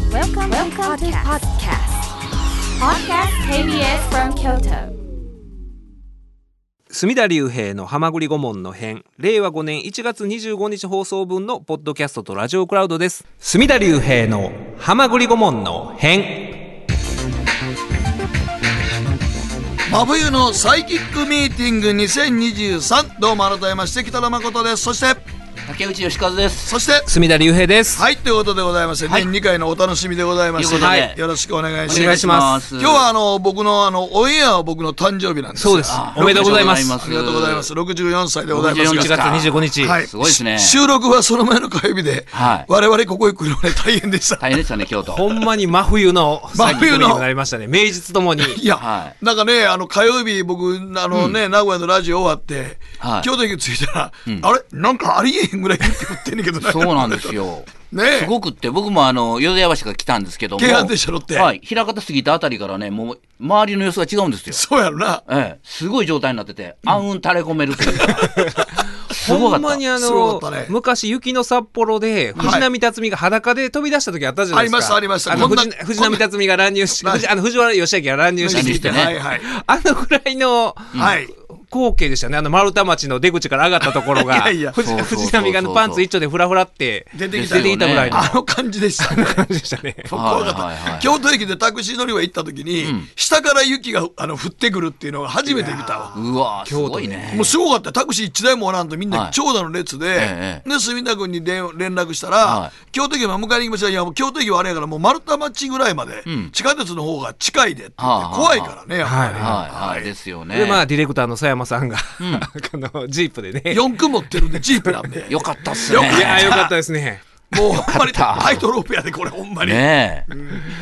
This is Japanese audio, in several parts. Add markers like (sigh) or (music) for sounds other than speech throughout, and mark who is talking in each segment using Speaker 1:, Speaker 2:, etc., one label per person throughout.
Speaker 1: Welcome to
Speaker 2: Welcome, to podcast. Podcast KBS from Kyoto.
Speaker 3: 隅田隆平の「はまぐり顧問の編」令和5年1月25日放送分のポッドキャストとラジオクラウドです隅田隆平の「はまぐり顧問の編
Speaker 4: 真冬のサイキックミーティング2023どうも改めまして北野誠ですそして
Speaker 5: 竹内義和です。
Speaker 4: そして」
Speaker 3: 隅田隆平です、
Speaker 4: はいということでございまして、
Speaker 5: はい
Speaker 4: 年2回のお楽しみでございまして
Speaker 5: ということで
Speaker 4: はいよろしくお願いし
Speaker 3: お願
Speaker 4: ま
Speaker 3: い
Speaker 4: す
Speaker 3: します
Speaker 4: 今日はあの僕のあのオンエアは僕の誕生日なんです
Speaker 3: そうです
Speaker 5: あ
Speaker 3: おめでとうございます
Speaker 5: おめでとうございま
Speaker 4: あ
Speaker 5: す
Speaker 4: りがとうございます64歳でございます
Speaker 5: 64
Speaker 3: 1
Speaker 4: が
Speaker 5: 歳
Speaker 3: 月25日、
Speaker 4: はい
Speaker 5: すごいですね
Speaker 4: し収録はその前の火曜日で、
Speaker 5: はい
Speaker 4: 我々ここ行くのね大変でした、
Speaker 5: 大変でしたね、京都。
Speaker 3: ほんまに真冬の
Speaker 4: 真冬
Speaker 3: 最
Speaker 4: の
Speaker 3: 近になりましたね名実ともに
Speaker 4: いや、
Speaker 5: は
Speaker 4: なんかね、あの火曜日、僕、あのね、名古屋のラジオ終わって、
Speaker 5: はい
Speaker 4: 京都駅着いたら、あれ、なんかありえへんぐらい言って言ってんねんけど
Speaker 5: そうなんです。よ。
Speaker 4: (laughs) ねえ
Speaker 5: すごくって、僕もあの、淀屋橋から来たんですけども。
Speaker 4: 京阪電車乗って
Speaker 5: はい。平方過ぎたあたりからね、もう、周りの様子が違うんですよ。
Speaker 4: そうやろな。
Speaker 5: ええ。すごい状態になってて、暗雲垂れ込めると
Speaker 3: (laughs)
Speaker 5: いうか。すごか
Speaker 3: ほ
Speaker 5: っ
Speaker 3: んま
Speaker 5: た。
Speaker 3: にあ
Speaker 4: すご
Speaker 3: の
Speaker 4: かったね、
Speaker 3: 昔、雪の札幌で、藤波辰巳が裸で飛び出した時あったじゃないですか。
Speaker 4: ありましたありま
Speaker 3: の
Speaker 4: したこんな
Speaker 3: 藤藤波辰巳が乱入し、
Speaker 4: こんな
Speaker 3: 藤あの藤原義明が乱入してきて、
Speaker 5: 乱入して
Speaker 4: は
Speaker 5: ね
Speaker 4: いはい。
Speaker 3: あのぐらいの、
Speaker 4: はい。
Speaker 3: 光景でしたね。あの丸太町の出口から上がったところ
Speaker 5: (laughs)
Speaker 3: が、
Speaker 4: いやいや
Speaker 3: 藤
Speaker 5: そうそうそうそう
Speaker 3: 藤波があのパンツ一丁でフラフラって
Speaker 4: 出て
Speaker 5: で
Speaker 4: き
Speaker 5: す
Speaker 4: た
Speaker 5: よ
Speaker 3: 出
Speaker 4: よ
Speaker 3: てきたぐらいの
Speaker 4: あの感じでした
Speaker 5: (laughs)
Speaker 4: ね。
Speaker 3: 感じでしたね。
Speaker 4: 怖かった、
Speaker 5: はいはいはい
Speaker 4: 京都駅でタクシー乗り場行った時に、下から雪があの降ってくるっていうのが初めて見たわ。
Speaker 5: うわーすごいね。
Speaker 4: もうすごかったよタクシー1台もおらんとみん
Speaker 5: は
Speaker 4: ない長蛇の列で、
Speaker 5: ええ
Speaker 4: で隅田君に電連絡したら、
Speaker 5: は
Speaker 4: 京都駅まで迎えに行きましたいやもう京都駅はあれやからもう丸太町ぐらいまで、地下鉄の方が近いでって言って
Speaker 5: はあはあ
Speaker 4: 怖いからねやっぱり、
Speaker 5: はいはい。ですよね。
Speaker 3: で、まあ、ディレクターの佐山さんが、あの、ジープでね。よ
Speaker 4: 4区持ってるんでジープなんで
Speaker 5: (laughs) よかったっす
Speaker 4: よ
Speaker 5: ね。
Speaker 3: いやー、よかったですね。
Speaker 4: もうほん
Speaker 5: (laughs)
Speaker 4: まに
Speaker 5: よかった
Speaker 4: ハイトロープやでこれほんまに、
Speaker 5: ねえ。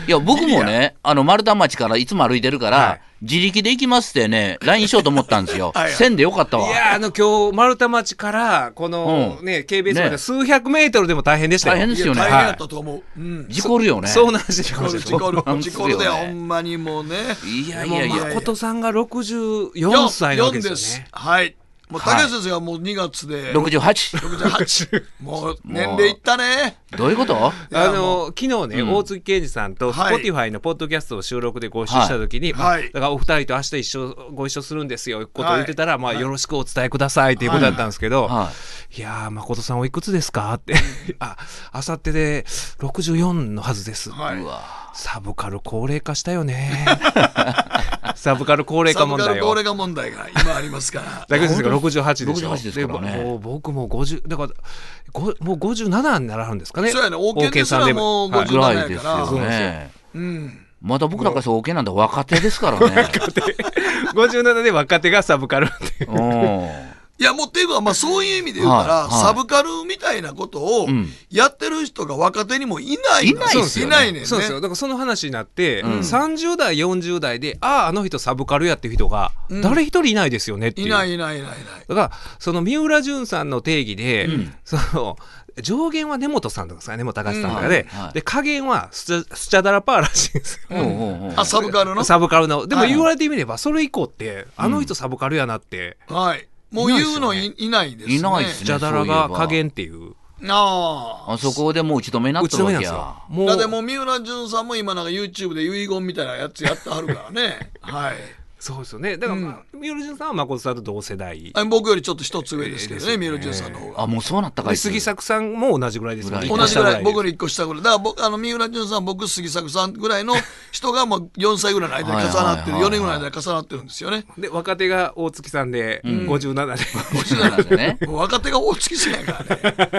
Speaker 5: いや、僕もね、あの、丸太町からいつも歩いてるから、
Speaker 3: はい
Speaker 5: 自力で行きますってね、LINE しようと思ったんですよ。
Speaker 4: はいはい
Speaker 5: 線でよかったわ
Speaker 3: い。やー、あの、今日、丸太町から、この、
Speaker 5: うん
Speaker 3: ね、KBS まで
Speaker 5: ね
Speaker 3: 数百メートルでも大変でしたよ。
Speaker 5: 大変ですよね
Speaker 4: いや大変やったと思う、うん
Speaker 5: 事故るよね。
Speaker 3: そうなんですよ。
Speaker 4: 事故る
Speaker 5: そうなん
Speaker 4: 事
Speaker 5: す
Speaker 4: 故
Speaker 5: よね
Speaker 4: るでほんまにもうね
Speaker 5: いやい
Speaker 3: も
Speaker 5: や
Speaker 3: う
Speaker 5: いや。
Speaker 3: 誠さんが64歳なわけですよね。
Speaker 4: はいもう竹内先生がもう2月で、
Speaker 3: (laughs)
Speaker 5: 68。
Speaker 4: 68もう年齢いったね
Speaker 5: どういうこと
Speaker 3: あ
Speaker 4: いやも
Speaker 3: の昨日ね、大月健二さんと
Speaker 4: はい
Speaker 3: Spotify のポッドキャストを収録でご一緒した時に、まあ
Speaker 4: はい
Speaker 3: だからお二人と明日一緒ご一緒するんですよことを
Speaker 4: はい
Speaker 3: 言ってたら、まあ、よろしくお伝えくださいっていうことだったんですけど、、
Speaker 5: はいはい
Speaker 3: やー誠さんおいくつですかって (laughs) ああさってで64のはずです、
Speaker 4: はいう
Speaker 5: わ
Speaker 3: サブカル高齢化したよね (laughs) サブカル高齢化
Speaker 4: サブ
Speaker 3: 問
Speaker 4: カ
Speaker 3: 題
Speaker 4: ル
Speaker 3: を
Speaker 4: 高齢化問題が今ありますから
Speaker 3: だけですが68でしょ
Speaker 5: 68ですからね
Speaker 3: でもう僕も50だからごもう57にならはるんですかね
Speaker 4: そうやね王権です
Speaker 3: 王
Speaker 4: ら
Speaker 3: 権さん
Speaker 4: もう
Speaker 3: はい
Speaker 5: ぐ
Speaker 4: 57
Speaker 5: らい
Speaker 4: や
Speaker 5: です
Speaker 4: から、
Speaker 5: よ
Speaker 3: そうなんですよ
Speaker 5: ね。また僕らからそう OK なんだ若手ですからね。
Speaker 3: 57で若手がサブカルっていう。
Speaker 5: う
Speaker 4: いやもうっていうかまあそういう意味で言うたら、
Speaker 5: はいはい
Speaker 4: サブカルみたいなことを
Speaker 5: ん
Speaker 4: やってる人が若手にもいない
Speaker 5: いないっすよね
Speaker 4: いないねんね
Speaker 3: そうですよ。だからその話になって、30代、40代で、ああ、あの人サブカルやっていう人が、誰一人いないですよねっていう。
Speaker 4: いないいないいないいない
Speaker 3: だから、その三浦淳さんの定義で、その、上限は根本さんとかですかね、根本隆さんとかで、
Speaker 5: うんはいはい
Speaker 3: で、下限はスチャスチャダラパーらしいんですよ。
Speaker 5: (laughs) ん。うんうんうん
Speaker 4: あサブカルの
Speaker 3: サブカルの。でも
Speaker 4: はい
Speaker 3: 言われてみれば、それ以降って、あの人サブカルやなって、
Speaker 4: はいもう言うのいいないですね
Speaker 5: いないっす
Speaker 3: スチャダラが下限っていう、
Speaker 4: ああ
Speaker 5: あそこでもう打ち止めになっ
Speaker 3: う
Speaker 5: て
Speaker 3: ち
Speaker 5: る
Speaker 3: の
Speaker 5: わ
Speaker 3: 目なん
Speaker 5: け
Speaker 3: ですよ
Speaker 5: や。。
Speaker 3: も
Speaker 4: だってもう三浦淳さんも今なんか YouTube で遺言みたいなやつやってはるからねはい
Speaker 3: そうですよね。だから、まあ三浦淳さんは誠さんと同世代。
Speaker 4: あ僕よりちょっと一つ上ですけどね
Speaker 3: ええ
Speaker 4: 三
Speaker 3: で
Speaker 4: 浦
Speaker 3: すよね
Speaker 4: 淳さんの方が
Speaker 5: あ、もうそうなったか
Speaker 3: で
Speaker 5: いつ
Speaker 3: 杉作さんも同じぐらいですよね
Speaker 5: ぐら
Speaker 4: 同じぐらい僕よ
Speaker 3: に
Speaker 4: り一個下ぐらいだから僕あの三浦淳さん僕杉作さんぐらいの人がもう4歳ぐらいの間に重なってる
Speaker 5: はいはいはいはい
Speaker 4: 4年ぐらいの間に重なってるんですよね
Speaker 3: で若手が大月さんで57で、
Speaker 5: (laughs) そうなんですよね。
Speaker 4: もう若手が大月市ないか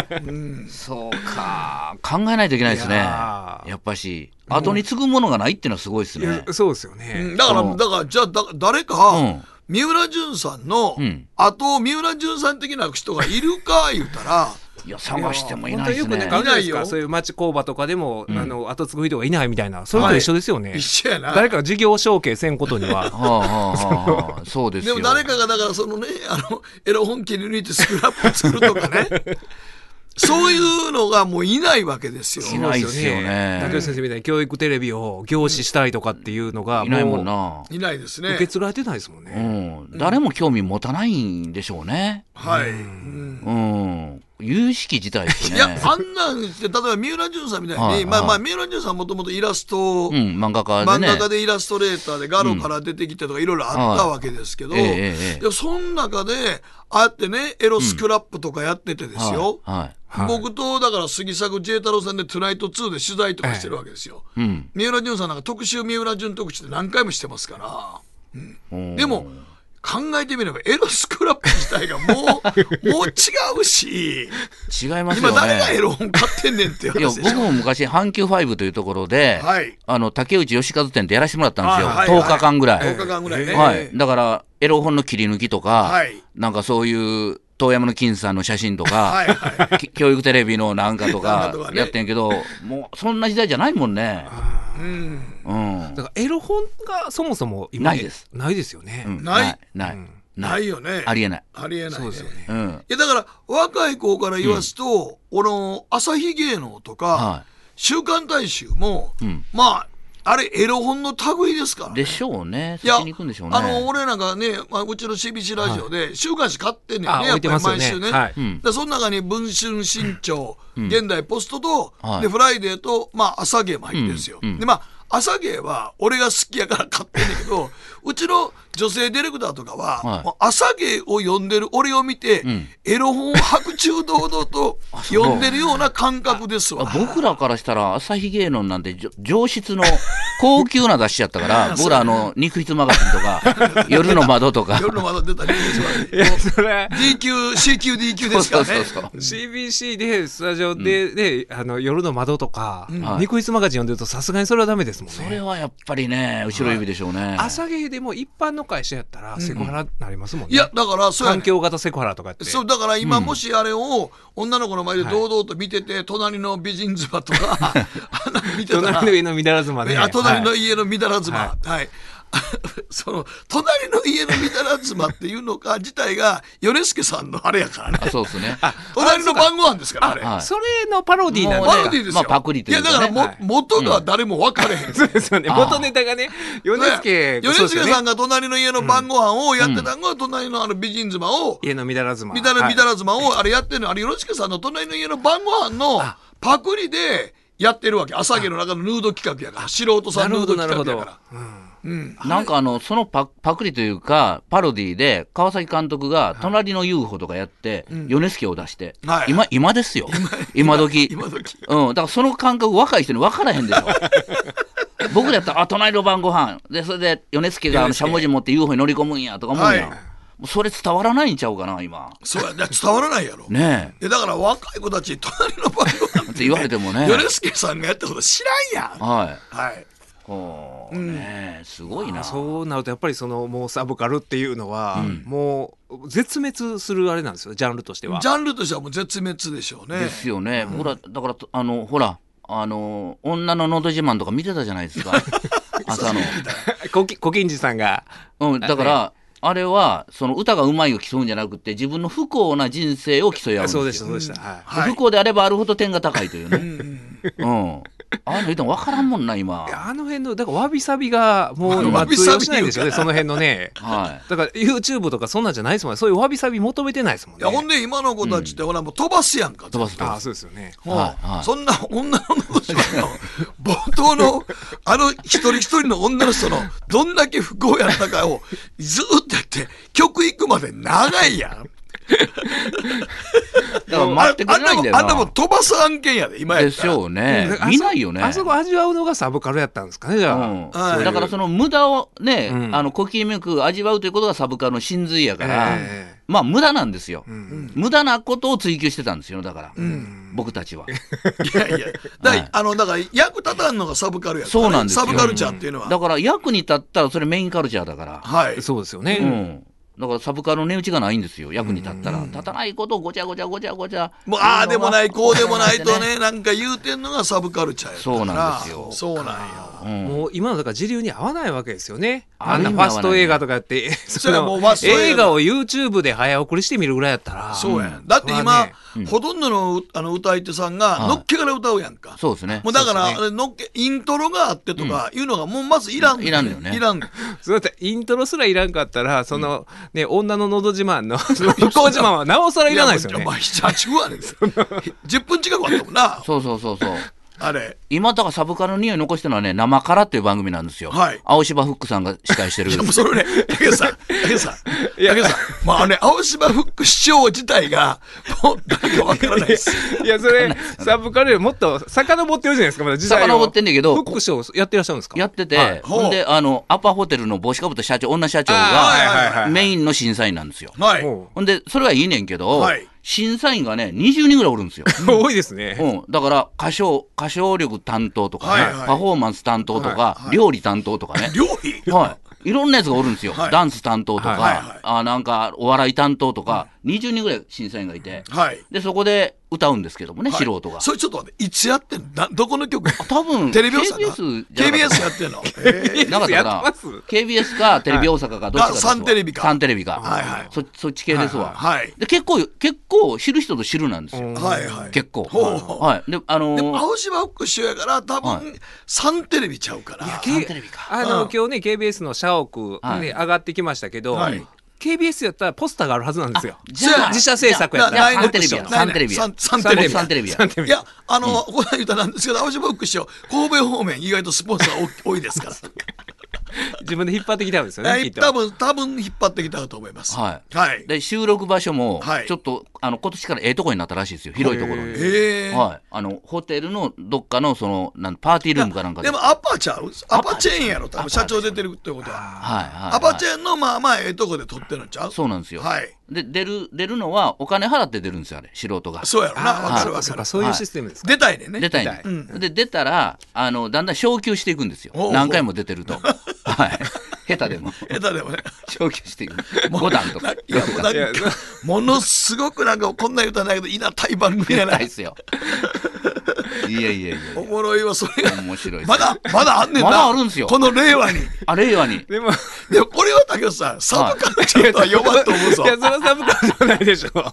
Speaker 4: ら
Speaker 5: (laughs)
Speaker 4: ね
Speaker 5: そうか。考えないといけないですね。
Speaker 3: いや
Speaker 5: や
Speaker 3: ー
Speaker 5: っぱし、後に継ぐものがないっていうのはすごいですね。
Speaker 3: そうですよ
Speaker 4: う
Speaker 3: ね、
Speaker 4: んだから
Speaker 5: うん
Speaker 4: だからじゃあだ誰
Speaker 5: う
Speaker 4: か
Speaker 5: ん
Speaker 4: 三浦淳さんの
Speaker 5: うん
Speaker 4: あと三浦淳さん的な人がいる
Speaker 5: (laughs)
Speaker 4: か言うたら
Speaker 5: いや、探してもい
Speaker 3: 本
Speaker 5: な
Speaker 3: 当
Speaker 5: い
Speaker 3: に
Speaker 5: で
Speaker 3: よくな
Speaker 5: すね
Speaker 3: ん。かあるじゃないです
Speaker 4: いな
Speaker 3: か
Speaker 4: いよ
Speaker 3: そういう町工場とかでも、あの後継ぐ人がいないみたいなそれと一緒ですよね、
Speaker 4: 一緒やな
Speaker 3: 誰かが事業承継せんことには
Speaker 5: はあはあはあは
Speaker 4: (laughs)
Speaker 5: あ、そうです
Speaker 4: で
Speaker 5: よ。
Speaker 4: も誰かがだからそのねあのエロ本切り抜いてスクラップ作るとかね
Speaker 5: (laughs)
Speaker 4: そういうのがもういないわけですよ。
Speaker 5: いないですよね
Speaker 3: 竹内先生みたいに教育テレビを凝視したいとかっていうのが
Speaker 5: いないもん
Speaker 3: う
Speaker 5: な。
Speaker 4: いないですね
Speaker 3: 受け。継がれてないですもん
Speaker 5: う
Speaker 3: ね、
Speaker 5: ん、誰も興味持たないんでしょうね。
Speaker 4: はい。
Speaker 5: うん、有識自体です
Speaker 4: い
Speaker 5: ね。
Speaker 4: や、あんなんして、例えば三浦淳さんみたいに、
Speaker 5: はい
Speaker 4: まあま
Speaker 5: は
Speaker 4: あ、三浦淳さんはもともとイラスト、
Speaker 5: うん、漫画家で
Speaker 4: 漫
Speaker 5: ね。
Speaker 4: 画家でイラストレーターでガロから出てきてとかいろいろあったわけですけど、
Speaker 5: はいええええ
Speaker 4: でその中で、ああやってね、エロスクラップとかやっててですよ。
Speaker 5: はいは
Speaker 3: は
Speaker 5: い
Speaker 3: い
Speaker 4: 僕と、だから杉作 J 太郎さんで、トゥナイト2で取材とかしてるわけですよ。
Speaker 5: うん。
Speaker 4: 三浦淳さんなんか特集三浦淳特集って何回もしてますから。
Speaker 5: うん
Speaker 4: でも、考えてみれば、エロスクラップ自体が
Speaker 5: (laughs)
Speaker 4: もう、もう違うし、
Speaker 5: 違いますよね。
Speaker 4: (laughs) 今誰がエロ本買ってんねんっていう
Speaker 5: いや
Speaker 4: 話でし
Speaker 5: 僕
Speaker 4: ょ。
Speaker 5: も昔阪急ファイブというところで、
Speaker 4: はい
Speaker 5: あの竹内義和店でやらせてもらったんです
Speaker 4: あ
Speaker 5: よ、
Speaker 4: はいはい
Speaker 5: 10日間ぐらい、
Speaker 4: 10日間ぐらいね
Speaker 5: はい、だからエロ本の切り抜きとか、
Speaker 4: はい
Speaker 5: なんかそういう遠山の金さんの写真とか、
Speaker 4: はいは
Speaker 5: き教育テレビのなんかと
Speaker 4: なん
Speaker 5: か
Speaker 4: かとかね
Speaker 5: やってんけど、もうそんな時代じゃないもんね、
Speaker 4: うん。
Speaker 5: うん
Speaker 3: だからエロ本がそもそも今
Speaker 5: ないです
Speaker 3: ないですよね、
Speaker 5: うん
Speaker 4: ない
Speaker 5: ない、
Speaker 3: うん
Speaker 5: な
Speaker 4: ないいよね。
Speaker 5: ありえない、
Speaker 4: ありえない、
Speaker 3: そ
Speaker 4: ね
Speaker 3: うですよね
Speaker 5: う、ん
Speaker 4: いやだから若い子から言わすと、俺の朝日芸能とか、
Speaker 5: は
Speaker 4: 週刊大衆も、
Speaker 5: ん
Speaker 4: まああれエロ本の類ですから
Speaker 5: い、
Speaker 4: ね。
Speaker 5: でしょうね、
Speaker 4: いや
Speaker 5: そっちに行くんでしょうね。
Speaker 4: あの俺なんかね、まあ、うちの CBC ラジオで週刊誌買ってんねんね、
Speaker 3: あ
Speaker 4: や
Speaker 3: 置
Speaker 4: っ
Speaker 3: いて
Speaker 4: ぱ
Speaker 3: ま
Speaker 4: り
Speaker 3: すよ
Speaker 4: 毎
Speaker 3: ね
Speaker 4: 週ね。
Speaker 3: はい
Speaker 5: うん
Speaker 4: でその中に「文春新潮」現代ポスト」と「
Speaker 5: はい
Speaker 4: でフライデー」と「まあ、朝芸」も入ってるんですよ。
Speaker 5: うんうん
Speaker 4: でまあ朝芸は俺が好きやから買ってんだけ
Speaker 5: (laughs)
Speaker 4: どうちの女性ディレクターとかは、
Speaker 5: はい
Speaker 4: もう朝芸を読んでる俺を見て、
Speaker 5: ん
Speaker 4: エロ本を白昼堂々
Speaker 5: (laughs)
Speaker 4: と
Speaker 5: そう
Speaker 4: 読んでるような感覚ですわ。
Speaker 5: 僕らからしたら朝日芸能なんてじょ上質の高級な雑誌やったから
Speaker 4: (laughs)
Speaker 5: 僕らあの肉筆マガジンとか夜の窓とか
Speaker 4: 夜の窓出たり、
Speaker 3: いやそれ
Speaker 4: D 級 C 級 D 級ですからね。
Speaker 5: そうそうそう
Speaker 3: CBC でスタジオで,、であの夜の窓とか、
Speaker 5: ん
Speaker 3: ニコイツマガジン読んでるとさすがにそれはダメですもんね
Speaker 5: それはやっぱりね後ろ指でしょうね、
Speaker 3: 朝芸でも一般の会社やったらセクハラになりますもんね、
Speaker 4: いやだからそうやね
Speaker 3: 環境型セクハラとかって
Speaker 4: そうだから今もしあれを女の子の前で堂々と見てて、隣の美人妻とかあんなの見てたら
Speaker 3: 隣の家のみだらずまで、
Speaker 4: あ隣の
Speaker 3: はい
Speaker 4: 家のみだら妻は、
Speaker 3: はい
Speaker 4: (laughs) その隣の家のみだら妻っていうのか自体が米助さんのあれやからね
Speaker 5: あそうですね
Speaker 4: 隣の晩ご飯ですからあれ
Speaker 5: はい
Speaker 3: それのパロディーなん
Speaker 5: もう
Speaker 4: パ
Speaker 5: ね
Speaker 4: ロ
Speaker 3: で
Speaker 4: ディですよ、
Speaker 5: まあパクリというかね
Speaker 4: やだからも、
Speaker 3: はい
Speaker 4: 元が誰も分かれへん、
Speaker 3: そうですよね
Speaker 5: あー
Speaker 3: 元ネタがね米助
Speaker 4: ね
Speaker 3: そう
Speaker 4: 米
Speaker 3: です
Speaker 4: 助
Speaker 3: よね
Speaker 4: さんが隣の家の晩ご飯をやってたのが、隣のあの美人妻を
Speaker 3: 家のみだらずま
Speaker 4: みたいな、
Speaker 3: はい
Speaker 4: みたらずまを、あれやってるの、あれ、よろしくさんの隣の家の晩ご飯のパクリでやってるわけ。朝毛の中のヌード企画やから。素人さ
Speaker 3: なん
Speaker 4: ヌ
Speaker 3: る
Speaker 4: ー
Speaker 3: ほ
Speaker 4: ド
Speaker 3: どなる
Speaker 4: 企
Speaker 3: ほ
Speaker 4: 画や
Speaker 3: ど
Speaker 4: か、
Speaker 3: うん
Speaker 4: ら。うん。
Speaker 5: (laughs) なんかあのそのパパクリというかパロディで川崎監督が「隣の UFO」とかやって、米助を出して、
Speaker 4: はい
Speaker 5: 今今ですよ (laughs) 今時
Speaker 4: 今時。
Speaker 5: うん、だからその感覚若い人に分からへんでしょ僕だったら「あ隣の晩ご飯でそれで米助があのしゃもじ持って UFO に乗り込むんや」とか思うやん、
Speaker 4: はい
Speaker 5: もうそれ伝わらないんちゃうかな今
Speaker 4: そうや、ね、伝わらないやろ。
Speaker 5: ね
Speaker 4: えだから若い子たち、隣の晩ご飯 (laughs)
Speaker 5: えって言われても (laughs) ね
Speaker 4: 米助さんがやったこと知らんやん。
Speaker 5: は
Speaker 4: はい。
Speaker 5: いこうねえすごいな、
Speaker 3: そうなるとやっぱりそのもうサブカルっていうのは、もう絶滅するあれなんですよジャンルとしては
Speaker 4: ジャンルとしてはもう絶滅でしょうね。
Speaker 5: ですよね、ほらだからあのほらあの女ののど自慢とか見てたじゃないですか朝の、
Speaker 3: (laughs) こき小金次さんが
Speaker 5: うん、だからあれはその歌がうまいを競うんじゃなくて自分の不幸な人生を競い合うんですよ
Speaker 3: そうでしたそうでした、はい
Speaker 4: はい
Speaker 5: 不幸であればあるほど点が高いとい
Speaker 4: (laughs)
Speaker 5: うね。うん。ああいうの分からんもんな、今
Speaker 3: い。やあの辺のだからわびさびがもう今
Speaker 4: わび
Speaker 3: 通
Speaker 4: さび
Speaker 3: 用しないんですよねその辺のね
Speaker 5: は
Speaker 3: だから YouTube とかそんなんじゃないですもんねそういうわびさび求めてないですもん
Speaker 4: い
Speaker 3: ね
Speaker 4: や、ほんで今の子たちって、ほら、もう飛ばすやんか。
Speaker 5: い。飛ばす飛
Speaker 3: ああ
Speaker 5: ばす。
Speaker 3: そうですよね
Speaker 4: もう
Speaker 5: はいはい
Speaker 4: そんな女の子の冒頭のあの一人一人の女の人のどんだけ不幸やったかをずーっとやって曲行くまで長いやん。
Speaker 5: だから
Speaker 4: あ
Speaker 5: 待ってく
Speaker 4: あ
Speaker 5: れ
Speaker 4: ん
Speaker 5: な
Speaker 4: ないも
Speaker 5: んだ
Speaker 4: ん
Speaker 5: よ
Speaker 4: あんなもん
Speaker 5: な。
Speaker 4: 飛ばす案件やで今や
Speaker 5: で
Speaker 4: った
Speaker 5: し
Speaker 4: ら
Speaker 5: ょうね
Speaker 3: だか。ら
Speaker 5: 見ないよね。
Speaker 3: あそこあそこ味わうのがサブカルやったんですかねじ
Speaker 5: う
Speaker 3: ゃあ、
Speaker 5: ん
Speaker 4: はい
Speaker 5: だからその無駄をね、
Speaker 3: うん
Speaker 5: あの、こきめく味わうということがサブカルの真髄やから、
Speaker 3: ええ
Speaker 5: まあ無駄なんですよ、
Speaker 3: ん
Speaker 5: 無駄なことを追求してたんですよ、だから。僕たちは。
Speaker 4: いやいやだから、
Speaker 5: はい
Speaker 4: あのだから役立たんのがサブカルやから、
Speaker 5: そうなんですよ
Speaker 4: サブカルチャーっていうのは、
Speaker 5: だから役に立ったらそれメインカルチャーだから。
Speaker 4: はい
Speaker 3: そうですよね、
Speaker 5: うん。だからサブカルの値打ちがないんですよ。役に立ったら。立たないことをごちゃごちゃごちゃごちゃ。
Speaker 4: もうああでもないこうでもないと
Speaker 5: ね
Speaker 4: ねなんか言うてんのがサブカルチャーやったから
Speaker 5: そうなんですよ
Speaker 4: そうなんよ
Speaker 5: うん
Speaker 3: もう今のだから時流に合わないわけですよね。
Speaker 5: あ
Speaker 3: あんなファスト映画とかやって、そ
Speaker 4: れはもうファスト映画
Speaker 3: 映画を YouTube で早送りして見るぐらいやったら。
Speaker 4: そうやん、
Speaker 3: ん
Speaker 4: だって
Speaker 3: まあ
Speaker 4: 今
Speaker 3: ね、
Speaker 4: ほとんどのあの歌い手さんが
Speaker 5: い
Speaker 4: のっけから歌うやんか、
Speaker 5: そうですね
Speaker 4: も。うだから、
Speaker 3: そう
Speaker 4: あれのっけイントロがあってとかいうのがもうまずいらん、
Speaker 5: いらんのよね
Speaker 4: いらん
Speaker 3: そうだってイントロすらいらんかったら、その、で、女ののど自慢の、 (laughs) 向こう自慢はなおさらいらないですよ
Speaker 4: や
Speaker 3: ね
Speaker 4: もう。まあ、7、8あれです。10分近くあったもんな、
Speaker 5: そうそうそうそう。
Speaker 4: あれ。
Speaker 5: 今だからサブカルの匂い残してるのはね、生からっていう番組なんですよ。
Speaker 4: はい
Speaker 5: 青柴フックさんが司会してる。
Speaker 4: でもそれね、竹内さん、竹内さん、
Speaker 3: や
Speaker 4: 竹内さん、まああのね、青島フック市長自体が、もう誰かわからないです。
Speaker 3: いや、それ、サブカルよりもっと遡ってるじゃないですか、まだ時代を。
Speaker 5: 遡ってんねんけど
Speaker 3: フックショーやってらっしゃるんですか
Speaker 5: やってて、
Speaker 3: はい
Speaker 4: ほう
Speaker 5: ほんで、あの、アパホテルの帽子かぶった社長、女社長
Speaker 3: あ
Speaker 4: ーはいはい
Speaker 5: が
Speaker 3: は、い
Speaker 5: メインの審査員なんですよ。
Speaker 4: はい。
Speaker 3: も
Speaker 5: ほんで、それはいいねんけど、
Speaker 4: はい
Speaker 5: 審査員がね、20人ぐらいおるん
Speaker 4: (laughs)
Speaker 5: ですよ。
Speaker 3: う多いですね。
Speaker 5: うん、だから歌唱歌唱力担当とか、ね
Speaker 4: はいはい
Speaker 5: パフォーマンス担当とか、
Speaker 4: はいはい
Speaker 5: 料理担当とかね、
Speaker 4: (laughs) 料理
Speaker 5: はい、いろんなやつがおるんですよ、
Speaker 4: はい
Speaker 5: ダンス担当とか、
Speaker 3: はい
Speaker 4: はいはい
Speaker 5: あなんかお笑い担当とか、20人ぐらい審査員がいて、
Speaker 4: はい。
Speaker 5: でそこで歌うんですけどもね、
Speaker 4: はい
Speaker 5: 素人が。
Speaker 4: それちょっと待って、いつやってんのなどこの局
Speaker 5: 多分
Speaker 4: テレビ大阪
Speaker 5: KBS じゃ
Speaker 4: ?KBS
Speaker 5: なかった
Speaker 4: やってんのえー
Speaker 5: なかった
Speaker 3: やっ
Speaker 5: か
Speaker 3: てま
Speaker 5: ら
Speaker 3: す
Speaker 5: KBS かテレビ大阪かどっちかですわ
Speaker 4: あサンテレビか
Speaker 5: サンテレビか、
Speaker 4: はいはい
Speaker 5: そそっち系ですわ、
Speaker 4: はい。
Speaker 5: で結構結構知る人ぞ知るなんですよ、
Speaker 4: はいはい。
Speaker 5: 結構
Speaker 4: ほうほう
Speaker 5: はいであのー
Speaker 4: でも、青島フック市長やから、多
Speaker 5: は
Speaker 4: 分、サンテレビちゃうから。
Speaker 5: サンテレビか
Speaker 3: あの、
Speaker 4: うん
Speaker 3: 今日ね KBS の社屋
Speaker 5: はい
Speaker 3: で上がってきましたけど、
Speaker 4: はい
Speaker 3: KBS やったらポスターがあるはずなんですよ。
Speaker 5: じゃあ
Speaker 3: 自社制作やった
Speaker 5: じゃ
Speaker 3: ら。
Speaker 5: あサンテレビや
Speaker 4: 来年
Speaker 5: サンテレビや
Speaker 4: サンサンテレビ
Speaker 5: サンテ
Speaker 3: (laughs)
Speaker 5: レビや
Speaker 3: サンテレ
Speaker 4: い
Speaker 3: ビ
Speaker 4: や、あの、ここで言うたらなんですけど、青島フック市長、神戸方面、意外とスポンサー多多い
Speaker 5: (laughs)
Speaker 4: ですから。
Speaker 3: 自分で引っ張ってきたんですよ
Speaker 4: は
Speaker 3: ね。きっ
Speaker 4: い
Speaker 3: と
Speaker 4: 多分、多分引っ張ってきたと思います。
Speaker 5: はい
Speaker 4: はい。
Speaker 5: で収録場所も
Speaker 4: はい
Speaker 5: ちょっと、あの今年からええとこになったらしいですよ広いところに、
Speaker 3: へ
Speaker 4: えー
Speaker 5: はい、あのホテルのどっかのそのなんパーティールームかなんかで
Speaker 4: でもアパちゃうアパチェーンやろ多
Speaker 5: アパ
Speaker 4: 分社長出てるってことは
Speaker 5: はいはい
Speaker 4: アパチ
Speaker 5: はい
Speaker 4: ェーンのまあまあええとこで撮ってるんちゃう
Speaker 5: そうなんですよ、
Speaker 4: はい
Speaker 5: で出る出るのはお金払って出るんですよあれ素人が
Speaker 4: そうやろなわ
Speaker 3: あ
Speaker 4: か
Speaker 3: そ
Speaker 4: る
Speaker 3: う
Speaker 4: わ
Speaker 3: か
Speaker 4: か
Speaker 3: そうかそう
Speaker 4: る
Speaker 3: いうシステムですか。
Speaker 4: 出たいねんね
Speaker 5: 出たいね、
Speaker 3: 出
Speaker 5: で出たらあのだんだん昇級していくんですよ
Speaker 4: おうおう
Speaker 5: 何回も出てると
Speaker 4: (laughs)
Speaker 5: はい下手でも
Speaker 4: 出たでもね
Speaker 5: 昇級していく5段とか
Speaker 4: いやもうなん
Speaker 3: いや
Speaker 4: かものすごくなんかこんな言うたらないけどいなたい番組
Speaker 5: (laughs)
Speaker 4: や
Speaker 5: 出た
Speaker 4: ない
Speaker 5: っすよいやいやいや
Speaker 4: おもろいわそれが
Speaker 5: 面白いっす
Speaker 4: まだまだあんねんな
Speaker 5: まだあるんすよ
Speaker 4: この令和に
Speaker 5: あ令和に
Speaker 3: でも
Speaker 4: でもこれは武田さんサブカルちゃんとは呼ばんと思うぞ
Speaker 3: いやそれはサブカルじゃないでしょ。だか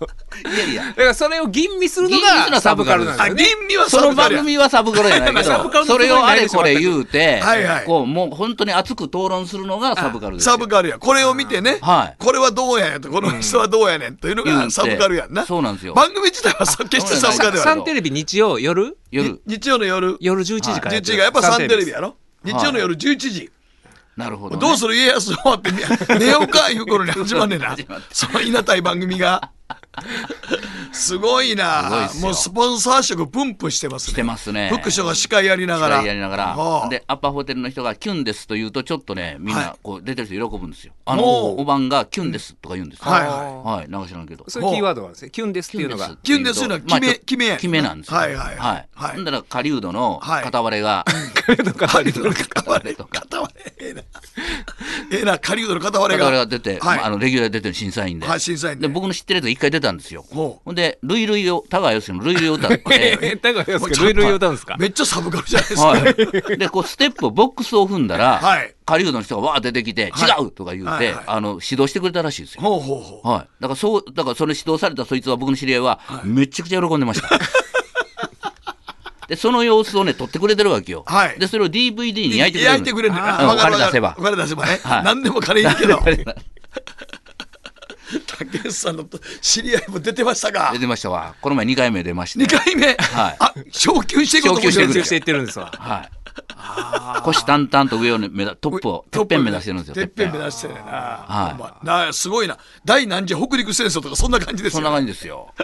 Speaker 5: いやいや
Speaker 3: らそれを吟味するの
Speaker 5: 吟味するの
Speaker 3: がサ
Speaker 5: はサ
Speaker 3: ブ
Speaker 5: ブ
Speaker 3: カ
Speaker 5: カ
Speaker 3: ル
Speaker 5: ル
Speaker 3: なん
Speaker 5: なん
Speaker 3: ですよ
Speaker 4: あ吟
Speaker 3: ね。
Speaker 4: 味は
Speaker 5: そ
Speaker 4: サ
Speaker 5: の
Speaker 4: ブカ
Speaker 5: 番
Speaker 4: ルや
Speaker 5: 組はサブカルじゃな
Speaker 4: (laughs)
Speaker 5: いけ
Speaker 3: サブカルの
Speaker 5: ど、
Speaker 3: つも
Speaker 5: そ
Speaker 3: り
Speaker 5: れをあれこれ言うて、
Speaker 4: はいはい
Speaker 5: こうもう本当に熱く討論するのがサブカルですよ。
Speaker 4: サブカルやこれを見てね
Speaker 5: はい
Speaker 4: これはどうやんやとこの人はどうやねんというの
Speaker 5: 言う
Speaker 4: が
Speaker 5: て
Speaker 4: サブカルやんな
Speaker 5: そうなんですよ
Speaker 4: 番組自体はさ決してサブカルでは
Speaker 3: サ
Speaker 4: ない
Speaker 3: ンテレビ日曜夜
Speaker 5: 夜。
Speaker 4: 日曜の夜
Speaker 3: 夜11時から
Speaker 4: 11
Speaker 3: って
Speaker 4: 時
Speaker 3: る
Speaker 4: がやっぱサンテレビやろ日
Speaker 5: い
Speaker 4: 曜の夜11時
Speaker 5: なるほど、ね。
Speaker 4: どうする家康終わ
Speaker 5: (laughs)
Speaker 4: ってね寝ようかいう頃に始まんねんな
Speaker 5: 始まって
Speaker 4: そのいなたい番組がすごい
Speaker 5: すごい
Speaker 4: な
Speaker 5: っすよ
Speaker 4: もうスポンサー色プンプンしてますね
Speaker 5: してますね
Speaker 4: フック所が司会やりながら
Speaker 5: やりなが
Speaker 4: は
Speaker 5: ら
Speaker 4: あ。
Speaker 5: で、アパホテルの人がキュンですと言うと、ちょっとね、みん
Speaker 4: はい
Speaker 5: なこう出てる人喜ぶんですよ。あ
Speaker 4: お
Speaker 5: の、
Speaker 4: う
Speaker 5: おばんがキュンですとか言うんですよ。
Speaker 4: はい
Speaker 3: は
Speaker 5: はい。なんか知らんけど。
Speaker 3: そういうキーワードなんですね。キュンですっていうのが。
Speaker 4: キュンですっていうのは決め
Speaker 5: まあちょ
Speaker 4: 決めやん
Speaker 5: 決めなんですよ。
Speaker 4: はいはいは
Speaker 5: はいい。
Speaker 4: はい
Speaker 5: ほんだら、狩人の
Speaker 4: はい
Speaker 5: 片割
Speaker 4: (laughs)
Speaker 5: れが、
Speaker 4: 狩人の片割れ
Speaker 5: とか
Speaker 4: 片割れええなええな狩人の片割
Speaker 5: 我
Speaker 4: れが
Speaker 5: 々が出て、
Speaker 4: はい
Speaker 5: まああのレギュラーで出てる審査員で,、
Speaker 4: はい審査員で
Speaker 5: で僕の知ってるやつが一回出たんですよ
Speaker 4: ほう
Speaker 5: ほんで「ルイルイを田川義樹の「ルイルイを歌って
Speaker 3: (laughs)
Speaker 4: (laughs)
Speaker 3: え、だからです
Speaker 4: もう
Speaker 3: け
Speaker 4: ち
Speaker 3: ど、
Speaker 4: ょっ
Speaker 3: ルイ
Speaker 4: と
Speaker 3: ルイ歌うんですか
Speaker 4: めっちゃサブカルじゃないですか、
Speaker 5: はい、でこうステップボックスを踏んだら
Speaker 4: はい
Speaker 5: 狩人、の人がわー出てきて「
Speaker 4: はい
Speaker 5: 違う!」とか言うて、
Speaker 4: はいはい
Speaker 5: あの指導してくれたらしいですよ、
Speaker 4: ほうほうほう
Speaker 5: はい、だからそうだからそれ指導されたそいつは僕の知り合いはめちゃくちゃ喜んでました
Speaker 4: (laughs)
Speaker 5: でその様子をね撮ってくれてるわけよ、
Speaker 4: はい
Speaker 5: でそれを DVD に
Speaker 4: 焼
Speaker 5: 焼
Speaker 4: い
Speaker 5: い
Speaker 4: てく
Speaker 5: てく
Speaker 4: れ
Speaker 5: れ
Speaker 4: る
Speaker 5: る
Speaker 4: んだよ
Speaker 5: あ
Speaker 4: わかる
Speaker 5: お金出せば
Speaker 4: わかるお金出せばね、
Speaker 5: はい
Speaker 4: 何でも金いいけど
Speaker 5: 出 (laughs)
Speaker 4: 竹内さんの知り合いも出てましたか
Speaker 5: てましたわこの前2回目出ました
Speaker 4: 2回目、あ昇級していこうと思ってるん
Speaker 3: 集
Speaker 4: で
Speaker 3: 中
Speaker 4: す
Speaker 3: して
Speaker 4: よ
Speaker 3: いってるん (laughs) ですわ。
Speaker 5: はい。腰淡々と上をね目だトップをてっぺん目指してるんですよ。
Speaker 4: てっぺん目
Speaker 5: て
Speaker 4: 指してるな、
Speaker 5: い
Speaker 4: ほんまなすごいな第何次北陸戦争とかそんな感じで
Speaker 5: ぺん
Speaker 4: す
Speaker 5: そ
Speaker 4: よ
Speaker 5: んな感じですよ。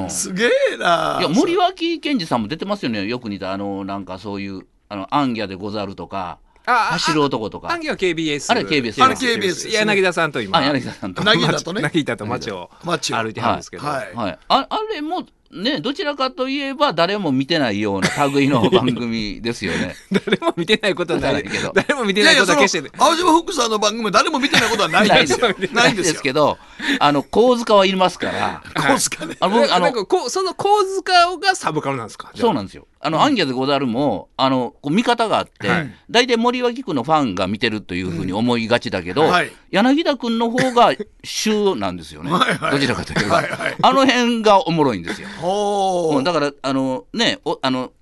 Speaker 5: うん
Speaker 4: すげえない
Speaker 5: や森脇健児さんも出てますよね。よく似たあのなんかそういうあのアンギャでござるとか
Speaker 3: ああ
Speaker 5: 走る男とか。
Speaker 3: アンギは KBS。
Speaker 5: あれ KBS
Speaker 4: あれ KBS
Speaker 3: 柳田さんと今。
Speaker 5: あ柳田さんと。
Speaker 4: な
Speaker 5: は
Speaker 4: ぎ
Speaker 5: い。
Speaker 4: 柳田とね
Speaker 3: 柳田と街を
Speaker 4: 街を
Speaker 3: 歩いてはるんですけど。
Speaker 4: はい
Speaker 5: ああれもねどちらかといえば誰も見てないような類の番組ですよね。
Speaker 3: 誰も見てないことはない
Speaker 5: 見てないけど
Speaker 3: 誰も見
Speaker 4: い
Speaker 3: てな
Speaker 4: や
Speaker 3: い
Speaker 4: い
Speaker 3: こ
Speaker 4: や
Speaker 3: と
Speaker 4: そ
Speaker 3: は決し
Speaker 4: の青
Speaker 3: て
Speaker 4: 島。フックさんの番組も誰も見てないことはないんです
Speaker 5: (laughs)
Speaker 4: よ (laughs) ないんですよ
Speaker 5: けどあの構図化はいりますから。
Speaker 4: どうすかね
Speaker 5: あ僕あ
Speaker 3: な
Speaker 5: の
Speaker 3: んかこうその構図化がサブカルなんですか
Speaker 5: そう
Speaker 3: な
Speaker 5: なんですよ。あの、アンギャでござるも、あの、こう見方があって、大体森脇君のファンが見てるというふうに思いがちだけど、
Speaker 4: はい
Speaker 5: 柳田君の方が主なんですよ
Speaker 4: (laughs)
Speaker 5: ね。
Speaker 4: はいはい
Speaker 5: どちらかというと、
Speaker 4: はいはい
Speaker 5: あの辺がおもろいんですよ。
Speaker 4: ほ
Speaker 5: も
Speaker 4: う
Speaker 5: うだから、あの、ね、おあの、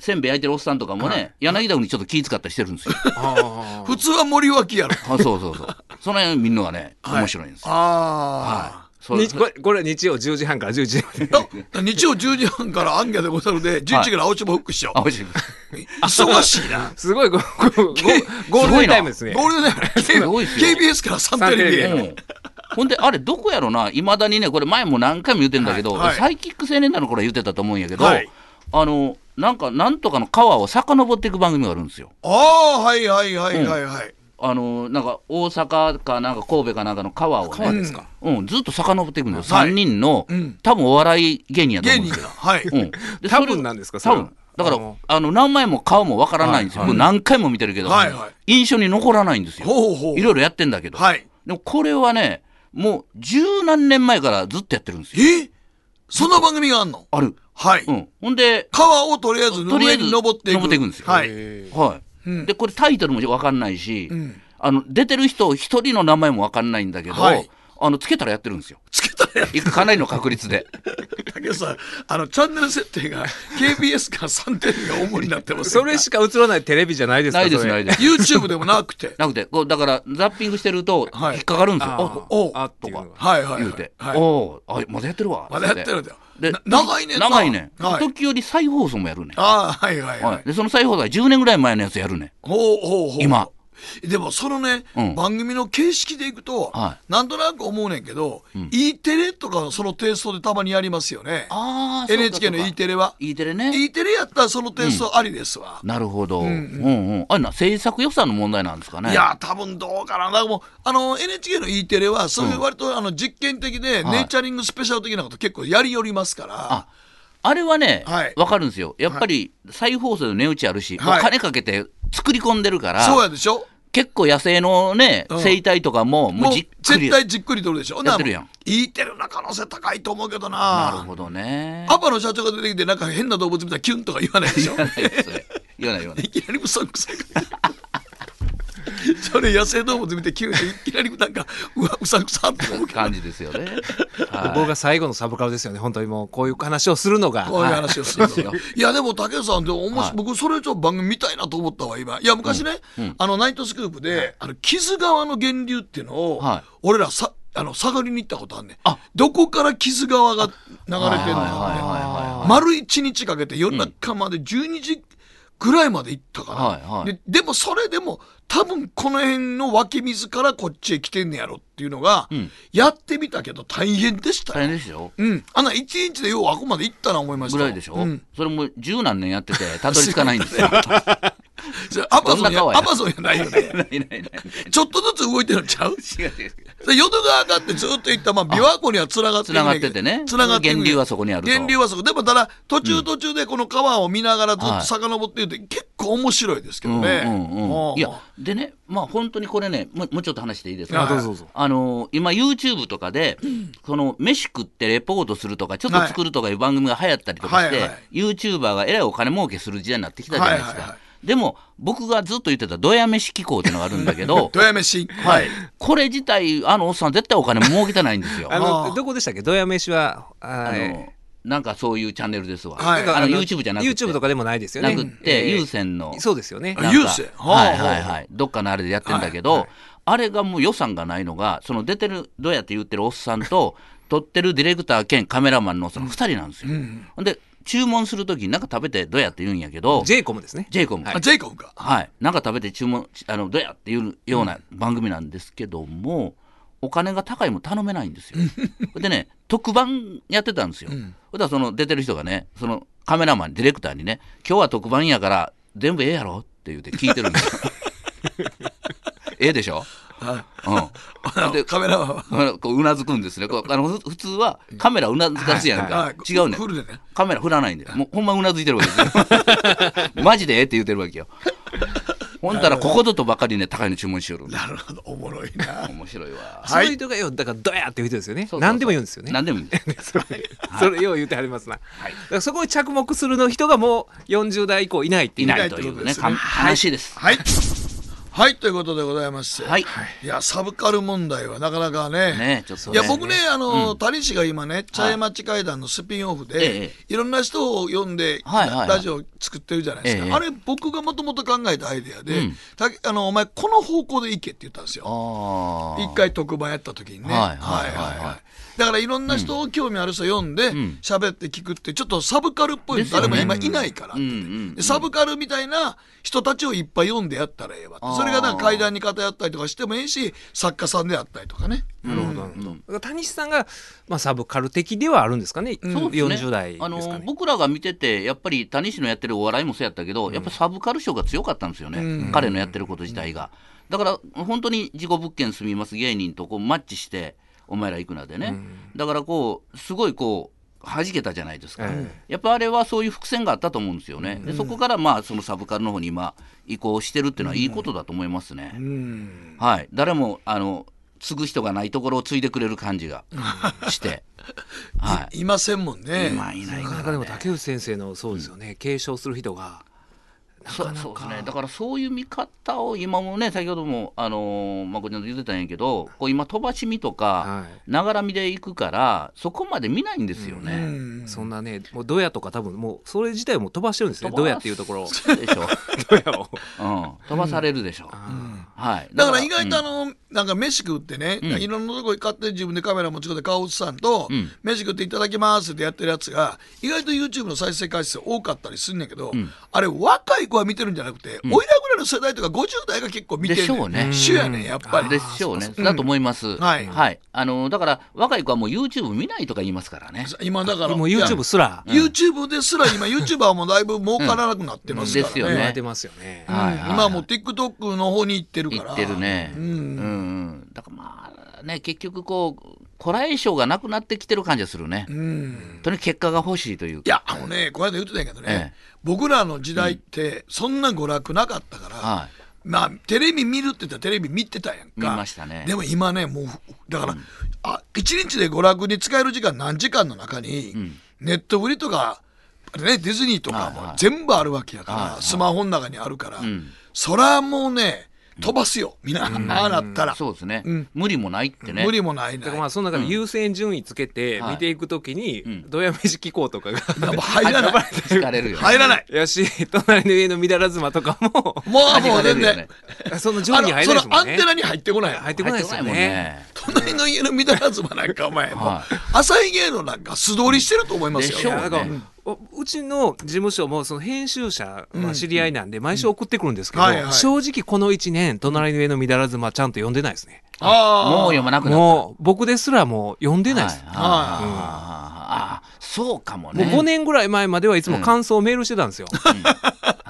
Speaker 5: せんべい焼いてるおっさんとかもね、柳田君にちょっと気遣ったりしてるんですよ。
Speaker 3: あ
Speaker 4: 普通は森脇やろ
Speaker 5: あそうそうそう。その辺見るのがね、面白いんですよ。
Speaker 4: あ
Speaker 5: はい。そう
Speaker 3: にこれこれ日曜10時半から11時まで
Speaker 4: あ、あ日曜10時半からアンギャでござるで、11時から青島フックしよ
Speaker 5: あ、美味しい。
Speaker 4: 忙しいな。
Speaker 3: すごい、ここゴゴールデンタイムですね。
Speaker 4: ゴールデンだから、
Speaker 5: すごいですよ
Speaker 4: KBS からサンテレビ
Speaker 3: サンテレ
Speaker 4: へ。
Speaker 5: うんほんで、あれ、どこやろな、いまだにね、これ、前も何回も言ってんだけど、
Speaker 4: はいはい
Speaker 5: サイキック青年団の頃は言ってたと思うんやけど、
Speaker 4: はい
Speaker 5: あの、なんか、なんとかの川を遡っていく番組があるんですよ。
Speaker 4: ああ、はいはいはいはいはい。
Speaker 5: あの、なんか、大阪か、なんか、神戸かなんかの川をね、
Speaker 3: 川ですか
Speaker 5: うん、ずっと遡っていくんですよ。
Speaker 4: はい
Speaker 5: 3人の、
Speaker 4: うん
Speaker 5: 多分お笑い芸人やと思
Speaker 4: 芸
Speaker 5: うん
Speaker 4: 人
Speaker 5: です
Speaker 4: が。
Speaker 5: よ。
Speaker 4: はい。
Speaker 5: うん、で
Speaker 3: 多
Speaker 5: そ
Speaker 3: 分
Speaker 5: れ
Speaker 3: なんですかそ
Speaker 5: 多
Speaker 3: れ
Speaker 5: 分だか
Speaker 3: あの
Speaker 5: らあの何枚も顔もわからないんですよ、
Speaker 3: はいはい
Speaker 5: もう何回も見てるけど、
Speaker 4: はいは
Speaker 5: 印象に残らないんですよ
Speaker 4: ほうほう。
Speaker 5: いろいろやってんだけど、
Speaker 4: はい。
Speaker 5: でもこれはねもう十何年前からずっとやってるんですよ
Speaker 4: えそんな番組があんの
Speaker 5: ある、
Speaker 4: はい。
Speaker 5: うん、ほんで、
Speaker 4: 川をとりあえず
Speaker 5: とりあ
Speaker 4: 上
Speaker 5: えず
Speaker 4: に登っていく。
Speaker 5: 登っていくんですよ
Speaker 4: はい。
Speaker 3: えー
Speaker 5: はい
Speaker 4: うん
Speaker 5: でこれタイトルもわかんないし、
Speaker 4: うん
Speaker 5: あの出てる人一人の名前もわかんないんだけど、
Speaker 4: はい
Speaker 5: あのつけたらやってるんですよ
Speaker 4: つけたらや
Speaker 5: かなりの確率
Speaker 4: (laughs)
Speaker 5: で
Speaker 4: だけどさ、あの、チャンネル設定
Speaker 5: (laughs)
Speaker 4: が KBS からサンテレビが主になってます
Speaker 3: それしか映らないテレビじゃないですか
Speaker 5: ないです
Speaker 3: それ
Speaker 5: ないです
Speaker 4: YouTube でもなく
Speaker 5: (laughs)
Speaker 4: て。
Speaker 5: なくてこうだからザッピングしてると
Speaker 4: はい
Speaker 5: 引っかかるんですよ、
Speaker 3: あ
Speaker 5: あ
Speaker 3: ー
Speaker 4: お
Speaker 3: あっていうのが
Speaker 4: はいはいはい。
Speaker 5: 言うて、
Speaker 4: はい
Speaker 5: おおあまだやってるわ
Speaker 4: まだやってるんだよ。
Speaker 5: で
Speaker 4: な長いねんな
Speaker 5: 長いね、
Speaker 4: はい。
Speaker 5: 時より再放送もやるね、
Speaker 4: ああ、はいはいはい。
Speaker 5: はい、でその再放送は10年ぐらい前のやつやるね
Speaker 4: ほうほうほう。
Speaker 5: 今。
Speaker 4: でもそのね、
Speaker 5: うん
Speaker 4: 番組の形式でいくと、
Speaker 5: は
Speaker 4: なんとなく思うねんけど、E テレとかそのテイストでたまにやりますよね。
Speaker 5: ああ
Speaker 4: NHK の E テレは。
Speaker 5: E テレね
Speaker 4: E テレやったらそのテイストありですわ。
Speaker 5: なるほど、うんうんあれな制作予算の問題なんですかね
Speaker 4: いやー多分どうかな、だからもうあの NHK の E テレは、そういう割と、あの実験的で、
Speaker 5: はい
Speaker 4: ネイチャリングスペシャル的なこと、結構やりよりますから
Speaker 5: あ、あれはね、わ
Speaker 4: はい
Speaker 5: かるんですよやっぱり再放送の値打ちあるし、
Speaker 4: はい
Speaker 5: お金かけて作り込んでるから
Speaker 4: そうやでしょ、
Speaker 5: 結構野生のね
Speaker 4: うん
Speaker 5: 生態とかも
Speaker 4: も
Speaker 5: もう
Speaker 4: う
Speaker 5: じっくり
Speaker 4: 絶対じっくりとるでしょ、
Speaker 5: やってるやん
Speaker 4: なもう E テレの可能性高いと思うけど
Speaker 5: なる
Speaker 4: な、
Speaker 5: ほどね
Speaker 4: アパの社長が出てきて、なんか変な動物みたいな、キュンとか言わないでしょ
Speaker 5: (laughs) 言。わないですそれ言わない言わない
Speaker 4: いきなりうさんくさい。それ野生動物見て急にいきなりなんかうわうさんくさって思うけど
Speaker 5: 感じで
Speaker 4: (laughs)
Speaker 5: すよね。はい
Speaker 3: 僕が最後のサブカルですよね本当にもうこういう話をするのが
Speaker 4: こういう話をするの
Speaker 5: はい
Speaker 4: がいやでも武さんでも面白い、
Speaker 5: はい
Speaker 4: 僕それちょっと番組見たいなと思ったわ今いや昔ね、あのナイトスクープで、あの木津川の源流っていうのを、
Speaker 5: はい
Speaker 4: 俺らさあの探りに行ったことあんねん
Speaker 5: あ
Speaker 4: どこから木津川が流れてんのか
Speaker 5: はいはい
Speaker 4: ね、
Speaker 5: は
Speaker 4: 丸一日かけて夜中まで12時ぐらいまで行ったから、
Speaker 5: はいはい
Speaker 4: ででもそれでも多分この辺の湧き水からこっちへ来てんねやろっていうのが、
Speaker 5: ん
Speaker 4: やってみたけど大変でし
Speaker 5: い
Speaker 4: た
Speaker 5: 大
Speaker 4: よ、
Speaker 5: 変ですよ。
Speaker 4: うん、あんな一日でようあこまで行ったな思いました
Speaker 5: ぐらいでしょ、
Speaker 4: うん、
Speaker 5: それも十何年やっててたどり着かないんで
Speaker 4: (laughs)
Speaker 5: すよ。
Speaker 4: それアマゾンや
Speaker 5: どんな川や
Speaker 4: アマゾンやないよね
Speaker 5: (laughs) ないないない
Speaker 4: ちょっとずつ動いてるんちゃう
Speaker 5: 違う違う
Speaker 4: で淀川があってずっと行った、まあ、琵琶湖にはつながってんねんけど
Speaker 5: 繋がっててね
Speaker 4: 繋がってんねん
Speaker 5: 源流はそこにあると
Speaker 4: 源流はそこ。でもただ、途中途中でこの川を見ながらずっと遡っていて、結構面白いですけ
Speaker 5: う
Speaker 4: ど
Speaker 5: ん
Speaker 4: ね。
Speaker 5: うんう
Speaker 4: うん
Speaker 5: んいやでねまあ本当にこれねもうもうちょっと話していいです
Speaker 3: あ
Speaker 5: か
Speaker 3: どうぞどうぞ
Speaker 5: あのー今 YouTube とかで、その飯食ってレポートするとかちょっと作るとかいう番組が流行ったりとかして、
Speaker 4: はいはい
Speaker 5: YouTuber がえらいお金儲けする時代になってきたじゃないですか、
Speaker 4: はいはいは
Speaker 5: でも僕がずっと言ってたドヤ飯機構っていうのがあるんだ
Speaker 3: (laughs)
Speaker 5: けど
Speaker 4: どや飯。はい。
Speaker 5: これ自体あのおっさん絶対お金儲けてないんです
Speaker 3: (laughs)
Speaker 5: よ。
Speaker 3: あの
Speaker 4: あー
Speaker 3: どこでしたっけドヤ飯はあ
Speaker 5: あ
Speaker 3: ー
Speaker 5: のなんかそういうチャンネルですわ、
Speaker 4: はい
Speaker 5: あの YouTube じゃなくて
Speaker 3: YouTube とかでもないですよ
Speaker 5: な
Speaker 3: ね
Speaker 5: くっ
Speaker 3: え
Speaker 5: て、
Speaker 3: ー
Speaker 5: 有線の
Speaker 3: そうですよね
Speaker 4: あ
Speaker 5: なんか
Speaker 4: 有線はあ
Speaker 5: はいはいはいどっかのあれでやってんだけど、
Speaker 4: はいは
Speaker 5: あれがもう予算がないのがその出てるどうやって言ってるおっさん
Speaker 4: (laughs)
Speaker 5: と撮ってるディレクター兼カメラマンのおっさん2人なんですよ、ほんで注文する時に何か食べてどうやって言うんやけど
Speaker 3: j コムですね
Speaker 5: ジェイコム
Speaker 4: あジェイコブか。
Speaker 5: はい、なんか食べて注文あのどうやっていうような番組なんですけども、お金が高いも頼めないん (laughs) ですよ。でね特番やってたんですよ。そしたらその出てる人がねそのカメラマンディレクターにね「今日は特番やから全部ええやろ?」って言うて聞いてるんです (laughs) よ。ええでしょ、
Speaker 4: あの
Speaker 5: で
Speaker 4: カメラマンは。
Speaker 5: うん、 (laughs) こううなずくんですねこうあのふ普通はカメラうなずかすやんか、
Speaker 4: はい
Speaker 5: 違うねん
Speaker 4: フルでね。
Speaker 5: カメラ振らないんで、もうほんまうなずいてるわ
Speaker 4: (laughs)
Speaker 5: けですよ。マジでええって言ってるわけよ。ほんたら、ここぞとばかりね、高いの注文しよる。
Speaker 4: なるほど、おもろいな。
Speaker 5: (laughs) 面白いわ。
Speaker 3: そういう人がよだからドヤって言う人ですよね
Speaker 5: そうそうそう
Speaker 3: 何でも言うんですよね
Speaker 5: 何でもいいんだよ
Speaker 3: (laughs) それそれよう言ってはりますな、だからそこに着目するの人がもう40代以降いないってい
Speaker 5: いうないというね、悲しいです。
Speaker 4: はい。はい、ということでございまして。
Speaker 5: はい
Speaker 4: いや、サブカル問題はなかなかね。
Speaker 5: ねちょっと
Speaker 4: い
Speaker 5: ね
Speaker 4: や、僕ね、あの、
Speaker 5: うん
Speaker 4: 谷氏が今ね、茶屋町会談のスピンオフで、
Speaker 5: え
Speaker 4: い
Speaker 5: え
Speaker 4: ろんな人を呼んで、
Speaker 5: はいはいはい
Speaker 4: ラジオ作ってるじゃないですか。
Speaker 5: ええ
Speaker 4: あれ、僕がもともと考えたアイデアで、
Speaker 5: うん
Speaker 4: たあの、お前、この方向で行けって言ったんですよ。
Speaker 5: ああ
Speaker 4: 一回特番やった時にね。
Speaker 5: はいはいはいはい
Speaker 4: だからいろんな人を興味ある人呼んで
Speaker 5: ん
Speaker 4: 喋、って聞くってちょっとサブカルっぽい
Speaker 5: で
Speaker 4: の
Speaker 5: すよ
Speaker 4: 誰
Speaker 5: ね
Speaker 4: も今いないからって、
Speaker 5: うんうん
Speaker 4: でサブカルみたいな人たちをいっぱい読んでやったらええわって
Speaker 5: あー
Speaker 4: それがなんか階段に偏ったりとかしてもええし作家さんであったりとかね。
Speaker 3: なるほどなるほどだから谷氏さんが、まあ、サブカル的ではあるんですかね、
Speaker 5: そうですね
Speaker 3: 40代ですか
Speaker 5: あ
Speaker 3: ね
Speaker 5: の僕らが見てて、やっぱり谷氏のやってるお笑いもそうやったけど、やっぱサブカル賞が強かったんですよね、彼のやってること自体が。だから本当に事故物件住みます芸人とこうマッチして、お前ら行くなでね、だからこう、すごいこう、弾けたじゃないですか、
Speaker 3: え
Speaker 5: やっぱあれはそういう伏線があったと思うんですよね、でそこからまあそのサブカルの方に今、移行してるっていうのはいいことだと思いますね。
Speaker 4: うん
Speaker 5: はい、誰もあの継ぐ人がないところを継いでくれる感じがして。はい
Speaker 4: いませんもんね。
Speaker 5: 今いない
Speaker 3: なかな
Speaker 5: か、
Speaker 3: からで
Speaker 5: ね
Speaker 3: も、竹内先生のそうですよね、継承する人が
Speaker 5: そうそうですねだからそういう見方を今もね先ほどもあのーまこちゃんと言ってたんやけどこう今飛ばし見と
Speaker 3: は
Speaker 5: か
Speaker 3: い
Speaker 5: ながら見で行くからそこまで見ないんですよね。
Speaker 4: うん
Speaker 3: そんなねもうドヤとか多分もうそれ自体も飛ばしてるんですね
Speaker 5: 飛ば
Speaker 3: ドヤっていうところを
Speaker 5: すでしょ、
Speaker 3: ドヤを
Speaker 5: うん、飛ばされるでしょ、はい
Speaker 4: だから意外とあ
Speaker 5: うん
Speaker 4: の、なんか飯食ってね、いろんなとこ行かって自分でカメラ持ち込んで顔映さんと、
Speaker 5: ん
Speaker 4: 飯食っていただきますってやってるやつが、意外と YouTube の再生回数多かったりするんだけど、あれ若い子は見てるんじゃなくて、おいらぐらいの世代とか50代が結構見てる
Speaker 5: でしょうね
Speaker 4: 主やね、やっぱり。
Speaker 5: でしょうね、だと思います、
Speaker 4: はい
Speaker 5: あのーだから若い子はもう YouTube 見ないとか言いますからね
Speaker 4: 今だから。
Speaker 3: もう
Speaker 4: いや
Speaker 3: YouTube すら
Speaker 4: YouTube ですら今 YouTuber もだいぶ儲からなくなってますからね。
Speaker 5: うんです
Speaker 3: 言
Speaker 5: よ
Speaker 3: われ
Speaker 5: ね
Speaker 3: てますよね
Speaker 4: うん
Speaker 5: はいはいはい
Speaker 4: 今はもう TikTok の方に行ってるから。
Speaker 5: 言ってるね。うん、うん、だからまあね、結局こう、こらえ性がなくなってきてる感じがするね。とにかく結果が欲しいという
Speaker 4: い
Speaker 5: か。
Speaker 4: や、あのね、この間言ってたんやけどね
Speaker 5: ええ、
Speaker 4: 僕らの時代って、そんな娯楽なかったから、
Speaker 5: はい
Speaker 4: まあ、テレビ見るって言ったらテレビ見てたやんか。
Speaker 5: 見ましたね
Speaker 4: でも今ね、もう、だから、あ、一日で娯楽に使える時間何時間の中に、ネット売りとか、ね、ディズニーとか
Speaker 5: はいは
Speaker 4: も
Speaker 5: い
Speaker 4: 全部あるわけやから、
Speaker 5: はいはい
Speaker 4: スマホの中にあるから、そらもうね、飛ばすよ、みんな、ああなったら、
Speaker 5: そうですね、
Speaker 4: うん
Speaker 5: 無理もないってね。
Speaker 4: 無理もないな
Speaker 3: だ
Speaker 4: い。
Speaker 3: からまあその中で優先順位つけて
Speaker 5: はい
Speaker 3: 見ていくときに、
Speaker 5: ん
Speaker 3: ドヤ飯機構とかが
Speaker 4: やっぱ入
Speaker 5: (laughs)
Speaker 4: らない。
Speaker 3: (laughs)
Speaker 5: 疲れるよ、ね。
Speaker 4: 入らない。
Speaker 3: よし隣の家のみだら妻とかも
Speaker 4: もう、
Speaker 5: 味
Speaker 4: もう
Speaker 5: が出
Speaker 4: 全
Speaker 5: るよ
Speaker 4: 然
Speaker 5: ね。。
Speaker 3: その上
Speaker 4: あ
Speaker 3: 位に
Speaker 4: の
Speaker 3: 入
Speaker 4: そ
Speaker 3: らないです
Speaker 4: の
Speaker 3: も
Speaker 4: ア
Speaker 3: ん
Speaker 4: ン
Speaker 3: ね
Speaker 4: テナに入ってこないの
Speaker 3: 入ってこないですよね。
Speaker 4: 隣の家のみだら妻なんかお前、もう
Speaker 5: は
Speaker 4: 浅い芸能なんか素通りしてると思いますよ。
Speaker 5: でしょうね
Speaker 3: いやだからおうちの事務所もその編集者、まあ、知り合いなんで毎週送ってくるんですけど、
Speaker 4: うんはいはい
Speaker 3: 正直この1年隣の上のみだら妻ちゃんと呼んでないですね
Speaker 4: ああ
Speaker 5: もう読まなくなった。
Speaker 3: もう僕ですらもう呼んでないです、
Speaker 5: はいあーあー、そうかもね。
Speaker 3: もう5年ぐらい前まではいつも感想をメールしてたんですよ、
Speaker 5: はい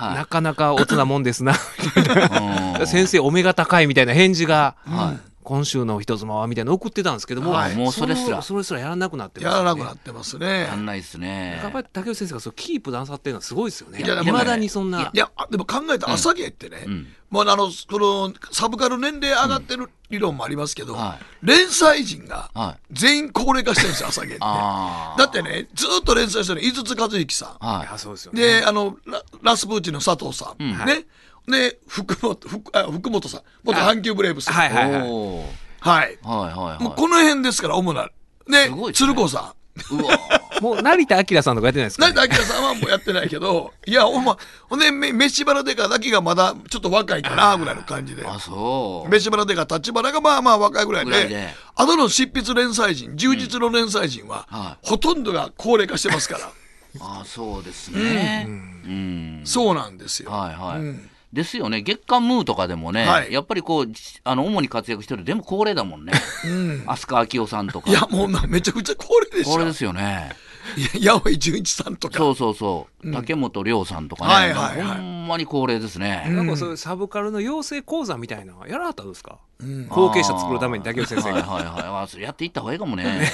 Speaker 3: なかなか大人もんですなみたいな
Speaker 5: うん
Speaker 3: (laughs) 先生お目が高いみたいな返事が、
Speaker 5: はい
Speaker 3: 今週の人妻はみたいなの送ってたんですけども、
Speaker 5: はいもうそれすら
Speaker 3: のそれすらやらなくなって
Speaker 4: や
Speaker 3: すよ
Speaker 4: ら
Speaker 3: ね
Speaker 4: なくなってますね
Speaker 5: や。んないですね
Speaker 3: や。っぱり竹内先生がそうキープなさってるのはすごいですよね
Speaker 4: い
Speaker 3: い
Speaker 4: やでもね
Speaker 3: まだにそんない
Speaker 4: や、あでも考えたら朝芸ってね、
Speaker 5: ん
Speaker 4: もうあの、その、サブカル年齢上がってる理論もありますけど、
Speaker 5: は
Speaker 4: 連載人が
Speaker 5: は
Speaker 4: 全員高齢化してるんですよ、朝芸って。
Speaker 5: あ
Speaker 4: だってね、ずーっと連載してる井筒和之さん。
Speaker 5: はい
Speaker 3: やそうですよね
Speaker 4: で、あの、ララスプーチンの佐藤さん。
Speaker 3: はい
Speaker 4: ね。で、福本、福あ福本さん。元阪急ブレーブスさん。
Speaker 3: はい
Speaker 5: い。
Speaker 3: はいはい
Speaker 5: おー
Speaker 4: はい。
Speaker 5: はいはいはい。
Speaker 4: もうこの辺ですから、主な。ね、
Speaker 5: すごいですね
Speaker 4: 鶴子さん。
Speaker 5: うわー
Speaker 3: もう成田明さんとかやってないですか、
Speaker 4: 成
Speaker 5: (laughs)
Speaker 3: ね、
Speaker 4: 田明さんはもうやってないけど、いや、ほんま、ほんで、め飯原デカだけがまだちょっと若いかな、ぐらいの感じで。
Speaker 5: あ、そう。
Speaker 4: 飯原デカ、立花がまあまあ若いぐらい
Speaker 5: ぐらい
Speaker 4: で
Speaker 5: で、
Speaker 4: あとの執筆連載人、充実の連載人は、
Speaker 5: は
Speaker 4: ほとんどが高齢化してます
Speaker 5: (laughs)
Speaker 4: から、
Speaker 5: あそうですね。うん。
Speaker 4: そうなんですよ。
Speaker 5: はいはい。
Speaker 4: うん
Speaker 5: ですよね月刊ムーとかでもね、
Speaker 4: はい
Speaker 5: やっぱりこうじあの主に活躍してるでも高齢だもんね、飛鳥昭夫さんとか
Speaker 4: いや、もうな、めちゃくちゃ高齢でし
Speaker 5: これで
Speaker 4: ょ。
Speaker 5: すよね
Speaker 4: いや、八百井純一さんとか。
Speaker 5: そうそうそう、竹本涼さんとかね、
Speaker 4: はいはいはい
Speaker 5: ほんまに高齢ですね、
Speaker 3: なんかそういうサブカルの養成講座みたいなのやらなかったんですか、後継者作るために竹内先生
Speaker 5: はい
Speaker 3: が
Speaker 5: はいはいあそれやっていった方がいいかも
Speaker 4: (laughs)
Speaker 5: ね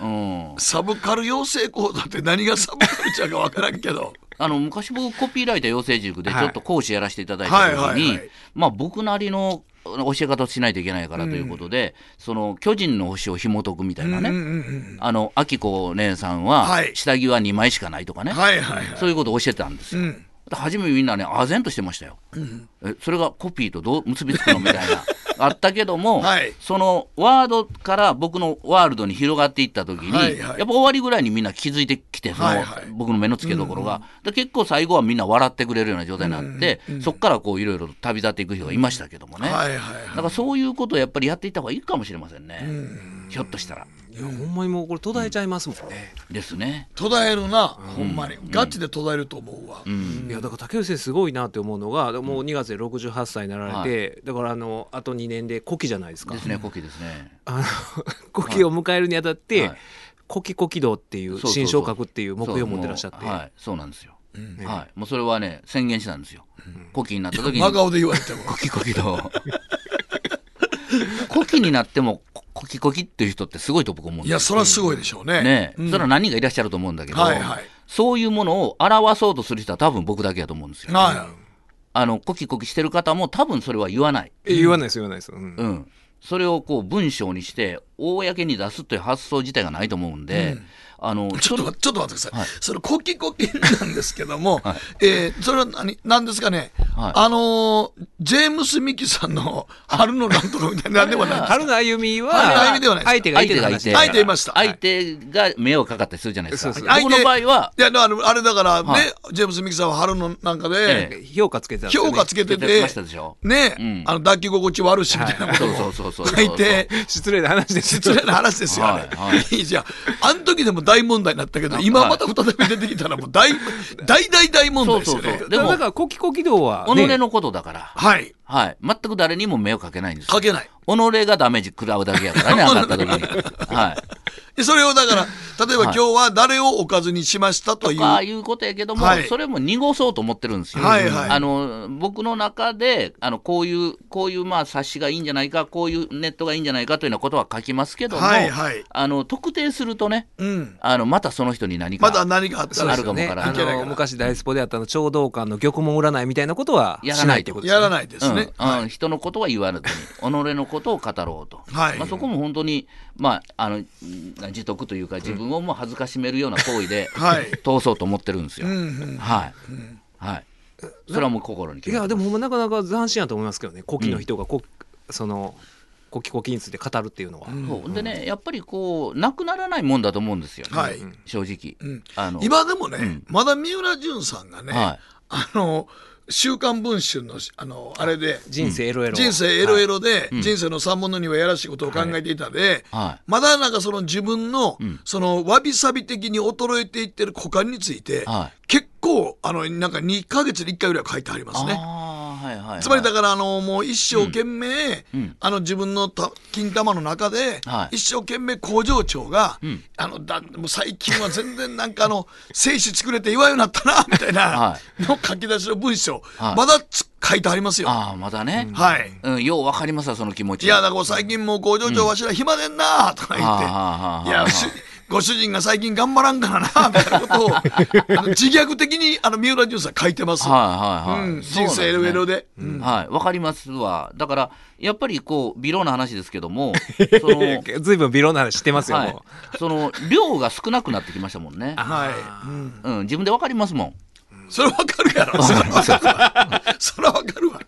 Speaker 5: うん
Speaker 4: サブカル養成講座って何がサブカルちゃうか分からんけど。
Speaker 5: あの昔僕コピーライター養成塾でち
Speaker 3: はい
Speaker 5: ょっと講師やらせていただいた時に、
Speaker 4: はいはいはい
Speaker 5: まあ、僕なりのあの教え方をしないといけないからということで、その巨人の星を紐解くみたいなね、
Speaker 4: うんうんうん
Speaker 5: あの明子姉さん
Speaker 4: は
Speaker 5: はい下着は2枚しかないとかね、
Speaker 4: はいはいはい。
Speaker 5: そういうことを教えてたんですよ。
Speaker 4: うん
Speaker 5: 初めみんなね唖然としてましたよ、えそれがコピーとどう結びつくのみたいなあったけども、
Speaker 4: はい
Speaker 5: そのワードから僕のワールドに広がっていった時に、
Speaker 4: はいはい
Speaker 5: やっぱ終わりぐらいにみんな気づいてきてその、
Speaker 4: はいはい
Speaker 5: 僕の目の付けどころが、で結構最後はみんな笑ってくれるような状態になって、そこからこういろいろ旅立っていく人がいましたけどもね、
Speaker 4: はいはい
Speaker 5: だ
Speaker 4: は
Speaker 5: からそういうことをやっぱりやっていった方がいいかもしれませんね、ひょっとしたら
Speaker 3: いやほんまにもうこれ途絶えちゃいますもんね、
Speaker 5: ですね
Speaker 4: い。途絶えるな、ほんまに。ガチで途絶えると思うわ。
Speaker 3: いやだから竹内先生すごいなって思うのがもう2月で68歳になられて、だからあのあと2年で古希じゃないですか
Speaker 5: ですね、コキですね。
Speaker 3: あの (laughs) 古希を迎えるにあたって、
Speaker 5: はい
Speaker 3: 古希古希道っていう
Speaker 5: そうそうそう
Speaker 3: 新昇格っていう目標を持ってらっしゃって
Speaker 5: そうもうはい、そうなんですよ。はい、もうそれはね、宣言したんですよ。コキになった時に。
Speaker 4: 真
Speaker 5: コ
Speaker 4: 顔で言われても。
Speaker 5: キコキと。 (laughs) コキになっても、ココキコキっていう人ってすごいと僕思うん
Speaker 4: い
Speaker 5: ですよ
Speaker 4: や、そらすごいでしょうね。
Speaker 5: ねえ、
Speaker 4: うん
Speaker 5: それは何人がいらっしゃると思うんだけど、
Speaker 4: はいはい
Speaker 5: そういうものを表そうとする人は多分僕だけだと思うんですよ。
Speaker 4: は
Speaker 5: あの、コキコキしてる方も多分それは言わない。
Speaker 3: え言わないです言わないです、うん
Speaker 5: うん、それをこう文章にして公に出すという発想自体がないと思うんで、あの
Speaker 4: い。ちょっと
Speaker 5: ち
Speaker 4: 待って、ちょ
Speaker 5: ょっ
Speaker 4: っと待ってくださ
Speaker 5: はいい。
Speaker 4: それ、コキコキなんですけども、えーそれは何、何ですかね。
Speaker 5: はい
Speaker 4: あのージェームス・ミキさんの (laughs) 春のなんとかみたいな、なんでもない。
Speaker 3: 春の歩みは
Speaker 4: 春の歩みではないです
Speaker 3: 相手がいて
Speaker 5: 相手がいて
Speaker 4: あえて言いました。
Speaker 5: 相手が迷惑かかったりするじゃないですか。
Speaker 3: そうそう
Speaker 5: 僕の場合は、
Speaker 4: いや、だからあれだからね、
Speaker 5: はい
Speaker 4: ジェームス・ミキさんは春のなんか
Speaker 5: え
Speaker 4: で、
Speaker 3: 評価つけてたんですよ、ね、
Speaker 4: 評価つけて
Speaker 5: 出て
Speaker 4: て
Speaker 5: ましたでしょ、
Speaker 4: ね、
Speaker 5: うん
Speaker 4: あの、抱き心地悪しみたいなこと
Speaker 5: そうそ
Speaker 4: を
Speaker 5: うそうそう
Speaker 4: 書いて、
Speaker 3: 失礼な話です
Speaker 4: 失礼な話ですよ、あれ。
Speaker 5: はいはい
Speaker 4: (laughs) いいじゃん。あの時でも大問題になったけど、今また再び出てきたらもう大、大大大問題ですよね。
Speaker 5: そうそうそう
Speaker 3: で
Speaker 5: で
Speaker 3: も
Speaker 5: も
Speaker 3: だからコキコキ道は、ね、
Speaker 5: 己のことだから、
Speaker 4: はい。
Speaker 5: はい、全く誰にも迷惑かけないんですよ
Speaker 4: 書けない。
Speaker 5: 己がダメージ食らうだけやからね、上がった時に。はい。
Speaker 4: でそれをだから、例えば今
Speaker 5: はい
Speaker 4: 日は誰をおかずにしましたという。
Speaker 5: ああ
Speaker 4: はい
Speaker 5: いうことやけども、
Speaker 4: はい
Speaker 5: それも濁そうと思ってるんですよ。
Speaker 4: はいはい
Speaker 5: あの僕の中であのこういうこういうまあ冊子がいいんじゃないか、こういうネットがいいんじゃないかというようなことは書きますけども、
Speaker 4: いはい。
Speaker 5: あの特定するとね、
Speaker 4: うん。
Speaker 5: あのまたその人に何か。
Speaker 4: まだ何かあった
Speaker 3: そう
Speaker 4: ら
Speaker 3: です
Speaker 5: ある
Speaker 3: よ
Speaker 5: かも
Speaker 3: ね
Speaker 5: わからん
Speaker 3: あ
Speaker 4: いけないか
Speaker 3: の
Speaker 4: ら
Speaker 3: 昔大スポであったの超道館の玉門占いみたいなことは
Speaker 5: や
Speaker 3: し
Speaker 5: ら
Speaker 3: な
Speaker 5: ないい
Speaker 3: ってことです
Speaker 4: や
Speaker 3: ね
Speaker 4: らないですね。
Speaker 5: うんうん、人のことは
Speaker 4: (laughs)
Speaker 5: 言わずに、己のことを語ろうと、
Speaker 4: はい
Speaker 5: まあ、そこも本当に、まあ、あの自得というか、自分をもう恥ずかしめるような行為で、
Speaker 4: (laughs) はい
Speaker 5: 通そうと思ってるんですよ。
Speaker 4: うんうん。
Speaker 5: はい、はい、それはもう心に決
Speaker 3: い
Speaker 5: めてま
Speaker 3: やで
Speaker 5: す
Speaker 3: もほんまなかなか斬新やと思いますけどね古希の人がこ、その古希古希について語るっていうのは、
Speaker 5: そうでね、やっぱりこう、なくならないもんだと思うんですよ、
Speaker 4: はい
Speaker 5: 正直。
Speaker 4: うん
Speaker 5: あの
Speaker 4: 今でもね、まだ三浦淳さんがね、
Speaker 5: はい
Speaker 4: あの、週刊文春の、あの、あれで、
Speaker 3: 人生エロエロ、
Speaker 4: 人生エロエロで、人生の3分の2はやらしいことを考えていたで、
Speaker 5: はい
Speaker 4: まだなんかその自分の、そのわびさび的に衰えていってる股間について、
Speaker 5: は
Speaker 4: 結構あのなんか2ヶ月に1回ぐらいは書いてありますね。
Speaker 5: あーはいはいはい、
Speaker 4: つまりだ
Speaker 5: か
Speaker 4: からあのもう一生懸命、
Speaker 5: うん
Speaker 4: あの自分のた金玉の中で、
Speaker 5: はい
Speaker 4: 一生懸命工場長が、
Speaker 5: ん
Speaker 4: あのだもう最近は全然なんかあの (laughs) 精子作れて言わんようになったなみたいな
Speaker 5: は
Speaker 4: の書き出しの文章、
Speaker 5: はい
Speaker 4: まだつ書いてありますよ。
Speaker 5: ああ、まだね、
Speaker 4: はい。
Speaker 5: うん、ようわかりますわ、その気持ち。
Speaker 4: いや、だから最近もう工場長わしら暇でんなとか言
Speaker 5: はあ
Speaker 4: っ
Speaker 5: は
Speaker 4: て、
Speaker 5: あはあ
Speaker 4: いや、しご主人が最近頑張らんからな、みたいなことを、あの自虐的に、あの、三浦淳さん書いてます。
Speaker 5: はいはいはい、
Speaker 4: うん、人生エロエロ
Speaker 5: で。
Speaker 4: で。うん
Speaker 5: はい、わかりますわ。だから、やっぱりこう、微量な話ですけ
Speaker 4: (laughs)
Speaker 5: ども、その、
Speaker 3: ずいぶん微妙な話してますよ、
Speaker 5: は
Speaker 3: もう
Speaker 5: い、その、量が少なくなってきましたもんね。
Speaker 4: はい。うん
Speaker 5: うん、自分でわかりますもん。
Speaker 4: それはわかるやろ。それはわかるわ。それはわかるわ。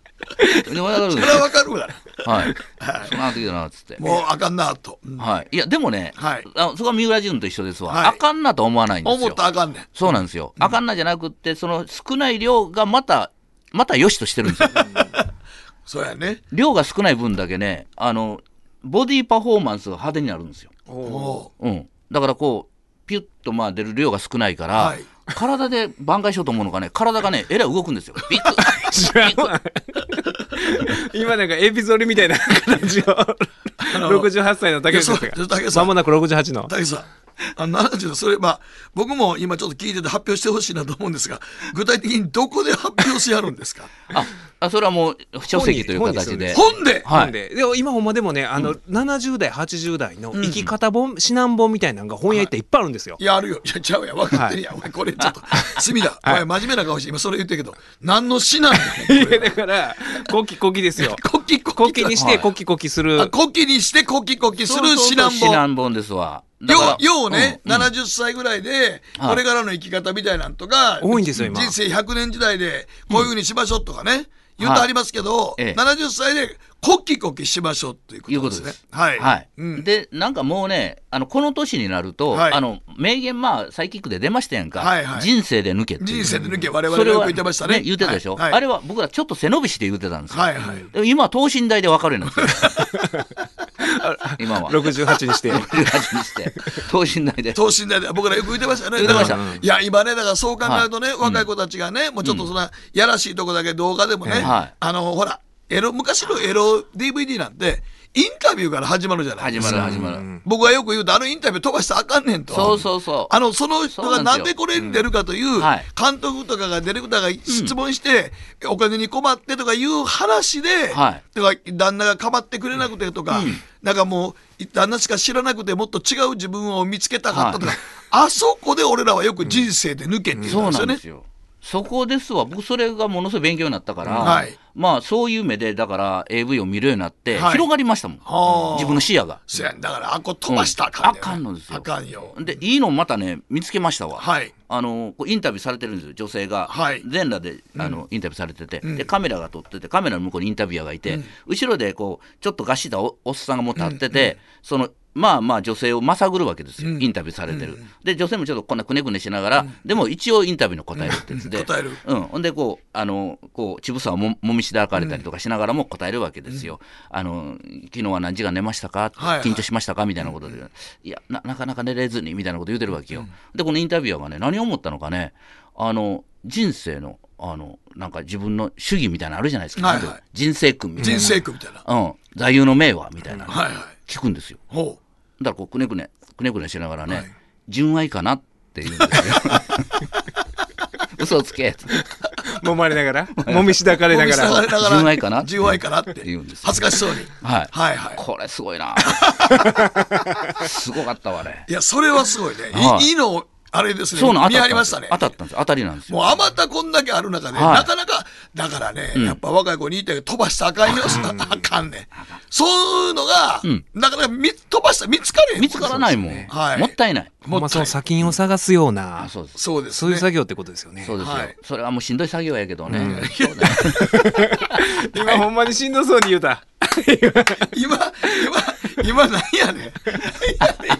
Speaker 5: でわかる
Speaker 4: それはわかるわ。
Speaker 5: はい。そんな時だな、つって。
Speaker 4: もうあかんな、と。うん
Speaker 5: はい、いやでもね、
Speaker 4: はい
Speaker 5: あそこは三浦淳と一緒ですわ、
Speaker 4: はい
Speaker 5: あかんなとは思わないんですよ
Speaker 4: 思ったらあかんねん。
Speaker 5: そうなんですよ、あかんなじゃなくってその少ない量がまたまた良しとして
Speaker 4: (laughs)
Speaker 5: るんですよ
Speaker 4: そうやね。
Speaker 5: 量が少ない分だけねあのボディパフォーマンスが派手になるんですよ、
Speaker 4: も
Speaker 5: うん、だからこうピュッとまあ出る量が少ないから、
Speaker 4: はい
Speaker 5: 体で挽回しようと思うのかね体がねえらい動くんですよビ
Speaker 4: (laughs)
Speaker 5: クッビクッ
Speaker 3: 今なんかエビゾリみたいな形を
Speaker 4: の
Speaker 3: 68歳の竹内さん
Speaker 4: いやそう竹内
Speaker 3: が
Speaker 4: さ
Speaker 3: ま
Speaker 4: ん
Speaker 3: もなく68の
Speaker 4: う。竹さん。あの70のそれ、まあ、僕も今ちょっと聞いてて発表してほしいなと思うんですが、具体的にどこで発表しはるんですか
Speaker 5: ああそれはもう書籍という
Speaker 3: 本に
Speaker 5: 形で
Speaker 4: 本で
Speaker 5: はい
Speaker 3: ででも今ほんまでもねあの、70代80代の生き方本、指南本みたいなのが本屋行っていっぱいあるんですよ、
Speaker 4: いや、あるよ。いや、ちゃうやん。分かってるやん。お前、これちょっと、隅だ。
Speaker 3: (laughs)
Speaker 4: お
Speaker 5: (laughs)
Speaker 4: 前、真面目な顔して、今それ言ってるけど、何の詩なんだよ。
Speaker 3: いやだからコキコキですよ
Speaker 4: こっキコキ。
Speaker 3: コキにしてコキコキする。
Speaker 4: あコキにしてコキコキするシナン
Speaker 5: シ
Speaker 4: ボ。
Speaker 5: ナンボンですわ。だから
Speaker 4: よう、ようね、
Speaker 5: うんうん
Speaker 4: 70歳ぐらいで、
Speaker 5: はい
Speaker 4: これからの生き方みたいなんとか、
Speaker 3: 多いんですよ今
Speaker 4: 人生100年時代で、こういうふうにしましょうとかね、言うとありますけど、
Speaker 5: ええ
Speaker 4: 70歳で、コキコキしましょうっていうこ
Speaker 5: いう
Speaker 4: と
Speaker 5: こ
Speaker 4: で
Speaker 5: と
Speaker 4: す
Speaker 5: で
Speaker 4: ね
Speaker 5: す。。
Speaker 4: はい。
Speaker 5: はい
Speaker 4: うん
Speaker 5: で、なんかもうね、あのこの年になると、
Speaker 4: はい
Speaker 5: あの名言、まあ、サイキックで出ましたやんか、
Speaker 4: はいはい
Speaker 5: 人生で抜けっていう
Speaker 4: 人生で抜け、我々がよく言ってましたね。
Speaker 5: それは言ってたでしょ、
Speaker 4: はい、
Speaker 5: あれは僕らちょっと背伸びして言ってたんですよ。
Speaker 4: はいはい
Speaker 5: でも今は等身大で分かるようにな
Speaker 4: (laughs)
Speaker 5: ってる今は。
Speaker 3: 68にして。
Speaker 5: 68
Speaker 4: (laughs)
Speaker 5: にして、等身大で。
Speaker 4: 等身大で僕らよく言ってましたよね。
Speaker 5: 言ってました
Speaker 4: だからいや、今ね、だからそう考えるとね、若い子たちがね、もうちょっとそんな、やらしいとこだけ動画でもね、
Speaker 5: ええはい
Speaker 4: あの、ほら、エロ、昔のエロ DVD なんて、インタビューから始まるじゃない
Speaker 5: 始
Speaker 4: ですか
Speaker 5: まる始まる。
Speaker 4: 僕がよく言うと、あのインタビュー飛ばしたらあかんねんと。
Speaker 5: そうそうそう
Speaker 4: あの、その人
Speaker 5: そ
Speaker 4: が
Speaker 5: うなんです
Speaker 4: な
Speaker 5: よ
Speaker 4: んでこれに出るかという、
Speaker 5: んはい
Speaker 4: 監督とかがディレクターが質問して、お金に困ってとかいう話で、
Speaker 5: はい
Speaker 4: とか、旦那がかまってくれなくてとか、なんかもう、旦那しか知らなくてもっと違う自分を見つけたかったとか、
Speaker 5: は
Speaker 4: あそこで俺らはよく人生で抜けって言
Speaker 5: そううん
Speaker 4: です
Speaker 5: な
Speaker 4: よ
Speaker 5: ん
Speaker 4: ね。
Speaker 5: ですよ。そこですわ、僕、それがものすごい勉強になったから、
Speaker 4: はい
Speaker 5: まあ、そういう目で、だから、AV を見るようになって、
Speaker 4: はい
Speaker 5: 広がりましたもん、
Speaker 4: はあ
Speaker 5: 自分の視野が。
Speaker 4: そうやんだから、あっこ飛ばしたらあかんね
Speaker 5: あかんのですよ
Speaker 4: あかんよ。
Speaker 5: で、いいのまたね、見つけましたわ。
Speaker 4: はい
Speaker 5: あのこうインタビューされてるんですよ、女性が、
Speaker 4: はい
Speaker 5: 全裸であの、インタビューされてて、で、カメラが撮ってて、カメラの向こうにインタビュアーがいて、後ろでこうちょっとがっしりとおおっさんがもう立ってて、そのまあまあ、女性をまさぐるわけですよ、インタビューされてる、で、女性もちょっとこんなくねくねしながら、でも一応、インタビューの (laughs) 答えるって言ってて、
Speaker 4: 答える
Speaker 5: うん、ほんでこう、あのこうちぶさをももみしだかれたりとかしながらも答えるわけですよ、あの昨日は何時間寝ましたかって、
Speaker 4: はいはい
Speaker 5: 緊張しましたかみたいなことで、いやな、なかなか寝れずにみたいなこと言うてるわけよ。で、このインタビュアーがね、何を思ったのかね、あの人生の、あのなんか自分の主義みたいなのあるじゃないですか、
Speaker 4: はいはい
Speaker 5: なんてうの人生訓みた
Speaker 4: 人
Speaker 5: いな、
Speaker 4: 生苦みたいな。
Speaker 5: うん、座右の銘はみたいな、
Speaker 4: はいはい。
Speaker 5: 聞くんですよ。
Speaker 4: ほう。
Speaker 5: だからこうくねくねくねくねしながらね、
Speaker 4: はい
Speaker 5: 純愛かなって言うんですよ。
Speaker 4: (laughs)
Speaker 5: 嘘をつけって
Speaker 3: 揉まれながら、揉みしだかれなが
Speaker 4: も
Speaker 3: ら。
Speaker 4: みしながら
Speaker 5: (laughs) 純愛かな
Speaker 4: 純愛かなって。
Speaker 5: (laughs) 言うんですよ
Speaker 4: 恥ずかしそうに。
Speaker 5: はい
Speaker 4: はいはい。
Speaker 5: これすご
Speaker 4: (laughs)
Speaker 5: いなすごかったわあれ
Speaker 4: いや、それはすごいね。
Speaker 5: はい
Speaker 4: いいいの、あれですね。
Speaker 5: そうなん
Speaker 4: 見
Speaker 5: 当
Speaker 4: 張り
Speaker 5: たったんで
Speaker 4: まし
Speaker 5: す
Speaker 4: た
Speaker 5: よ
Speaker 4: ね。
Speaker 5: 当たったんですよ当たりなんですよ
Speaker 4: もうあまたこんだけある中で、
Speaker 5: はい
Speaker 4: なかなか、だからね、やっぱ若い子に言いたいけど飛ばしたらあかんよ、あかんねん。そういうのが、
Speaker 5: ん
Speaker 4: なかなか見飛ばしたら見つかれへん。
Speaker 5: 見つからないもん、
Speaker 4: はい
Speaker 5: もったいない
Speaker 3: ほんまその砂金を探すような
Speaker 5: あ、そうです
Speaker 4: そうです、
Speaker 3: そ
Speaker 4: ね。
Speaker 3: ういう作業ってことですよね。
Speaker 5: そうですよ、
Speaker 4: はい
Speaker 5: それはもうしんどい作業やけどね、
Speaker 3: 今ほんまにしんどそうに言うた。
Speaker 4: 今、今、今何やねん。何やね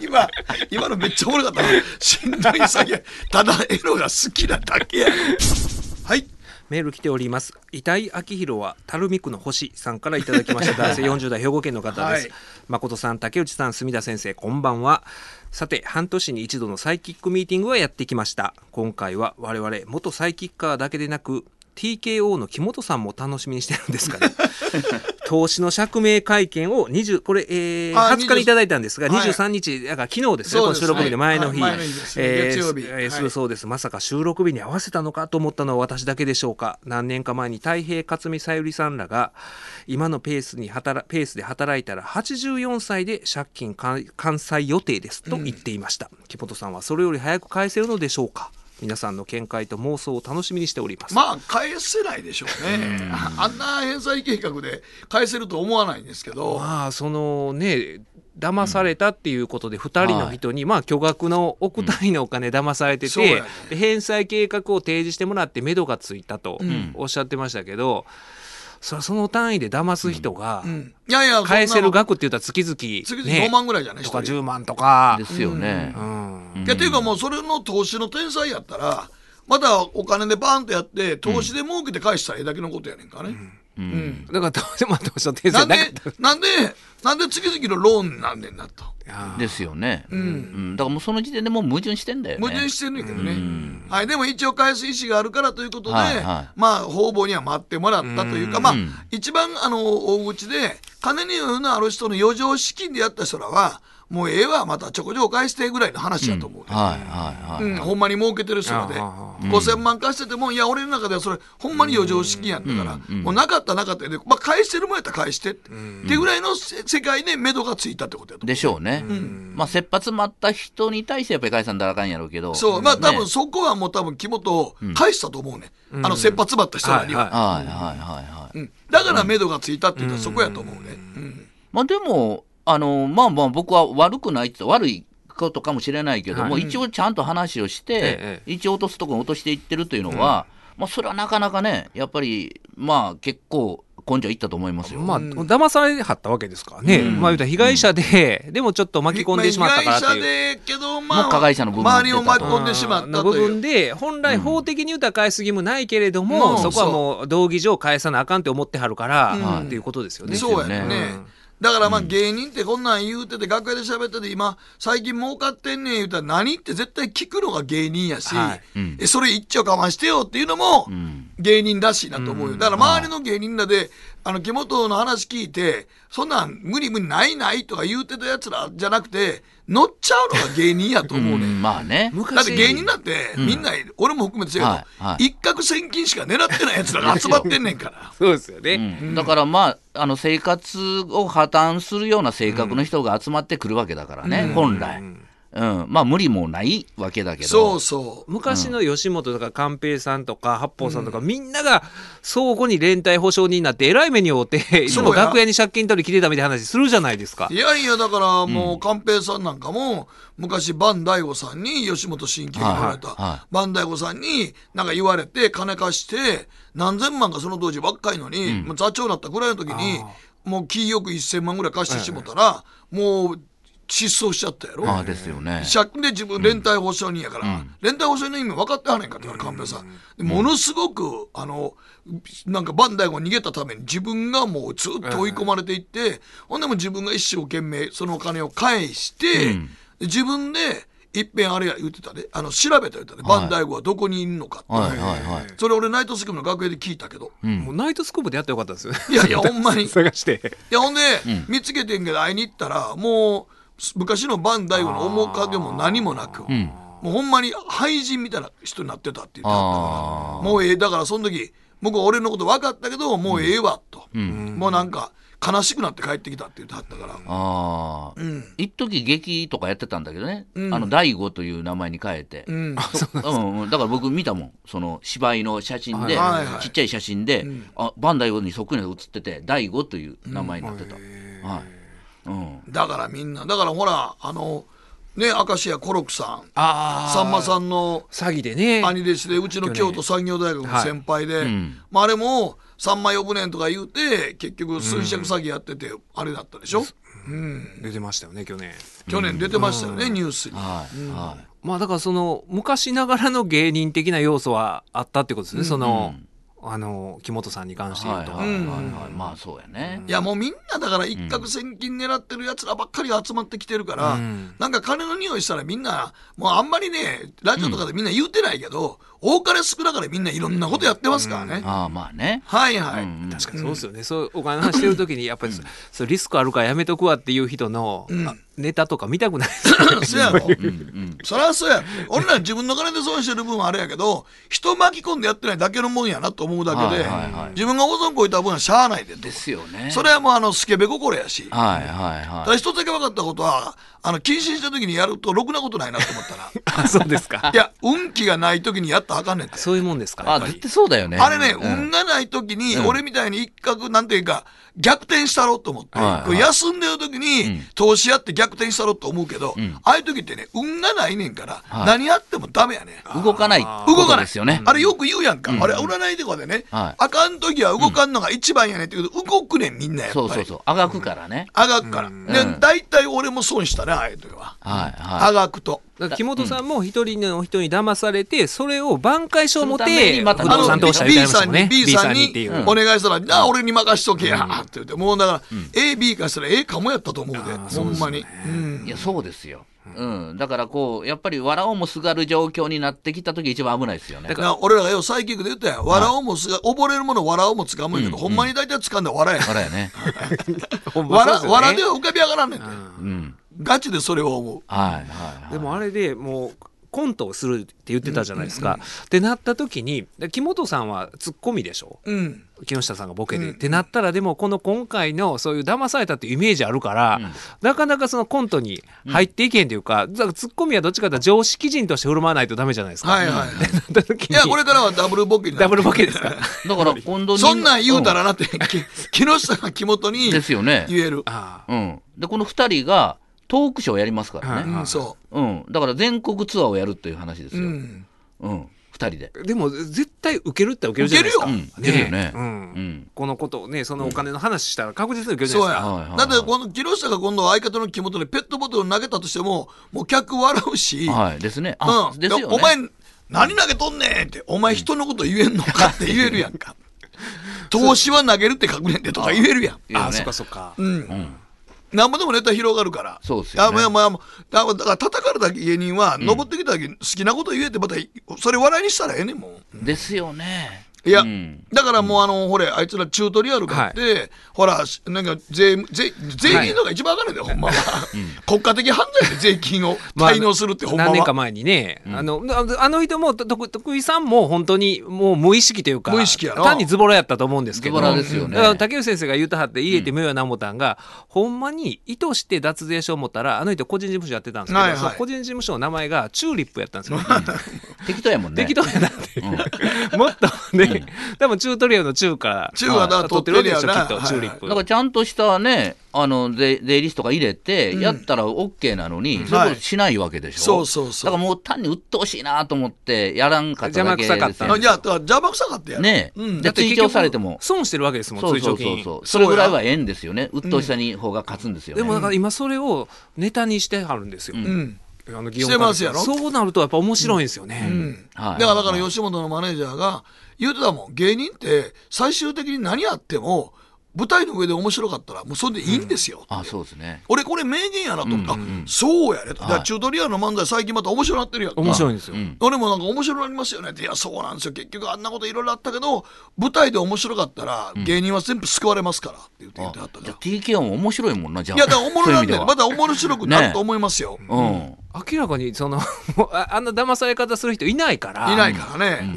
Speaker 4: ん今、今のめっちゃおもろかったな。しんどい作業。ただ、エロが好きなだけやねん。はい。
Speaker 3: メール来ております。遺体明宏は垂水区の星さんからいただきました
Speaker 4: (laughs)
Speaker 3: 男性40代兵庫県の方です。
Speaker 4: はい
Speaker 3: 誠さん、竹内さん、墨田先生、こんばんは。さて、半年に一度のサイキックミーティングはやってきました。今回は我々元サイキッカーだけでなく、TKO の木本さんも楽しみにしてるんですかね。
Speaker 4: (laughs)
Speaker 3: 投資の釈明会見を20、これ、えー、
Speaker 4: あ
Speaker 3: 20日にいただいたんですが、
Speaker 4: はい
Speaker 3: 23日、だから昨日ですね、
Speaker 4: そう
Speaker 3: こ
Speaker 4: で
Speaker 3: の
Speaker 4: す
Speaker 3: 収録日の前の日。
Speaker 4: はい前の日ですね
Speaker 3: えー
Speaker 4: 月曜日
Speaker 3: えー
Speaker 4: はい
Speaker 3: そうですまさか収録日に合わせたのかと思ったのは私だけでしょうか何年か前に太平克美さゆりさんらが今のペースに働ペースで働いたら84歳で借金完完済予定ですと言っていました、木本さんはそれより早く返せるのでしょうか皆さんの見解と妄想を楽しみにしております、
Speaker 4: まあ返せないでしょうね、あんな返済計画で返せると思わないんですけど、
Speaker 3: まあそのね騙されたっていうことで2人の人にまあ巨額の億単位のお金騙されて
Speaker 4: そうや
Speaker 3: て
Speaker 4: ね
Speaker 3: で返済計画を提示してもらって目処がついたとおっしゃってましたけどそその単位で騙す人が
Speaker 4: うんいやいや、そんなの
Speaker 3: 返せる額って言ったら月々
Speaker 4: 次
Speaker 3: ね
Speaker 4: 々5万ぐらいじゃない、
Speaker 3: と
Speaker 4: 一
Speaker 3: か
Speaker 4: 人
Speaker 3: 10万とか
Speaker 5: (laughs) で。すよね、
Speaker 3: うん
Speaker 4: いやっていうか、もうそれの投資の天才やったら、またお金でバーンとやって、投資で儲けて返したらええだけのことやねんからね。うん
Speaker 3: だからどうしてもどうしよう
Speaker 4: なん
Speaker 3: な
Speaker 4: で
Speaker 3: かった、
Speaker 4: なんで、なんで次々のローンなんねんなと。
Speaker 3: あー
Speaker 5: ですよね、うんだからもうその時点でもう矛盾してんだよね
Speaker 4: 矛盾してんねんけどね。はい、でも一応返す意思があるからということで、
Speaker 5: はいはい
Speaker 4: まあ、方々には待ってもらったというか、まあ、一番、あの、大口で、金に余裕のある人の余剰資金でやった人らは、もうええわ、またちょこちょこ返してぐらいの話やと思うね、
Speaker 5: はいはいはい、
Speaker 4: うん、ほんまに儲けてる人らで、
Speaker 3: ああ
Speaker 4: 5000万貸してても、いや、俺の中ではそれ、ほんまに余剰資金やんだから、もうなかったらなかったで、まあ、返してるもんやったら返してって、ってぐらいのせ世界で目処がついたってことやと。
Speaker 5: でしょうね、まあ切羽詰まった人に対してやっぱり解散だらあかんやろうけど
Speaker 4: そう、まあ、
Speaker 5: ね
Speaker 4: 多分そこはもう、多分木本を返したと思うね、あの、切羽詰まった人らに
Speaker 3: は
Speaker 4: は。
Speaker 3: いは
Speaker 5: はいはいはいは
Speaker 4: うんだから目処がついたっていうのはそこやと思うね。うん
Speaker 5: まあでも、あの、まあまあ僕は悪くないって悪いことかもしれないけども、
Speaker 3: はい
Speaker 5: 一応ちゃんと話をして、
Speaker 3: え
Speaker 5: 一応落とすとこに落としていってるというのは、まあそれはなかなかね、やっぱり、まあ結構根性いったと思いますよ。
Speaker 3: まあ、騙されはったわけですからね。
Speaker 5: うん
Speaker 3: まあ、言うたら被害者で、でもちょっと巻き込んでしまったからって
Speaker 4: まあ被
Speaker 3: いう。
Speaker 4: 害者でけど、まあ、
Speaker 5: もう加害者の部分も
Speaker 4: 周りを巻き込んでしまった
Speaker 3: の
Speaker 4: と
Speaker 3: 部
Speaker 4: いう
Speaker 3: 分。で、本来法的に言うたら返す義務ないけれども、
Speaker 4: うん
Speaker 3: そこはもう道義上返さなあかんって思ってはるから、
Speaker 4: うん
Speaker 3: っていうことですよね。
Speaker 4: そうやね
Speaker 3: ね
Speaker 4: だからまあ芸人ってこんなん言うてて楽屋で喋ってて今最近儲かってんねん言うたら何って絶対聞くのが芸人やし、
Speaker 3: はい
Speaker 5: うん
Speaker 4: えそれ一丁我慢してよっていうのも
Speaker 5: うん
Speaker 4: 芸人らしいなと思うよ、
Speaker 3: うん
Speaker 4: だから周りの芸人らであの木本の話聞いてそんなん無理無理ないないとか言うてたやつらじゃなくて乗っちゃうのが芸人やと思うね、
Speaker 5: うんまあね。
Speaker 3: 昔
Speaker 4: だって芸人なんて、みんな、俺も含めてそうやけど、
Speaker 5: はいはい
Speaker 4: 一攫千金しか狙ってない奴らが集まってんねんから。
Speaker 3: そうですよね。
Speaker 5: うんだからまあ、あの生活を破綻するような性格の人が集まってくるわけだからね、本来、うんまあ無理もないわけだけど、
Speaker 4: そうそう。
Speaker 3: 昔の吉本とか寛平さんとか八方さんとか、みんなが相互に連帯保証人になってえらい目に遭っ
Speaker 4: (laughs)
Speaker 3: ていつ
Speaker 4: そうや
Speaker 3: も楽屋に借金取り来てたみたいな話するじゃないですか
Speaker 4: い。やいや、だからもう、寛平さんなんかも、昔、バンダイゴさんに吉本新喜劇言われ
Speaker 5: はいはいは
Speaker 4: た。バンダイゴさんに、なんか言われて、金貸して、何千万かその当時若いのに、もう座長になったぐらいの時に、もう、気よく1000万ぐらい貸してしもたら、もう、失踪しちゃったやろ。
Speaker 5: ああですよね。
Speaker 4: 借金で自分連帯保証人やから、連帯保証人の意味分かってはねんかって言われた寛平さん、でものすごくあのなんかバンダイゴ逃げたために自分がもうずっと追い込まれていって、ほんでもう自分が一生懸命そのお金を返して、
Speaker 5: うん
Speaker 4: 自分でいっぺんあれや言ってたで、あの調べた言ってたで、バンダイゴはどこにいるのかって、
Speaker 5: はいはいはい。
Speaker 4: それ俺ナイトスクープの楽屋で聞いたけど、
Speaker 3: もうナイトスコープでやってよかったです
Speaker 4: (laughs)
Speaker 3: よね。
Speaker 4: いやいやほんまに
Speaker 3: 探して。
Speaker 4: いやほんで、見つけてんけど会いに行ったらもう昔のバンダイゴの面影も何もなく、もうほんまに廃人みたいな人になってたって言ってはった
Speaker 5: あ
Speaker 4: からもうええだからその時僕は俺のこと分かったけどもうええわと、もうなんか悲しくなって帰ってきたって言ってはったから、
Speaker 5: ああ、
Speaker 4: ん
Speaker 5: 一時劇とかやってたんだけどね、
Speaker 4: うん
Speaker 5: あの大悟という名前に変
Speaker 4: (laughs)
Speaker 5: えて、
Speaker 4: うん、
Speaker 5: そうんうんだから僕見たもんその芝居の写真で、
Speaker 4: はいはい
Speaker 5: ちっちゃい写真で、あバンダイゴにそっくりなの写ってて大悟という名前になってた、はいうん、
Speaker 4: だからみんなだからほらあのね明石家コロクさん
Speaker 3: あ
Speaker 4: さんまさんの
Speaker 3: 詐欺でね。
Speaker 4: 兄弟子でうちの京都産業大学の先輩で、
Speaker 5: ん
Speaker 4: まあ、あれも3枚呼ぶねんとか言うて結局衰弱詐欺やっててあれだったでしょ、
Speaker 3: 出てましたよね、去年。
Speaker 4: 去年出てましたよね、ニュースに。
Speaker 5: はい、はい
Speaker 3: まあだからその、昔ながらの芸人的な要素はあったってことですね、その、あの、木本さんに関して言
Speaker 5: は
Speaker 3: う
Speaker 5: い
Speaker 3: と。
Speaker 5: はいはいはい、まあそうやね
Speaker 4: い。やもうみんなだから一攫千金狙ってるやつらばっかり集まってきてるから、なんか金の匂いしたらみんなもうあんまりねラジオとかでみんな言うてないけど、多かれ少なかれみんないろんなことやってますからね、
Speaker 5: ああまあね。
Speaker 4: はいはい、
Speaker 5: うん
Speaker 3: 確かにそうですよね、そうお金話してる時にやっぱりそ、そうリスクあるからやめとくわっていう人の、あネタとか見たくない (laughs) ですよね
Speaker 4: そやろ、そりゃそうや俺ら自分の金で損してる分はあれやけど人巻き込んでやってないだけのもんやなと思うだけで、
Speaker 5: はいはいはい
Speaker 4: 自分が大損こいた分はしゃあないでと
Speaker 5: ですよね。
Speaker 4: それはもうあのスケベ心やし、
Speaker 5: はいはいは
Speaker 4: ただ一つだけ分かったことはあの謹慎した時にやるとろくなことないなと思
Speaker 5: (laughs)
Speaker 4: ったら
Speaker 3: あそうですか
Speaker 4: いや運気がない時にやったらあかんねんて
Speaker 3: そういうもんですか
Speaker 5: い。あ絶対そうだよね。
Speaker 4: あれね、
Speaker 5: うん
Speaker 4: 運がない時に、俺みたいに一角、なんていうか、逆転したろうと思って、
Speaker 5: はいはい
Speaker 4: これ休んでる時に、投資やって逆転したろうと思うけど、ああいう時ってね、運がないねんから、
Speaker 5: はい
Speaker 4: 何やってもダメやねん。
Speaker 5: 動かない。
Speaker 4: 動かない
Speaker 5: ですよね。
Speaker 4: あれよく言うやんか。あれ、占いとかでね、
Speaker 5: はい
Speaker 4: あかん時は動かんのが一番やねんって言うけど、動くねん、みんなやっぱ
Speaker 5: そ
Speaker 4: り。
Speaker 5: うそうそう。あがくからね。
Speaker 4: 上がっから。で、大体俺も損したね、ああいう時は。
Speaker 5: はいは
Speaker 4: 上がくと。
Speaker 3: だから木本さんも一人の人に騙されて、それを挽回書を持っ
Speaker 5: そのため
Speaker 3: て、
Speaker 5: にまた
Speaker 3: 不
Speaker 4: あ
Speaker 3: 動
Speaker 4: の
Speaker 3: 産投資は言
Speaker 4: B
Speaker 3: いまし
Speaker 4: さ
Speaker 3: た
Speaker 4: ん
Speaker 3: もん
Speaker 4: に
Speaker 3: ね。
Speaker 4: B さんに
Speaker 3: っていう。
Speaker 4: お願いしたら「なあ俺に任しとけや」って言ってもうだから AB からしたら A かもやったと思うでほんまにうん
Speaker 5: い。いや、そうですよ。うん。だからこう、やっぱり笑おうもすがる状況になってきた時一番危ないですよね
Speaker 4: だ。から俺らがよサイキックで言ったやん笑おうもすが溺れるもの笑おうもつかむんやけどほんまに大体つかんだら笑え
Speaker 5: あれやね。
Speaker 3: ほんまそうす
Speaker 4: 笑
Speaker 3: よね
Speaker 4: 笑では浮かび上がらんねんて
Speaker 5: うん。
Speaker 4: ガチでそれを思う
Speaker 5: はいはいはい。
Speaker 3: でもあれでもうコントをするって言ってたじゃないですか。ってなった時に木本さんはツッコミでしょ
Speaker 4: うん
Speaker 3: 木下さんがボケで、ってなったらでもこの今回のそういう騙されたっていうイメージあるから、なかなかそのコントに入っていけんというか,、だからツッコミはどっちかというと常識人として振る舞わないとダメじゃないですか。
Speaker 4: はいはい
Speaker 3: ってなった時
Speaker 4: い
Speaker 3: に
Speaker 4: やこれからはダブルボケにな
Speaker 3: ダ
Speaker 4: る
Speaker 3: ブルボケですか
Speaker 5: だから本当に
Speaker 4: そんなん言うたらなって、木下が木本に
Speaker 5: うんですよね
Speaker 4: 言える、
Speaker 3: あ
Speaker 5: うんでこの二人がトークショーやりますから
Speaker 3: はい
Speaker 5: ね
Speaker 4: うん、そ
Speaker 5: うんだから全国ツアーをやるという話です
Speaker 4: う、う
Speaker 5: よ
Speaker 4: ん、
Speaker 5: うん二人で
Speaker 3: あでも絶対受けるって受けるじゃないですか。
Speaker 5: う
Speaker 4: うん
Speaker 5: 出るよね
Speaker 3: うん
Speaker 5: うん
Speaker 3: このことをねそのお金の話したら確実に受けるじゃ
Speaker 4: そう
Speaker 3: ないです
Speaker 4: や、
Speaker 3: か。
Speaker 5: はいはいはい
Speaker 4: だってこの木下が今度は相方の木本にペットボトル投げたとしてももう客笑うし、
Speaker 5: はいですねあ
Speaker 4: うん、
Speaker 5: ですよね
Speaker 4: お前何投げとんねんってお前人のこと言えんのかって言えるやん
Speaker 5: (laughs)
Speaker 4: か投資は投げるって書くねんでとか言えるやん
Speaker 5: いいよね
Speaker 3: ああそっかそっか。
Speaker 4: うん、なんぼでもネタ広がるから。
Speaker 5: そうですよね
Speaker 4: あまあまあ、だからだから叩かれた芸人は、登ってきただけ好きなこと言えて、また、それ笑いにしたらええねんもん。
Speaker 5: ですよね
Speaker 4: いや、
Speaker 5: うん
Speaker 4: だからもうあの、ほれ、あいつらチュートリアルがあって、ほら、なんか税、税、税金とか一番あかんねんだよ、ほんまは。国家的犯罪で税金を
Speaker 3: まあ
Speaker 4: 滞納するって、ほんまは。
Speaker 3: 何年か前にね、あのあの人もと徳徳井さんも本当にもう無意識というか
Speaker 4: 無意識やろ
Speaker 3: 単にズボラやったと思うんですけど
Speaker 5: ズボラですよね
Speaker 3: だから竹内先生が言うたはって家って名誉なもたんが、ほんまに意図して脱税しよう思ったらあの人個人事務所やってたんですけど、
Speaker 4: はいはい
Speaker 3: その個人事務所の名前がチューリップやったんですよ。
Speaker 5: 適当やもんね
Speaker 3: 適当やなっていう、 (laughs) もっとね、多分チュートリアルの中から
Speaker 4: チューはな
Speaker 3: あ取ってるわけでしょき
Speaker 4: 取
Speaker 3: っ
Speaker 4: って
Speaker 3: と
Speaker 4: るやな
Speaker 3: チューリップ。
Speaker 5: だからちゃんとしたね、あの税税理士とか入れて、やったら OK なのに、それこそしないわけでしょ、
Speaker 4: はいそうそうそう
Speaker 5: だからもう単に鬱陶しいなと思って、やらんかっただけですよ
Speaker 3: 邪魔くさかっ
Speaker 4: あじゃあ、だから邪魔くさかったやん。
Speaker 5: ねえ、
Speaker 4: うん
Speaker 5: で
Speaker 3: だって
Speaker 5: 追
Speaker 3: 結
Speaker 5: 徴
Speaker 3: 局
Speaker 5: されても、
Speaker 3: 損してるわけですもん
Speaker 5: そう
Speaker 3: 追
Speaker 5: そ
Speaker 3: 徴
Speaker 5: うそう
Speaker 3: 金
Speaker 5: そう、それぐらいはええんですよね、鬱陶しさに方が勝つんですよね。
Speaker 3: でもだから今それをネタにしてはるんですよ、
Speaker 4: うん。
Speaker 3: あの
Speaker 4: してますやろ
Speaker 3: そうなるとやっぱ面白いんですよね、
Speaker 5: はい
Speaker 4: だからだから吉本のマネージャーが言うてたもん芸人って最終的に何やっても舞台の上で面白かったらもうそれでいいんですよ、
Speaker 5: あそうですね、
Speaker 4: 俺これ名言やなと思った、あそうやねと、だからチュートリアルの漫才最近また面白なってるやん
Speaker 3: 面白いんですよ、
Speaker 5: うん、
Speaker 4: 俺もなんか面白なりますよねっていやそうなんですよ結局あんなこといろいろあったけど舞台で面白かったら芸人は全部救われますからって言って言
Speaker 5: あ
Speaker 4: ってはったか
Speaker 5: じ
Speaker 4: ら、
Speaker 5: ゃあ TKO も面白いもんな、じゃ
Speaker 4: い
Speaker 5: あ、
Speaker 4: やだからおもろなんでま
Speaker 5: だ、
Speaker 4: だ面白くなると思いますよ、
Speaker 5: うん、
Speaker 3: 明らかにその (laughs) もうああんな騙され方する人いないから
Speaker 4: いないからね、
Speaker 3: ね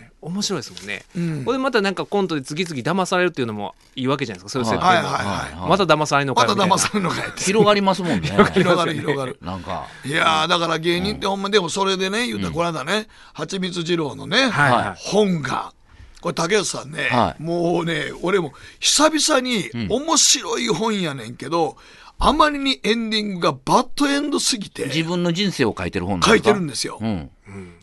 Speaker 3: え面白いですもんね、
Speaker 4: うん
Speaker 3: これまたなんかコントで次々騙されるっていうのもいいわけじゃないですかそういう設定も、
Speaker 4: はいはいはい、
Speaker 3: また騙されんのか
Speaker 4: ま
Speaker 3: よ
Speaker 4: た
Speaker 3: みたいな
Speaker 4: 騙されるのかいって
Speaker 5: 広がりますもんね、 (laughs)
Speaker 4: 広がる広がる
Speaker 5: なんか、
Speaker 4: いやーだから芸人ってほんまでもそれでね言うたらこの間ね蜂蜜二郎のね
Speaker 3: はいはい
Speaker 4: 本がこれ竹内さんね
Speaker 5: はい
Speaker 4: もうね俺も久々に面白い本やねんけどあまりにエンディングがバッドエンドすぎて
Speaker 5: 自分の人生を書いてる本なん
Speaker 4: 書いてるん
Speaker 5: で
Speaker 4: ですよ
Speaker 5: すか。うん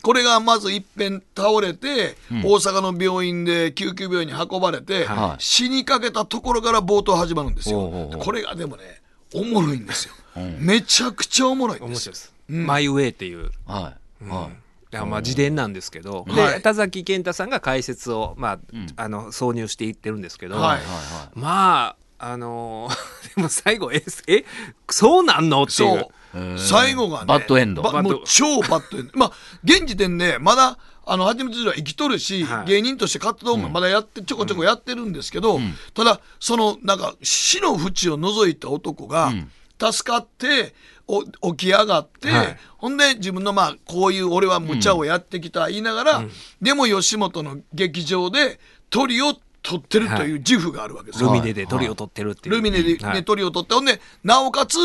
Speaker 4: これがまず一遍倒れて大阪の病院で救急病院に運ばれて
Speaker 5: はい
Speaker 4: 死にかけたところから冒頭始まるんです
Speaker 5: おうお
Speaker 4: よ
Speaker 5: うおう
Speaker 4: これがでもねおもろいんですよめちゃくちゃおもろいんで
Speaker 3: 面
Speaker 4: す
Speaker 3: 白
Speaker 4: よ
Speaker 3: いです、マイウェイっていう
Speaker 5: はいはい
Speaker 3: いやまあ自伝なんですけど、
Speaker 4: んは
Speaker 3: で
Speaker 4: い
Speaker 3: 田崎健太さんが解説を、まああの挿入していってるんですけど、
Speaker 4: はい
Speaker 5: はいはい
Speaker 3: まああのー (laughs) でも最後ええそうなんのっていう
Speaker 4: そう。最後がね。
Speaker 5: バッドエンド
Speaker 4: ば
Speaker 3: バ
Speaker 4: も
Speaker 3: ッ
Speaker 4: う
Speaker 3: ド
Speaker 4: 超バッドエンド。まあ、現時点で、まだ、あの、はじめつは生きとるし、
Speaker 3: はい
Speaker 4: 芸人として活動もまだやって、ちょこちょこやってるんですけど、ただ、その、なんか、死の淵を除いた男が、助かって、お起き上がって、
Speaker 3: はい
Speaker 4: ほんで自分のまあこういう俺は無茶をやってきた言いながら、でも吉本の劇場でトリを取ってるという自負があるわけですよ
Speaker 3: ルミネで鳥を取ってるっていう、
Speaker 4: ルミネで、
Speaker 3: はい
Speaker 4: ね、トリを取って、ほんで、なおかつ、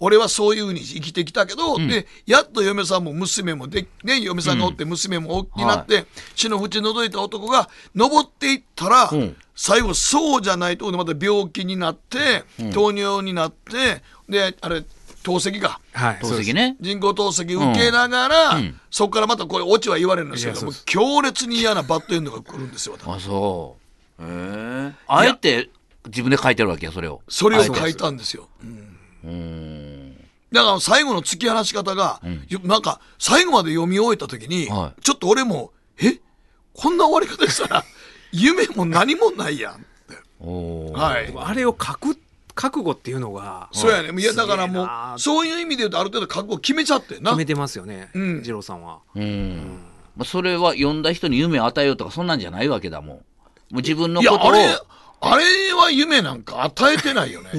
Speaker 4: 俺はそういうふうに生きてきたけど、で、やっと嫁さんも娘もで、ね、嫁さんがおって、娘も大きくなって、死の淵覗いた男が、登っていったら、
Speaker 5: ん
Speaker 4: 最後、そうじゃないとこで、また病気になって、糖尿になって、で、あれ、透析か。
Speaker 3: はい、
Speaker 5: 透析ね
Speaker 4: 人工透析受けながら、そこからまたこれ、オチは言われるんです
Speaker 3: い
Speaker 4: け
Speaker 3: や
Speaker 4: ど、
Speaker 3: そう
Speaker 4: もう
Speaker 3: です
Speaker 4: 強烈に嫌なバッドエンドが来るんですよ、また
Speaker 5: あそうへえあえて自分で書いてるわけやそれを
Speaker 4: それを書いたんですよ。
Speaker 5: うん
Speaker 4: だから最後の突き放し方が、よなんか最後まで読み終えた時に、
Speaker 5: は
Speaker 4: ちょっと俺も、えこんな終わり方したら、 (laughs) 夢も何もないやんって。
Speaker 5: おー
Speaker 4: はい。
Speaker 3: あれを書く覚悟っていうのが
Speaker 4: そうやね。いや、だから
Speaker 3: すげえな
Speaker 4: も
Speaker 3: ー
Speaker 4: う、そういう意味で言うと、ある程度覚悟決めちゃってんな。
Speaker 3: 決めてますよね、
Speaker 4: うん
Speaker 3: 二郎さんは。
Speaker 5: うんまあそれは読んだ人に夢を与えようとかそんなんじゃないわけだもんもう自分の
Speaker 4: い
Speaker 5: こ
Speaker 4: や、
Speaker 5: とを
Speaker 4: あれ、あれは夢なんか与えてないよね。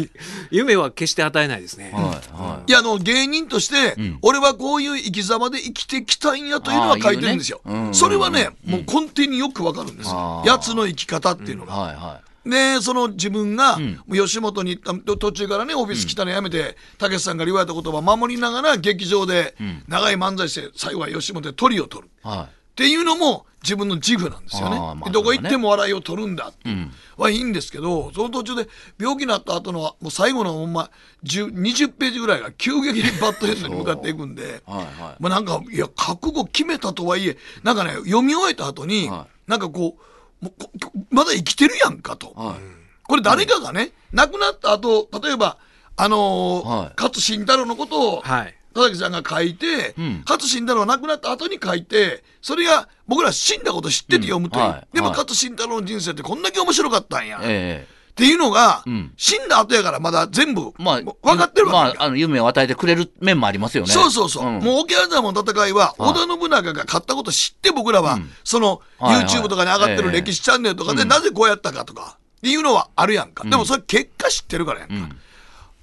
Speaker 3: 夢は決して与えないですね。
Speaker 5: はいはい
Speaker 4: や、あの、芸人として、
Speaker 5: ん
Speaker 4: 俺はこういう生き様で生きてきたんやというの
Speaker 5: あ
Speaker 4: は
Speaker 5: ー
Speaker 4: 書いてるんですよ。
Speaker 5: いいよねうん
Speaker 4: それはね、もう根底によくわかるんですよ
Speaker 5: あ。ー
Speaker 4: やつの生き方っていうの
Speaker 5: い
Speaker 4: が。
Speaker 5: はいは
Speaker 4: で、その自分が、
Speaker 5: ん
Speaker 4: もう吉本に行ったと、途中からね、オフィス来たのやめて、たけしさんから言われた言葉を守りながら、劇場で
Speaker 5: ん
Speaker 4: 長い漫才して、最後は吉本でトリを取る。
Speaker 5: いは
Speaker 4: っていうのも自分の自負なんですよね。
Speaker 5: あーまあ
Speaker 4: どこ行
Speaker 5: そう
Speaker 4: っ
Speaker 5: だね
Speaker 4: ても笑いを取るんだ、
Speaker 5: ん
Speaker 4: はいいんですけど、その途中で病気になった後のもう最後のほんま10 20ページぐらいが急激にバッドヘッドに向かっていくんで、
Speaker 5: いはいは
Speaker 4: まあなんかいや覚悟決めたとはいえなんかね読み終えた後に、
Speaker 5: は
Speaker 4: なんかこうもうこまだ生きてるやんかと、
Speaker 5: いはい
Speaker 4: これ誰かがね、亡くなった後例えばあのー
Speaker 5: はい
Speaker 4: 勝新太郎のことを、
Speaker 3: はい。
Speaker 4: 田崎さんが書いて、
Speaker 5: うん
Speaker 4: 勝新太郎が亡くなった後に書いてそれが僕ら死んだこと知ってて読むという、
Speaker 5: うんはい
Speaker 4: でも
Speaker 5: はい
Speaker 4: 勝新太郎の人生ってこんだけ面白かったんや、っ
Speaker 5: え
Speaker 4: ていうのが、
Speaker 5: うん
Speaker 4: 死んだ後やからまだ全部、
Speaker 5: えまあ
Speaker 4: もう分かってるわけや
Speaker 5: まああの夢を与えてくれる面もありますよね
Speaker 4: そうそうそう、
Speaker 5: ん
Speaker 4: もう沖縄山の戦いは
Speaker 5: はい
Speaker 4: 織田信長が勝ったこと知って僕らは、
Speaker 5: うん
Speaker 4: その
Speaker 5: はいはい
Speaker 4: YouTube とかに上がってる
Speaker 5: ええ
Speaker 4: 歴史チャンネルとかで、
Speaker 5: うん
Speaker 4: なぜこうやったかとかっていうのはあるやんか、
Speaker 5: ん
Speaker 4: でもそれ結果知ってるからやんか,、
Speaker 5: うん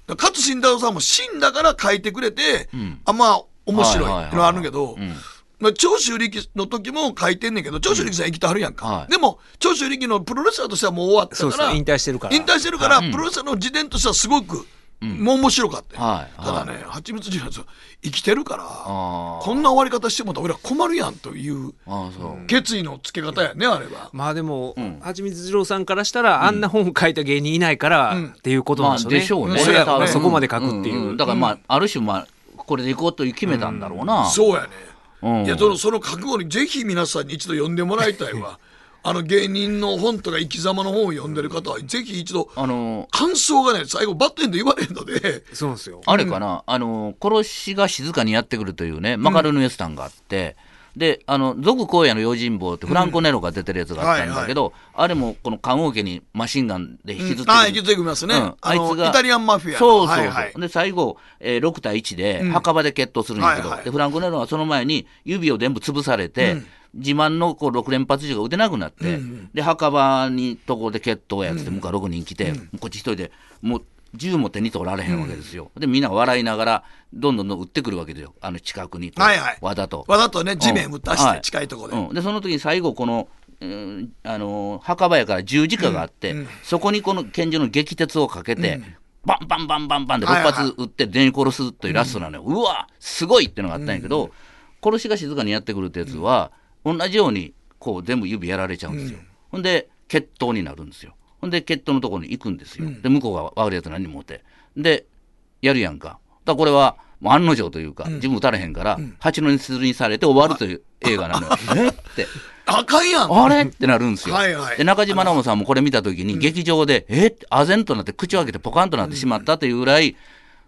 Speaker 4: 勝新太郎さんも死んだから書いてくれて、
Speaker 5: うん
Speaker 4: あまあ面白いっていうのはあるけど、
Speaker 5: うん
Speaker 4: まあ、長州力の時も書いてんねんけど、長州力さん生きてはるやんか。
Speaker 5: はい
Speaker 4: でも、長州力のプロレスラーとしてはもう終わった
Speaker 3: そうです
Speaker 4: から、
Speaker 3: ね。引退してるから。
Speaker 4: 引退してるから、
Speaker 5: うん
Speaker 4: プロレスラーの自伝としてはすごく、もう面白かったよ、
Speaker 5: はい
Speaker 4: ただね、蜂蜜じゃないですよ生きてるから、
Speaker 5: あー
Speaker 4: こんな終わり方してもらったら俺ら困るやんという
Speaker 5: あーそう
Speaker 4: 決意のつけ方やね、あれは。
Speaker 3: まあでも、
Speaker 5: ん
Speaker 3: はちみつ二郎さんからしたら、あんな本書いた芸人いないから、
Speaker 4: うん
Speaker 3: っていうことなんでしょうね。
Speaker 5: でしょ
Speaker 4: う
Speaker 5: うね。
Speaker 4: ん
Speaker 3: 俺ら
Speaker 5: 多
Speaker 3: は
Speaker 5: 分
Speaker 3: そこまで書くっていう。
Speaker 5: んんだからまあ、ある種まあ、これでいこうという決めたんだろうな。
Speaker 4: そうやね。
Speaker 5: うん
Speaker 4: いやその、その覚悟にぜひ皆さんに一度読んでもらいたいわ。あの芸人の本とか生き様の本を読んでる方は、ぜひ一度、
Speaker 5: あの、
Speaker 4: 感想がね、最後バッテンで言われへんので、
Speaker 3: そうですよ。
Speaker 5: あれかな、あの、殺しが静かにやってくるというね、マカルヌエスタンがあって、で、あの、俗荒野の用心棒ってフランコ・ネロが出てるやつがあったんだけど、あれもこの関王家にマシンガンで引きずってくる
Speaker 4: ああ、引き継ぎますね。
Speaker 5: うん
Speaker 4: あの
Speaker 5: あいつが
Speaker 4: イタリアンマフィアの。
Speaker 5: そうそうそう、
Speaker 4: はいはい
Speaker 5: で最後、えー6対1で墓場で決闘するんだけど、
Speaker 4: はいはい
Speaker 5: でフランク・ネロはその前に指を全部潰されて、自慢のこう6連発銃が打てなくなって、で墓場にとこで決闘やっつって向こう6人来て、こっち一人でもう銃も手に取られへんわけですよ、でみんなが笑いながらどんどんどん撃ってくるわけですよあの近くにこう、
Speaker 4: はいはい
Speaker 5: わざと。
Speaker 4: わざとね、地面打たし
Speaker 5: は
Speaker 4: て、近いところで。
Speaker 5: うん、でその時に最後この、うんあのー墓場やから十字架があって、そこにこの拳銃の撃鉄をかけて、バンバンバンバンバンで6
Speaker 4: はいはい
Speaker 5: 発撃って全員殺すというラストなのよ、うわすごいってのがあったんやけど、殺しが静かにやってくるってやつは、同じようにこう全部指やられちゃうんですよ、ほんで決闘になるんですよほんで決闘のところに行くんですよ、で向こうが悪いやつ何もってでやるやんかだからこれはもう案の定というか、自分打たれへんから、蜂の巣にされて終わるという映画なのよ (laughs) えって
Speaker 4: あかんやん。
Speaker 5: あれってなるんですよ。
Speaker 4: はいはい
Speaker 5: で中島直さんもこれ見たときに、劇場で、えって、あぜんとなって、口を開けてポカンとなってしまったというぐらい、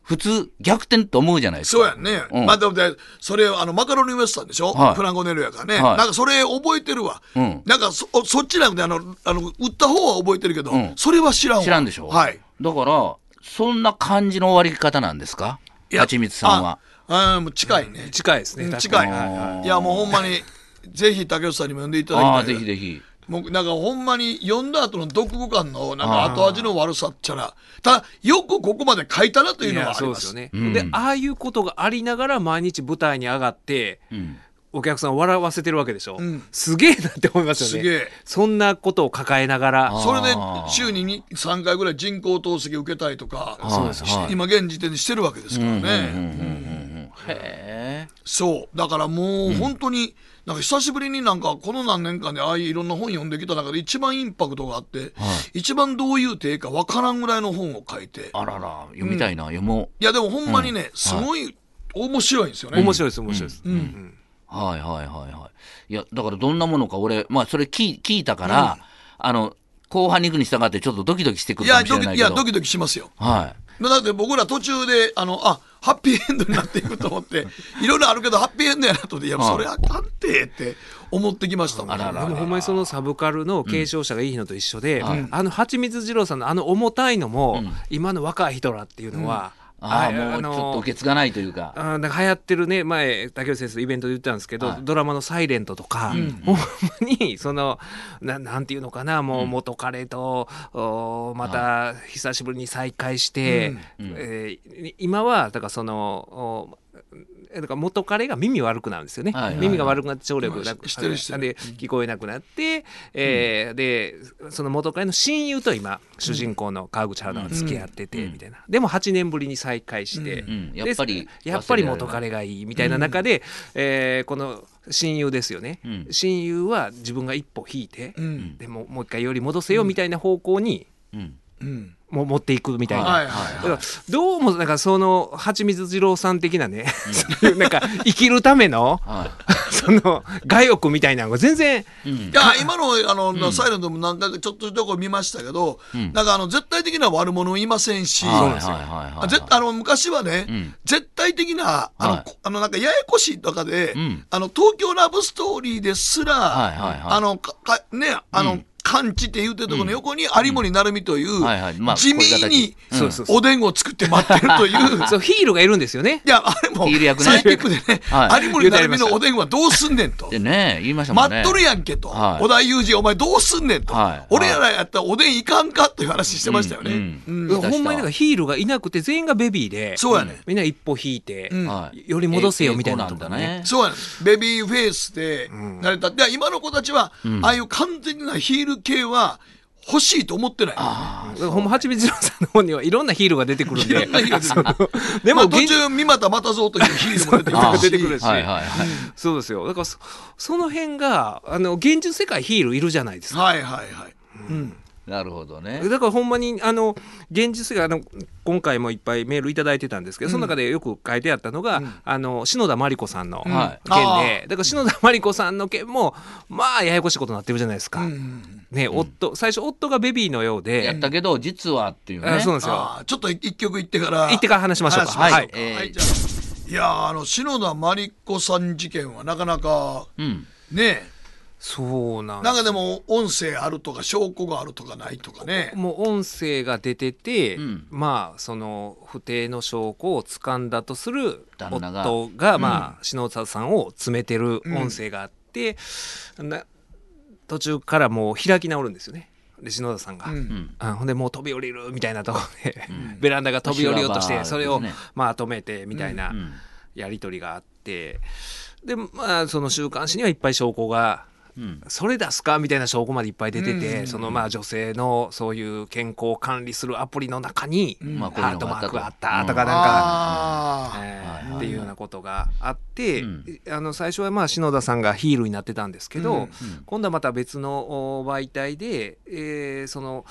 Speaker 5: 普通、逆転と思うじゃないです
Speaker 4: そ
Speaker 5: か。
Speaker 4: うやんね。
Speaker 5: うん
Speaker 4: まあでもね、それ、あの、マカロニウエスタンでしょ
Speaker 5: はい
Speaker 4: フランコネルやからね。
Speaker 5: はい
Speaker 4: なんかそれ覚えてるわ。
Speaker 5: うん
Speaker 4: なんかそ、そっちなんで、あの、あの、売った方は覚えてるけど
Speaker 5: うん、
Speaker 4: それは知らんわ。
Speaker 5: 知らんでしょ
Speaker 4: はい。
Speaker 5: だから、そんな感じの終わり方なんですかはちみつさんは。
Speaker 4: あ。うん、もう近いね。
Speaker 3: 近いですね。確かに
Speaker 4: 近
Speaker 5: はいはい
Speaker 4: い。いや、もうほんまに、ぜひ竹内さんにも呼んでいただきたい。
Speaker 5: ああー、ぜひぜひ。
Speaker 4: もうなんかほんまに読んだ後の読後感のなんか後味の悪さっちゃら、ただよくここまで書いたなという
Speaker 3: い
Speaker 4: の
Speaker 3: や
Speaker 4: はあり
Speaker 3: そう
Speaker 4: ま
Speaker 3: です
Speaker 4: す。
Speaker 3: よね、
Speaker 5: うん
Speaker 3: でああいうことがありながら毎日舞台に上がって、
Speaker 5: うん
Speaker 3: お客さんを笑わせてるわけでしょ、
Speaker 4: ん
Speaker 3: すげえなって思いますよね
Speaker 4: すげえ
Speaker 3: そんなことを抱えながら
Speaker 5: あ
Speaker 4: それで
Speaker 5: あー
Speaker 4: 週に2 3回ぐらい人工透析受けたりとか、
Speaker 5: そうです
Speaker 4: し
Speaker 5: はい
Speaker 4: 今現時点でしてるわけですからね。
Speaker 5: へえ。
Speaker 4: そうだからもう本当に、なんか久しぶりになんかこの何年間でああいういろんな本読んできた中で一番インパクトがあって、一番どういう手かわからんぐらいの本を書いて
Speaker 5: あらら、読みたいな、読もう。
Speaker 4: いやでもほんまにね、すごい面白いんですよね。
Speaker 3: 面白いです面白いです、
Speaker 5: はいはいはいはい。いや、だからどんなものか、俺、まあ、それ聞い聞いたから、あの、後半に行くに従って、ちょっとドキドキしてく
Speaker 4: い
Speaker 5: るか
Speaker 4: や
Speaker 5: もしれ
Speaker 4: ド
Speaker 5: ない
Speaker 4: キ
Speaker 5: けど。
Speaker 4: いやドキドキしますよ。
Speaker 5: は
Speaker 4: だって僕ら途中で、あの、あ、ハッピーエンドになっていくと思って、いろいろあるけど、ハッピーエンドやなと思って、いや、
Speaker 5: はい
Speaker 4: それあかんてって思ってきましたもん。
Speaker 5: あらら
Speaker 3: でもほんまにそのサブカルの継承者がいいのと一緒で、あのはちみつ二郎さんのあの重たいのも、今の若い人らっていうのは、
Speaker 5: あ
Speaker 3: は
Speaker 5: あ
Speaker 3: い
Speaker 5: も
Speaker 3: あ
Speaker 5: うちょ
Speaker 3: の
Speaker 5: っと受け継がないというか
Speaker 3: あーなんか流行ってるね前竹内先生のイベントで言ったんですけど、
Speaker 5: はい
Speaker 3: ドラマの「サイレントとか、ほんまにそのななんていうのかなもう元彼と、おーまた久しぶりに再会して、えー今はだからその。おだから元彼が耳悪くなるんですよね、
Speaker 5: はいはいはい
Speaker 3: 耳が悪くなって聴力なく
Speaker 4: してるしてる
Speaker 3: で聞こえなくなって、えーでその元彼の親友と今主人公の川口春奈は付き合っててみたいな、でも8年ぶりに再会して、
Speaker 5: うん
Speaker 3: で
Speaker 5: やっぱり
Speaker 3: やっぱり
Speaker 5: 忘れられない
Speaker 3: 元彼がいいみたいな中で、えーこの親友ですよね、
Speaker 5: うん
Speaker 3: 親友は自分が一歩引いて、
Speaker 4: うん
Speaker 3: でももう一回より戻せよみたいな方向に、
Speaker 5: うん
Speaker 4: うん
Speaker 3: も持っていくみたいな。
Speaker 4: はい
Speaker 3: だからどうもなんかそのちみつ二郎さん的なね、 (laughs) そういうなんか生きるための
Speaker 5: は
Speaker 3: その害欲みたいなのが全然
Speaker 5: いうん
Speaker 4: いや今のあの、サイレントも何回かちょっとどこ見ましたけど、
Speaker 5: ん
Speaker 4: なんかあの絶対的な悪者いませんし、
Speaker 5: はいはいはいは
Speaker 4: あ
Speaker 5: い
Speaker 4: 絶あの昔はね、
Speaker 5: うん
Speaker 4: 絶対的なあの、
Speaker 5: はい
Speaker 4: こあのなんかややこしい中で、
Speaker 5: うん
Speaker 4: あの東京ラブストーリーですら、
Speaker 5: はいはいはい
Speaker 4: あのかかねあの、完治って言うてるところの横に有森成美という、
Speaker 5: はいはいまあ
Speaker 4: 地
Speaker 5: こういう
Speaker 4: 味に
Speaker 5: 形
Speaker 3: そうそうそう
Speaker 4: おでんを作って待ってる
Speaker 5: (laughs)
Speaker 4: という。
Speaker 3: そうヒールがいるんですよね。
Speaker 4: いや、あれも
Speaker 5: ヒール役、ね
Speaker 4: サイキックでね、
Speaker 5: はい
Speaker 4: 有森成美のおでんはどうすんねんと
Speaker 5: で。ね言いましたもん
Speaker 4: 待
Speaker 5: ね
Speaker 4: っとるやんけと、
Speaker 5: はい
Speaker 4: 小田裕二お前どうすんねんと、
Speaker 5: はい
Speaker 4: 俺らやったらおでんいかんかという話してましたよね、
Speaker 5: うんうん
Speaker 4: うん
Speaker 5: うん
Speaker 3: ほんまにだからヒールがいなくて全員がベビーで
Speaker 4: そうやね、
Speaker 3: みんな一歩引いて、
Speaker 4: うん
Speaker 5: はい
Speaker 3: より戻せよみたいなと
Speaker 5: 栄
Speaker 3: かね
Speaker 5: 光なんだね
Speaker 4: そうやねベビーフェイスで慣れた、で今の子たちは、ああいう完全なヒール系は欲しいと思ってない、
Speaker 3: ほんま、はちみつ郎さんの方にはいろんなヒールが出てくるんで、その (laughs) で
Speaker 4: ま
Speaker 3: も、
Speaker 4: あ、途
Speaker 3: 現
Speaker 4: 中三股又蔵というヒールも出て
Speaker 3: あ
Speaker 4: く
Speaker 3: ー
Speaker 4: る
Speaker 3: 出て
Speaker 4: し
Speaker 3: くるし、
Speaker 5: はいはいはい
Speaker 3: そうですよ。だからそ、その辺が、あの、現実世界ヒールいるじゃないですか。
Speaker 4: はいはいはい、うん
Speaker 5: なるほどね
Speaker 3: だからほんまにあの現実世界あの今回もいっぱいメールいただいてたんですけど、その中でよく書いてあったのが、あの篠田真理子さんの件で、
Speaker 5: はい
Speaker 4: あ
Speaker 3: だから篠田真理子さんの件もまあややこしいことになってるじゃないですか、
Speaker 4: うん
Speaker 3: ね夫最初夫がベビーのよう
Speaker 5: やっ
Speaker 3: で、
Speaker 5: たけど実はっていう
Speaker 3: あ
Speaker 5: ね
Speaker 3: そうなんですよ
Speaker 4: あーちょっと一曲言ってから
Speaker 3: 行ってから話しましょうか
Speaker 4: 話しましょうか
Speaker 5: はい
Speaker 4: はい
Speaker 5: えー
Speaker 4: じゃあいやーあの篠田真理子さん事件はなかなか
Speaker 5: うん
Speaker 4: ね
Speaker 3: そうなん
Speaker 4: なんかでも音声あるとか証拠があるとかないとかね
Speaker 3: もう音声が出てて、
Speaker 5: うん
Speaker 3: まあその不定の証拠を掴んだとする
Speaker 5: 旦那が
Speaker 3: 夫がまあ篠田さんを詰めてる音声があって、な途中からもう開き直るんですよねで篠田さんが。
Speaker 4: うん
Speaker 3: あほんでもう飛び降りるみたいなところで、ベランダが飛び降りようとし
Speaker 5: 修羅
Speaker 3: て
Speaker 5: 場
Speaker 3: それを
Speaker 5: ですね
Speaker 3: まあ止めてみたいな
Speaker 5: うん
Speaker 3: やり取りがあってでまあその週刊誌にはいっぱい証拠が
Speaker 5: うん
Speaker 3: それ出すかみたいな証拠までいっぱい出てて、
Speaker 4: うん
Speaker 3: そのまあ女性のそういう健康を管理するアプリの中に、
Speaker 5: まあこうい
Speaker 3: ハ
Speaker 5: う
Speaker 3: ー
Speaker 5: の
Speaker 3: トマ
Speaker 5: があ
Speaker 3: ー
Speaker 5: った
Speaker 3: ク
Speaker 5: と
Speaker 3: があったとかなんか、
Speaker 4: あ
Speaker 3: え
Speaker 5: はいはい
Speaker 3: ーっていうようなことがあって、
Speaker 5: うん
Speaker 3: あの最初はまあ篠田さんがヒールになってたんですけど、
Speaker 4: うんうん
Speaker 3: 今度はまた別のお媒体で、えーその。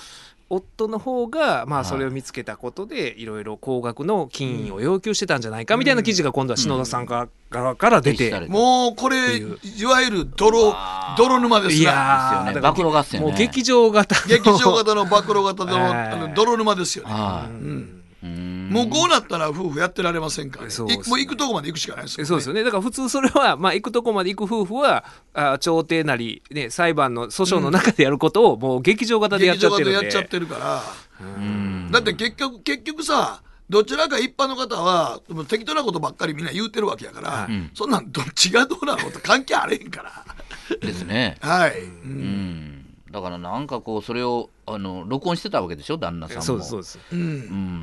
Speaker 3: 夫の方がま
Speaker 5: は
Speaker 3: あ
Speaker 5: い
Speaker 3: それを見つけたことでいろいろ高額の金品を要求してたんじゃないかみたいな記事が今度は篠田さんが側から出て
Speaker 5: うん
Speaker 4: ーもうこれ
Speaker 3: っていう
Speaker 4: いわゆる泥泥沼です
Speaker 3: い
Speaker 4: な
Speaker 3: や
Speaker 5: で
Speaker 3: ー
Speaker 5: すよね
Speaker 3: だから
Speaker 5: 暴露合戦ね
Speaker 3: もう劇場型の
Speaker 4: 劇場型の暴露型
Speaker 3: え
Speaker 4: の
Speaker 3: ー
Speaker 4: あの泥沼ですよね
Speaker 5: は
Speaker 4: うん
Speaker 5: いうん
Speaker 4: もうこうなったら夫婦やってられませんからね
Speaker 3: そうですね
Speaker 4: いもう行くとこまで行くしかないです
Speaker 3: え
Speaker 4: よ
Speaker 3: そうですよねだから普通それは、まあ、行くとこまで行く夫婦はあ調停なり、ね、裁判の訴訟の中でやることをもう劇場型でやっ
Speaker 4: 劇
Speaker 3: ちゃ
Speaker 4: 場
Speaker 3: っ
Speaker 4: 型
Speaker 3: て
Speaker 4: で
Speaker 3: るん
Speaker 4: やっ
Speaker 3: で
Speaker 4: ちゃってるから
Speaker 5: うん
Speaker 4: だって結局結局さどちらか一般の方はもう適当なことばっかりみんな言うてるわけやから、
Speaker 5: ん
Speaker 4: そんなんどっちがどうなのと関係あれへんから
Speaker 5: ですね
Speaker 4: はい、
Speaker 5: うんだからなんかこうそれをあの録音してたわけでしょ旦那さんも
Speaker 3: そうですそうです
Speaker 4: うん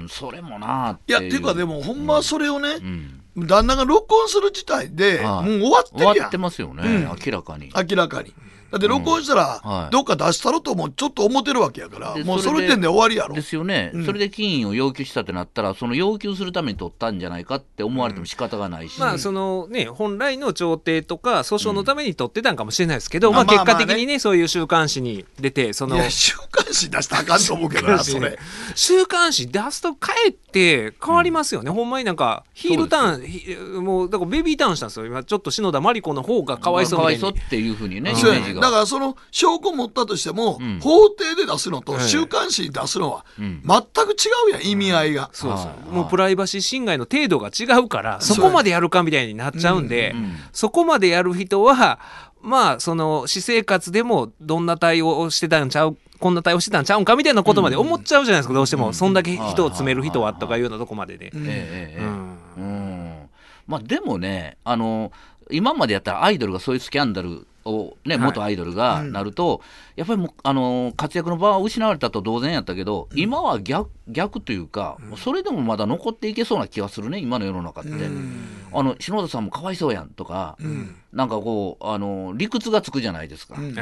Speaker 5: うんそれもなあって
Speaker 4: い
Speaker 5: い
Speaker 4: や
Speaker 5: う
Speaker 4: っていうかでもほんまそれをね、
Speaker 5: うん
Speaker 4: 旦那が録音する事態で、
Speaker 5: はい
Speaker 4: もう終わってるやん
Speaker 5: 終わってますよね、
Speaker 4: うん
Speaker 5: 明らかに
Speaker 4: 明らかにだって録音したら、
Speaker 5: うんはい
Speaker 4: どっか出したろともちょっと思ってるわけやから
Speaker 5: で
Speaker 4: もうそ
Speaker 5: そ
Speaker 4: の
Speaker 5: れで
Speaker 4: 時点で終わりやろ
Speaker 5: ですよね、それで金を要求したってなったらその要求するために取ったんじゃないかって思われても仕方がないし、
Speaker 3: まあそのね本来の調停とか訴訟のために取ってたんかもしれないですけど、まあ、
Speaker 4: まあま
Speaker 3: 結
Speaker 4: あま
Speaker 3: 果
Speaker 4: あ
Speaker 3: 的にね,、そういう週刊誌に出てその
Speaker 4: いや週刊誌出したらあかんと思うけ
Speaker 3: (laughs)
Speaker 4: どなそれ
Speaker 3: 週刊誌出すとかえって変わりますよね、ほんまになんかヒールターンひもうだからベビーターンしたんですよ今ちょっと篠田真理子の方がかわいそう
Speaker 5: か
Speaker 3: みた
Speaker 5: わい
Speaker 3: い
Speaker 5: そう
Speaker 3: に
Speaker 5: っていうふうにね、イメ
Speaker 4: そうや
Speaker 5: ー
Speaker 4: ね
Speaker 5: ジ
Speaker 4: だ
Speaker 5: が
Speaker 4: からその証拠持ったとしても、
Speaker 5: ん
Speaker 4: 法廷で出すのと
Speaker 3: ええ
Speaker 4: 週刊誌に出すのは全
Speaker 5: ん
Speaker 4: く違うやん、意味合いが。
Speaker 3: そうそう
Speaker 5: はい
Speaker 3: もうプライバシー侵害の程度が違うからそこまでやるかみたいになっちゃうんで、
Speaker 5: うん
Speaker 3: そこまでやる人はまあ、その、私生活でも、どんな対応をしてたんちゃう、こんな対応してたんちゃうんかみたいなことまで思っちゃうじゃないですか、どうしても。そんだけ人を詰める人はとかいうようなとこまでで。
Speaker 5: ええええええ
Speaker 3: うん
Speaker 5: うんまあでもねあの今までやったらアイドルがそういうスキャンダルをね、元アイドルがなると、やっぱりもうあの活躍の場は失われたと同然やったけど、今は逆逆というか、それでもまだ残っていけそうな気がするね今の世の中って、あの篠田さんもかわいそうやんとか、なんかこうあの理屈がつくじゃないですか、
Speaker 4: うん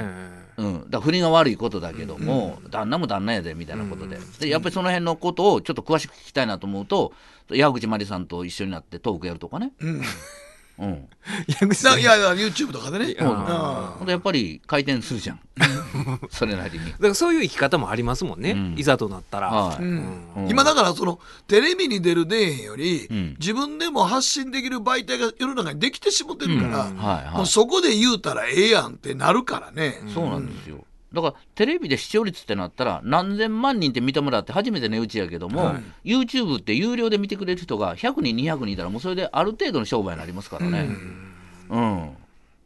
Speaker 3: うん
Speaker 5: うん、だから不倫が悪いことだけども、旦那も旦那やでみたいなことで,、でやっぱりその辺のことをちょっと詳しく聞きたいなと思うと矢口真理さんと一緒になってトークやるとかね、
Speaker 4: うん、だ
Speaker 5: うん、
Speaker 3: 矢口さ
Speaker 4: か
Speaker 3: ん
Speaker 4: らいやいや YouTube とかでね、
Speaker 3: うん
Speaker 4: あ
Speaker 5: ほんでやっぱり回転する (laughs) じゃんそれなりに。
Speaker 3: だからそういう生き方もありますもんね、
Speaker 5: うん
Speaker 3: いざとなったら、
Speaker 5: はい
Speaker 4: うん
Speaker 5: うん
Speaker 4: 今だからそのテレビに出る出えへんより、
Speaker 5: うん
Speaker 4: 自分でも発信できる媒体が世の中にできてしもてるから、
Speaker 5: うんはいはい
Speaker 4: もうそこで言うたらええやんってなるからね、
Speaker 5: そうなんですよ。だからテレビで視聴率ってなったら何千万人って見てもらって初めて値打ちやけども、YouTube って有料で見てくれる人が100人200人いたらもうそれである程度の商売になりますからね。うん、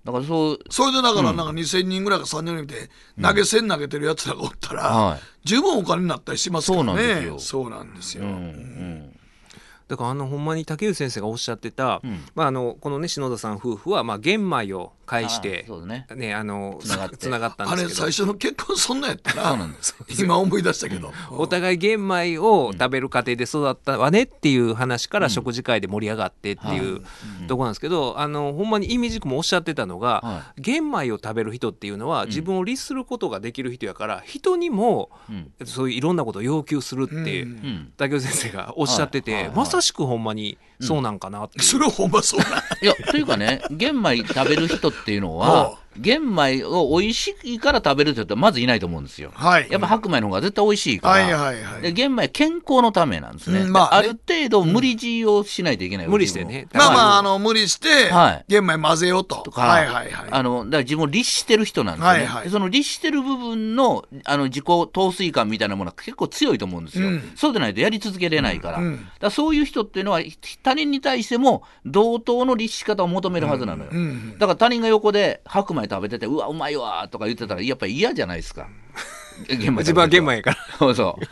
Speaker 5: だからそう
Speaker 4: それでだからなんか2000人ぐらいか3000人見て投げ銭投げてるやつらがおったら、
Speaker 5: はい
Speaker 4: 十分お金になったりしますからね
Speaker 5: そうなんですよ
Speaker 4: そうなんですよ、
Speaker 5: うんうん
Speaker 3: だからあのほんまに竹内先生がおっしゃってた、
Speaker 5: ん
Speaker 3: まあ、あのこのね篠田さん夫婦は、まあ、玄米を介して
Speaker 5: あそうだね
Speaker 3: ねあの
Speaker 5: つながって
Speaker 3: つながったん
Speaker 4: あ
Speaker 3: で
Speaker 4: れ
Speaker 3: すけど
Speaker 4: 最初の結婚そんなんやった
Speaker 5: そう
Speaker 4: ら
Speaker 5: なんで
Speaker 4: 今思い出したけど、
Speaker 3: お互い玄米を食べる過程で育ったわねっていう話から食事会で盛り上がってっていうとこなんですけど、あのほんまに意味軸もおっしゃってたのが、
Speaker 5: は
Speaker 3: 玄米を食べる人っていうのは自分を律することができる人やから人にも
Speaker 5: うん
Speaker 3: そういういろんなことを要求するって、
Speaker 4: うん
Speaker 5: うん
Speaker 3: 竹内先生がおっしゃってて、
Speaker 5: はいはいはい
Speaker 3: まさしくほんまにそうなんかなっていう
Speaker 4: それはほんまそうなん
Speaker 5: いやというかね (laughs) 玄米食べる人っていうの
Speaker 4: は
Speaker 5: は玄米を美味しいから食べる人ってまずいないと思うんですよ。
Speaker 4: はい
Speaker 5: やっぱ白米の方が絶対美味しいから、
Speaker 4: はいはいはい
Speaker 5: で玄米健康のためなんですね,、
Speaker 4: うんまあね
Speaker 5: ある程度無理強いをしないといけない、
Speaker 3: 無理してね
Speaker 5: 自分
Speaker 4: ま
Speaker 5: を
Speaker 4: あまあ、
Speaker 5: は
Speaker 4: あの、無理して
Speaker 5: はい、
Speaker 4: 玄米混ぜようと。
Speaker 5: いとか、
Speaker 4: はいはいはい。
Speaker 5: あのだから自分を律してる人なんですよね、
Speaker 4: はいはい
Speaker 5: でその律してる部分のあの自己陶酔感みたいなものは結構強いと思うんですよ、
Speaker 4: うん
Speaker 5: そうでないとやり続けれないから,、
Speaker 4: うん
Speaker 5: だからそういう人っていうのは他人に対しても同等の律し方を求めるはずなのよ、
Speaker 4: うん。
Speaker 5: だから他人が横で白米食べてて、うわ、うまいわーとか言ってたら、やっぱり嫌じゃないですか。玄米食べてる人
Speaker 3: 自分は玄米やから
Speaker 5: そうそう。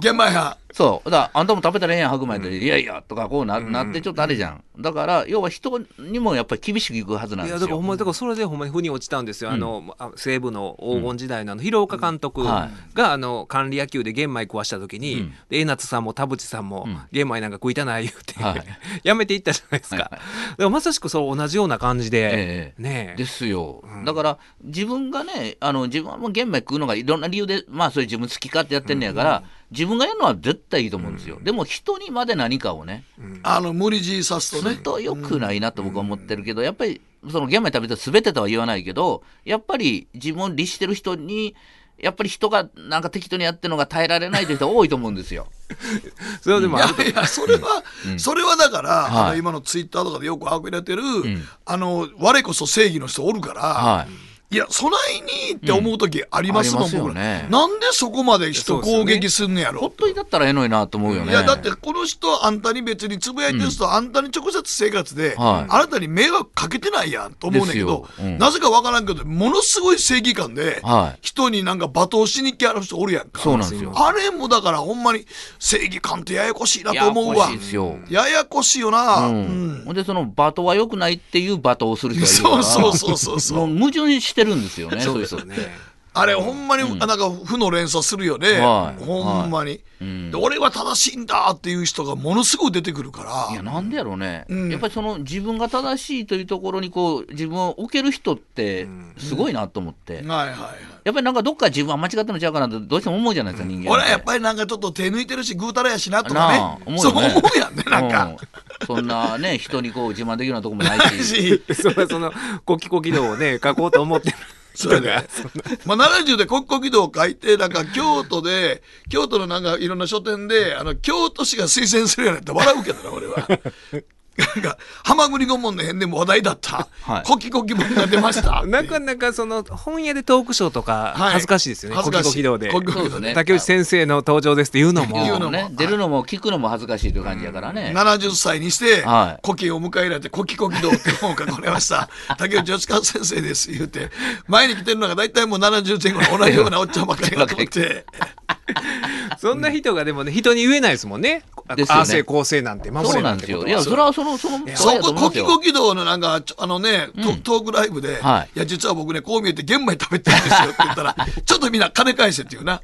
Speaker 4: 玄米派。
Speaker 5: そう。だから、あんたも食べたらええやん、白米で、いやいや、とか、こうななって、ちょっとあれじゃん。だから、要は人にもやっぱり厳しくいくはずなん
Speaker 3: い
Speaker 5: で
Speaker 3: や
Speaker 5: す
Speaker 3: だ
Speaker 5: よ。
Speaker 3: からほんまにだからそれでほんまに腑に落ちたんですよ、あのあ西武の黄金時代のあの広岡監督
Speaker 5: うん
Speaker 3: が、
Speaker 5: は
Speaker 3: あの管理野球で玄米食わした時に、
Speaker 5: うん
Speaker 3: で江夏さんも田淵さんも、
Speaker 5: うん
Speaker 3: 玄米なんか食いたない言うて、
Speaker 5: はい
Speaker 3: やめていったじゃないですか,、
Speaker 5: はいは
Speaker 3: だからまさしくそう同じような感じで
Speaker 5: え、え
Speaker 3: ねえ
Speaker 5: ですよ、だから自分がねあの自分はもう玄米食うのがいろんな理由でまあそれ自分好き勝手やってんねやから、自分がやるのは絶対いいと思うんですよ、でも人にまで何かをね
Speaker 4: あの、無理強いさす
Speaker 5: す
Speaker 4: と
Speaker 5: る
Speaker 4: ね。
Speaker 5: と良くないなと僕は思ってるけど、やっぱりその玄米食べたら全てとは言わないけどやっぱり自分を律してる人にやっぱり人がなんか適当にやってるのが耐えられないという人多いと思う
Speaker 4: (laughs)
Speaker 5: んですよ。
Speaker 3: それで
Speaker 4: い
Speaker 3: もある
Speaker 4: やいや、それは、それはだから、あ
Speaker 5: は
Speaker 4: の、
Speaker 5: い
Speaker 4: 今のツイッターとかでよくあぐれてる
Speaker 5: ん、
Speaker 4: あの、我こそ正義の人おるから、
Speaker 5: い
Speaker 4: いや、備えにって思う時あります
Speaker 5: うん
Speaker 4: も
Speaker 5: あ
Speaker 4: ん、
Speaker 5: ります
Speaker 4: 僕
Speaker 5: よね
Speaker 4: ら。なんでそこまで人攻撃すんねや
Speaker 5: ほ
Speaker 4: ろ
Speaker 5: っ。といたったらええのになと思うよね。
Speaker 4: いやだってこの人あんたに別につぶやいてる人、あんたに直接生活で、
Speaker 5: はい
Speaker 4: あなたに迷惑かけてないやんと思うねんけど、
Speaker 5: ですようん
Speaker 4: なぜかわからんけどものすごい正義感で、
Speaker 5: はい
Speaker 4: 人になんか罵倒しに来ある人おるやんか
Speaker 5: そうなんですよ
Speaker 4: あれもだからほんまに正義感ってややこしいなと思う
Speaker 5: やや
Speaker 4: わ
Speaker 5: こしいですよ。
Speaker 4: ややこしいよな、
Speaker 5: う
Speaker 4: うんん
Speaker 5: ほんでその罵倒は良くないっていう罵倒をする人がいるか
Speaker 4: そう
Speaker 5: ら
Speaker 4: そうそうそうそ
Speaker 5: も
Speaker 4: うう
Speaker 5: 矛盾してるんですよねそういう人
Speaker 3: そ
Speaker 5: っ
Speaker 3: う
Speaker 5: て、
Speaker 3: ね
Speaker 4: あれほんまに、なんか負の連鎖するよね、
Speaker 5: はい
Speaker 4: ほんまに、で俺は正しいんだっていう人がものすごい出てくるから
Speaker 5: いやなんでやろうね、
Speaker 4: ん
Speaker 5: やっぱりその自分が正しいというところにこう自分を置ける人ってすごいなと思って、や
Speaker 4: はいはいはい
Speaker 5: っぱりなんかどっか自分は間違ってんのちゃうかなってどうしても思うじゃないですか人間て
Speaker 4: 俺はやっぱりなんかちょっと手抜いてるしぐうたらやしなとか
Speaker 5: なあ
Speaker 4: ね
Speaker 5: 思うよね
Speaker 4: そう思うやんねなんか、
Speaker 5: うんそんなね人にこう自慢できるようなとこもないし
Speaker 4: (laughs) し
Speaker 3: (laughs) それはそのコキコキのをね書こうと思ってる
Speaker 4: そうやねまあ70で国庫軌道を書いてなんか京都で
Speaker 3: (laughs)
Speaker 4: 京都のなんかいろんな書店であの京都市が推薦するようになって笑うけどな俺はなんか、ハマグリ顧問の辺でも話題だった、
Speaker 5: はい
Speaker 4: コキコキ本が出まし
Speaker 3: (laughs)
Speaker 4: た。
Speaker 3: なかなかその本屋でトークショーとか
Speaker 4: はい
Speaker 3: 恥ずかしいですよね、
Speaker 4: 恥
Speaker 3: コ
Speaker 4: ず
Speaker 3: キ
Speaker 4: かしい
Speaker 3: コキ堂で
Speaker 4: コキコキ
Speaker 5: そうですね
Speaker 3: 竹内先生の登場ですっていうのも
Speaker 5: 言う
Speaker 4: の
Speaker 5: のもね、出るのも聞くのも恥ずかしいという感じやからね。
Speaker 4: 70歳にして、
Speaker 5: はい
Speaker 4: コキを迎えられて、コキコキ堂って本を書かれま
Speaker 3: (laughs)
Speaker 4: した。竹内義和先生です、言うて。前に来てるのが大体もう70前後の同じようなおっちゃんばっかりが来て。
Speaker 3: そんな人がでもね人に言えないですもんね
Speaker 5: ですよね
Speaker 3: 亜生構成なんて守
Speaker 5: そう
Speaker 3: れ
Speaker 5: な
Speaker 3: なんん
Speaker 5: で
Speaker 3: て
Speaker 5: す
Speaker 3: こと
Speaker 5: よ。
Speaker 3: はい
Speaker 5: や、それはその、その、
Speaker 4: そ
Speaker 5: れやと
Speaker 4: こ、
Speaker 5: 思い
Speaker 4: コ
Speaker 5: ます
Speaker 4: キ
Speaker 5: よ
Speaker 4: コキ堂のなんか、ちょあのね、トトークライブで、、
Speaker 5: はい
Speaker 4: や、実は僕ね、こう見えて玄米食べてるんですよって言った
Speaker 5: (laughs)
Speaker 4: ら、ちょっとみんな金返せっていうな。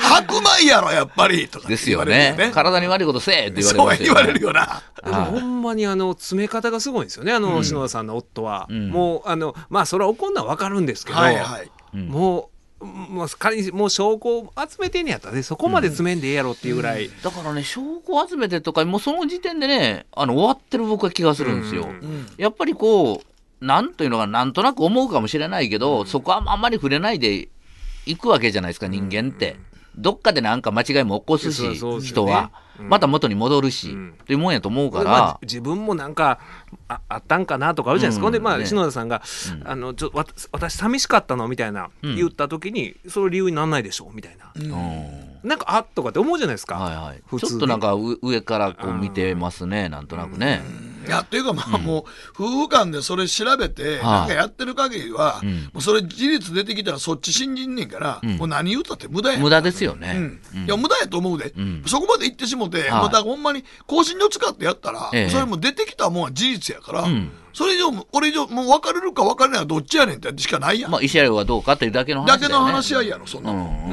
Speaker 4: 白米やろ、やっぱりとかって
Speaker 5: です
Speaker 4: 言わ
Speaker 5: よ
Speaker 4: れる
Speaker 5: ね。体に悪いことせえって言われますよ、
Speaker 4: そう言われるよな。
Speaker 3: でもほんまにあの詰め方がすごいんですよねあの篠田さんの夫は、もうあのまあそれは怒んのは分かるんですけど、
Speaker 4: はいはい。
Speaker 3: もう、もう仮にもう証拠を集めてんねやったらねそこまで詰めんでええやろっていうぐらい、
Speaker 5: だからね、証拠を集めてとか、もうその時点でね、あの終わってる僕は気がするんですよ。やっぱりこう、なんというのが、なんとなく思うかもしれないけど、そこはあんまり触れないでいくわけじゃないですか、人間って。どっかでなんか間違いも起こすし、
Speaker 3: いやそうそうですよ
Speaker 5: 人
Speaker 3: ね
Speaker 5: は、また元に戻るし、というもんやと思うから、
Speaker 3: まあ自分もなんかああったんかなとかあるじゃないですか、
Speaker 5: うん
Speaker 3: ほんでまあ
Speaker 5: ね
Speaker 3: 篠田さんが「あのちょわた私寂しかったの」みたいな言った時に、その理由になんないでしょうみたいな、
Speaker 5: うん
Speaker 3: なんかあっとかって思うじゃないですか、
Speaker 5: はいはい
Speaker 3: 普
Speaker 5: ち
Speaker 3: 通に
Speaker 5: ょっとなんかう上からこう見てますね、なんとなくね。
Speaker 4: いやというかまあもう夫婦間でそれ調べてなんかやってる限りは
Speaker 5: うん
Speaker 4: もうそれ事実出てきたらそっち信じんねんから
Speaker 5: ん
Speaker 4: もう何言ったって無駄や
Speaker 5: 無駄ですよ
Speaker 4: う
Speaker 5: ね
Speaker 4: ん。いや無駄やと思うで
Speaker 5: ん
Speaker 4: そこまで言ってしもて
Speaker 5: い
Speaker 4: またほんまに更新の使ってやったら
Speaker 5: ええ
Speaker 4: それもう出てきたもんは事実やから
Speaker 5: ん
Speaker 4: それ以上も俺以上もう別れるか別れないかどっちやねんってしかないやん
Speaker 5: まあ、石原はどうかというだけの話だ
Speaker 4: だ
Speaker 5: よね。
Speaker 4: けの話やいやろそん
Speaker 5: う
Speaker 4: なんも
Speaker 5: うん
Speaker 4: んうん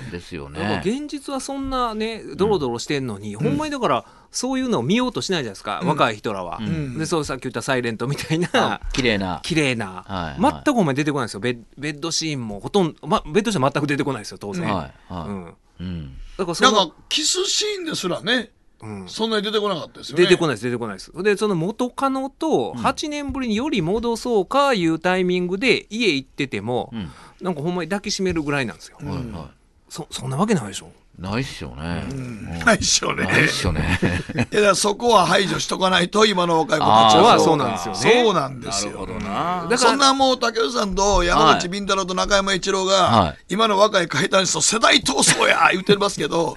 Speaker 5: うんですよ
Speaker 3: だから
Speaker 5: ね。
Speaker 3: 現実はそんなねドロドロしてんのに、ほんまにだからそういうのを見ようとしないじゃないですか、若い人らは。
Speaker 4: ん
Speaker 3: でそうさっき言った「サイレントみたい
Speaker 5: あ
Speaker 3: な
Speaker 5: 綺麗な。
Speaker 3: 綺麗な、
Speaker 5: はいはい
Speaker 3: 全くお前出てこないですよベッベッドシーンもほとんど、ま、ベッドシーン全く出てこないですよ当然、
Speaker 5: はい
Speaker 3: うん
Speaker 5: は
Speaker 3: だ
Speaker 5: い。うん。
Speaker 3: からそ
Speaker 4: な
Speaker 3: の
Speaker 4: んかキスシーンですらね
Speaker 3: うん
Speaker 4: そんなに出てこなかったですよね
Speaker 3: 出てこないです出てこないですでその元カノと8年ぶりにより戻そうかいうタイミングで家行ってても、
Speaker 5: うん
Speaker 3: なんかほんまに抱きしめるぐらいなんですよ、
Speaker 5: はいは
Speaker 3: そそんなわけないでしょ
Speaker 5: い。ないっすよね。うん
Speaker 4: (laughs) ないっしょね
Speaker 5: ないっすよね。
Speaker 4: いやだからそこは排除しとかないと今の若い子たち
Speaker 5: あ
Speaker 4: は
Speaker 5: ー
Speaker 3: そうなんですよね
Speaker 4: そうなんですよ。
Speaker 5: な
Speaker 3: だか
Speaker 4: そん
Speaker 3: ら
Speaker 4: なもう竹内さんと山
Speaker 5: はい
Speaker 4: 口敏太郎と中山一郎が、
Speaker 5: はい
Speaker 4: 今の若い解体師と世代闘争
Speaker 5: (laughs)
Speaker 4: や言ってますけど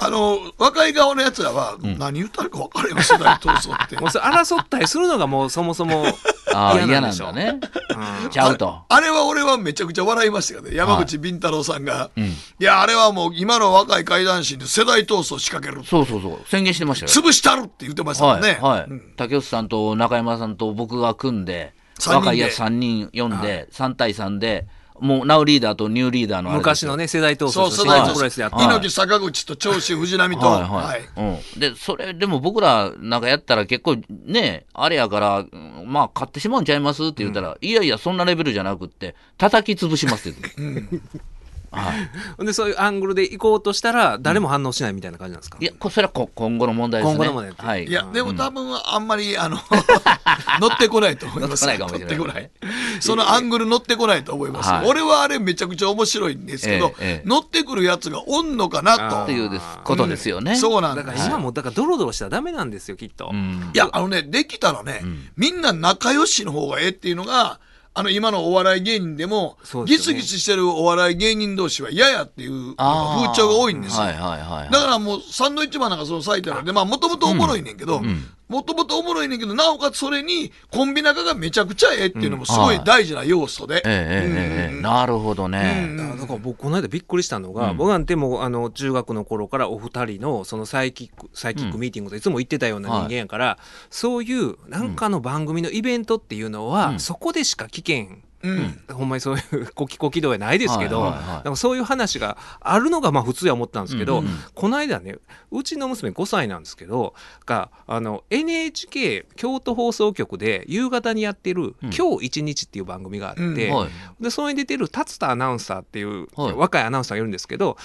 Speaker 4: あの若い側のやつらは、何言ったらか分からへんよ世代闘争って
Speaker 3: もうそれ争ったりするのがもうそもそも
Speaker 5: (laughs) あー
Speaker 3: 嫌
Speaker 5: 嫌
Speaker 3: な
Speaker 5: なんん
Speaker 3: でしょ
Speaker 5: だね。
Speaker 3: うん
Speaker 5: ちゃうと。
Speaker 4: あれは俺はめちゃくちゃ笑いましたけどね山口敏太郎さんが、い、やあれはもう今の若い怪談師に世代闘争仕掛ける
Speaker 5: そうそうそう。宣言してましたよ。
Speaker 4: 潰したるって言ってましたも
Speaker 5: は
Speaker 4: ん
Speaker 5: い、
Speaker 4: ね、
Speaker 5: は
Speaker 4: うん
Speaker 5: い。竹内さんと中山さんと僕が組んで、
Speaker 4: 三人で
Speaker 5: 若いやつ3人呼んで、3対3で、もう、ナウリーダーとニューリーダーのあれです
Speaker 3: 昔
Speaker 5: よ
Speaker 3: のね世代闘
Speaker 4: そ
Speaker 3: 争
Speaker 4: う
Speaker 3: と
Speaker 4: 世
Speaker 3: 新
Speaker 4: 代
Speaker 3: 日
Speaker 4: 闘
Speaker 3: 本プロレスでやった、
Speaker 4: 争猪木坂口と長州藤波と、
Speaker 5: はい
Speaker 4: は
Speaker 5: はいい、うん、でそれでも僕らなんかやったら結構ねあれやから、うんまあ買ってしまうんちゃいますって言ったら、いやいやそんなレベルじゃなくって叩き潰しますって言って、
Speaker 3: でそういうアングルで行こうとしたら誰も反応しないみたいな感じなんですか、
Speaker 5: いやこそれはこ今後の問題ですね
Speaker 3: 今後の問題です
Speaker 5: はい
Speaker 4: いや、でも多分あんまり、
Speaker 5: (laughs)
Speaker 4: あの、乗ってこないと思います。
Speaker 5: 乗ってこないかもし
Speaker 4: 乗
Speaker 5: れない
Speaker 4: ってこないそのアングル乗ってこないと思います。
Speaker 5: はい
Speaker 4: 俺はあれめちゃくちゃ面白いんですけど、
Speaker 5: ええええ
Speaker 4: 乗ってくるやつがおんのかな
Speaker 5: というですことですよね、
Speaker 4: と。そうなん
Speaker 3: だか
Speaker 4: で
Speaker 3: ら
Speaker 4: す
Speaker 3: 今
Speaker 4: よ。
Speaker 3: もだからドロドロしたらダメなんですよきっと、
Speaker 5: うん
Speaker 4: いや、あのね、できたらね、みんな仲良しの方がええっていうのが、あの、今のお笑い芸人でも、
Speaker 3: そうです
Speaker 4: ギ
Speaker 3: よ
Speaker 4: ス
Speaker 3: ね
Speaker 4: ギスしてるお笑い芸人同士は嫌やっていう
Speaker 5: あー
Speaker 4: 風潮が多いんですよ。
Speaker 5: はいはいはい
Speaker 4: だからもうサンドイッチマンなんかその最たるでまあもともとおもろいねんけどもともとおもろいねんけどなおかつそれにコンビ仲がめちゃくちゃええっていうのもすごい大事な要素で、
Speaker 5: ええええええなるほどね、
Speaker 3: だから僕この間びっくりしたのが、僕なんてもうあの中学の頃からお二人のそのサイキックサイキックミーティングといつも行ってたような人間やから、そういうなんかの番組のイベントっていうのは、そこでしか聞けん。
Speaker 4: うん
Speaker 3: ほんまにそういう (laughs) コキコキ度はないですけど、
Speaker 5: はいはいはい
Speaker 3: なんかそういう話があるのがまあ普通や思ったんですけど、この間ねうちの娘5歳なんですけどがあの NHK 京都放送局で夕方にやってる「今日一日」っていう番組があって、
Speaker 4: うん
Speaker 5: はい
Speaker 3: でそれに出てる達田アナウンサーっていう、
Speaker 5: はい
Speaker 3: 若いアナウンサーがいるんですけど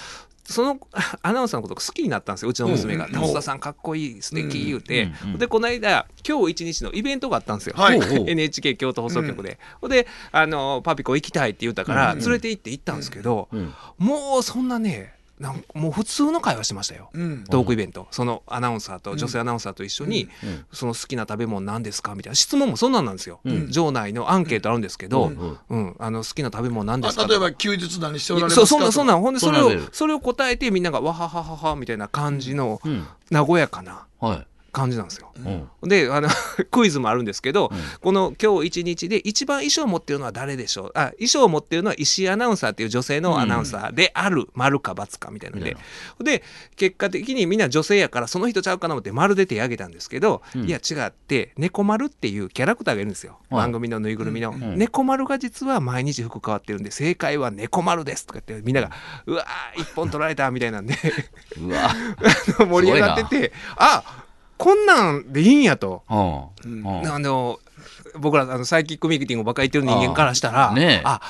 Speaker 3: その (laughs) アナウンサーのことが好きになったんですようちの娘が「
Speaker 4: うん
Speaker 3: 達田さんかっこいい素敵言うて、
Speaker 5: うんうん
Speaker 3: でこの間今日一日のイベントがあったんですよ、 (laughs)
Speaker 4: はい
Speaker 5: ほうほう
Speaker 3: NHK 京都放送局で。ほんであの「パピコ行きたい」って言ったから連れて行って行ったんですけど、
Speaker 5: うん
Speaker 3: もうそんなねなんかもう普通の会話してましたよ、
Speaker 4: うん
Speaker 3: トークイベントそのアナウンサーと女性アナウンサーと一緒に、その好きな食べ物何ですかみたいな質問もそんなんなんですよ、場内のアンケートあるんですけど、うんあの好きな食べ物何ですか
Speaker 4: あ例えば休日何しておられま
Speaker 3: そう
Speaker 4: すか
Speaker 3: そんなそんな
Speaker 4: と
Speaker 3: んほんで
Speaker 5: そ
Speaker 3: そ
Speaker 5: ん
Speaker 3: れ
Speaker 5: なん
Speaker 3: を
Speaker 5: レベル
Speaker 3: それを答えてみんながわははははみたいな感じの
Speaker 5: うん
Speaker 3: 和やかな
Speaker 5: は
Speaker 3: 感じなんですよ。
Speaker 5: い、うん
Speaker 3: であの (laughs) クイズもあるんですけど、この今日一日で一番衣装を持っているのは誰でしょうあ衣装を持っているのは石井アナウンサーっていう女性のアナウンサーである、丸か×かみたいなんで、で結果的にみんな女性やからその人ちゃうかなと思って丸で手挙げたんですけど、いや違って猫丸っていうキャラクターがいるんですよ、
Speaker 5: はい
Speaker 3: 番組のぬいぐるみの、
Speaker 5: ん
Speaker 3: 猫丸が実は毎日服変わってるんで正解は猫丸ですとか言ってみんながうわー一本取られたみたいなんで (laughs)
Speaker 5: うわ
Speaker 3: あの盛り上がっててあこんなんでいいんやと。
Speaker 5: うんうん
Speaker 3: あの僕らあのサイキックミーティングばっかり行ってる人間からしたら
Speaker 5: あーねえ
Speaker 3: あ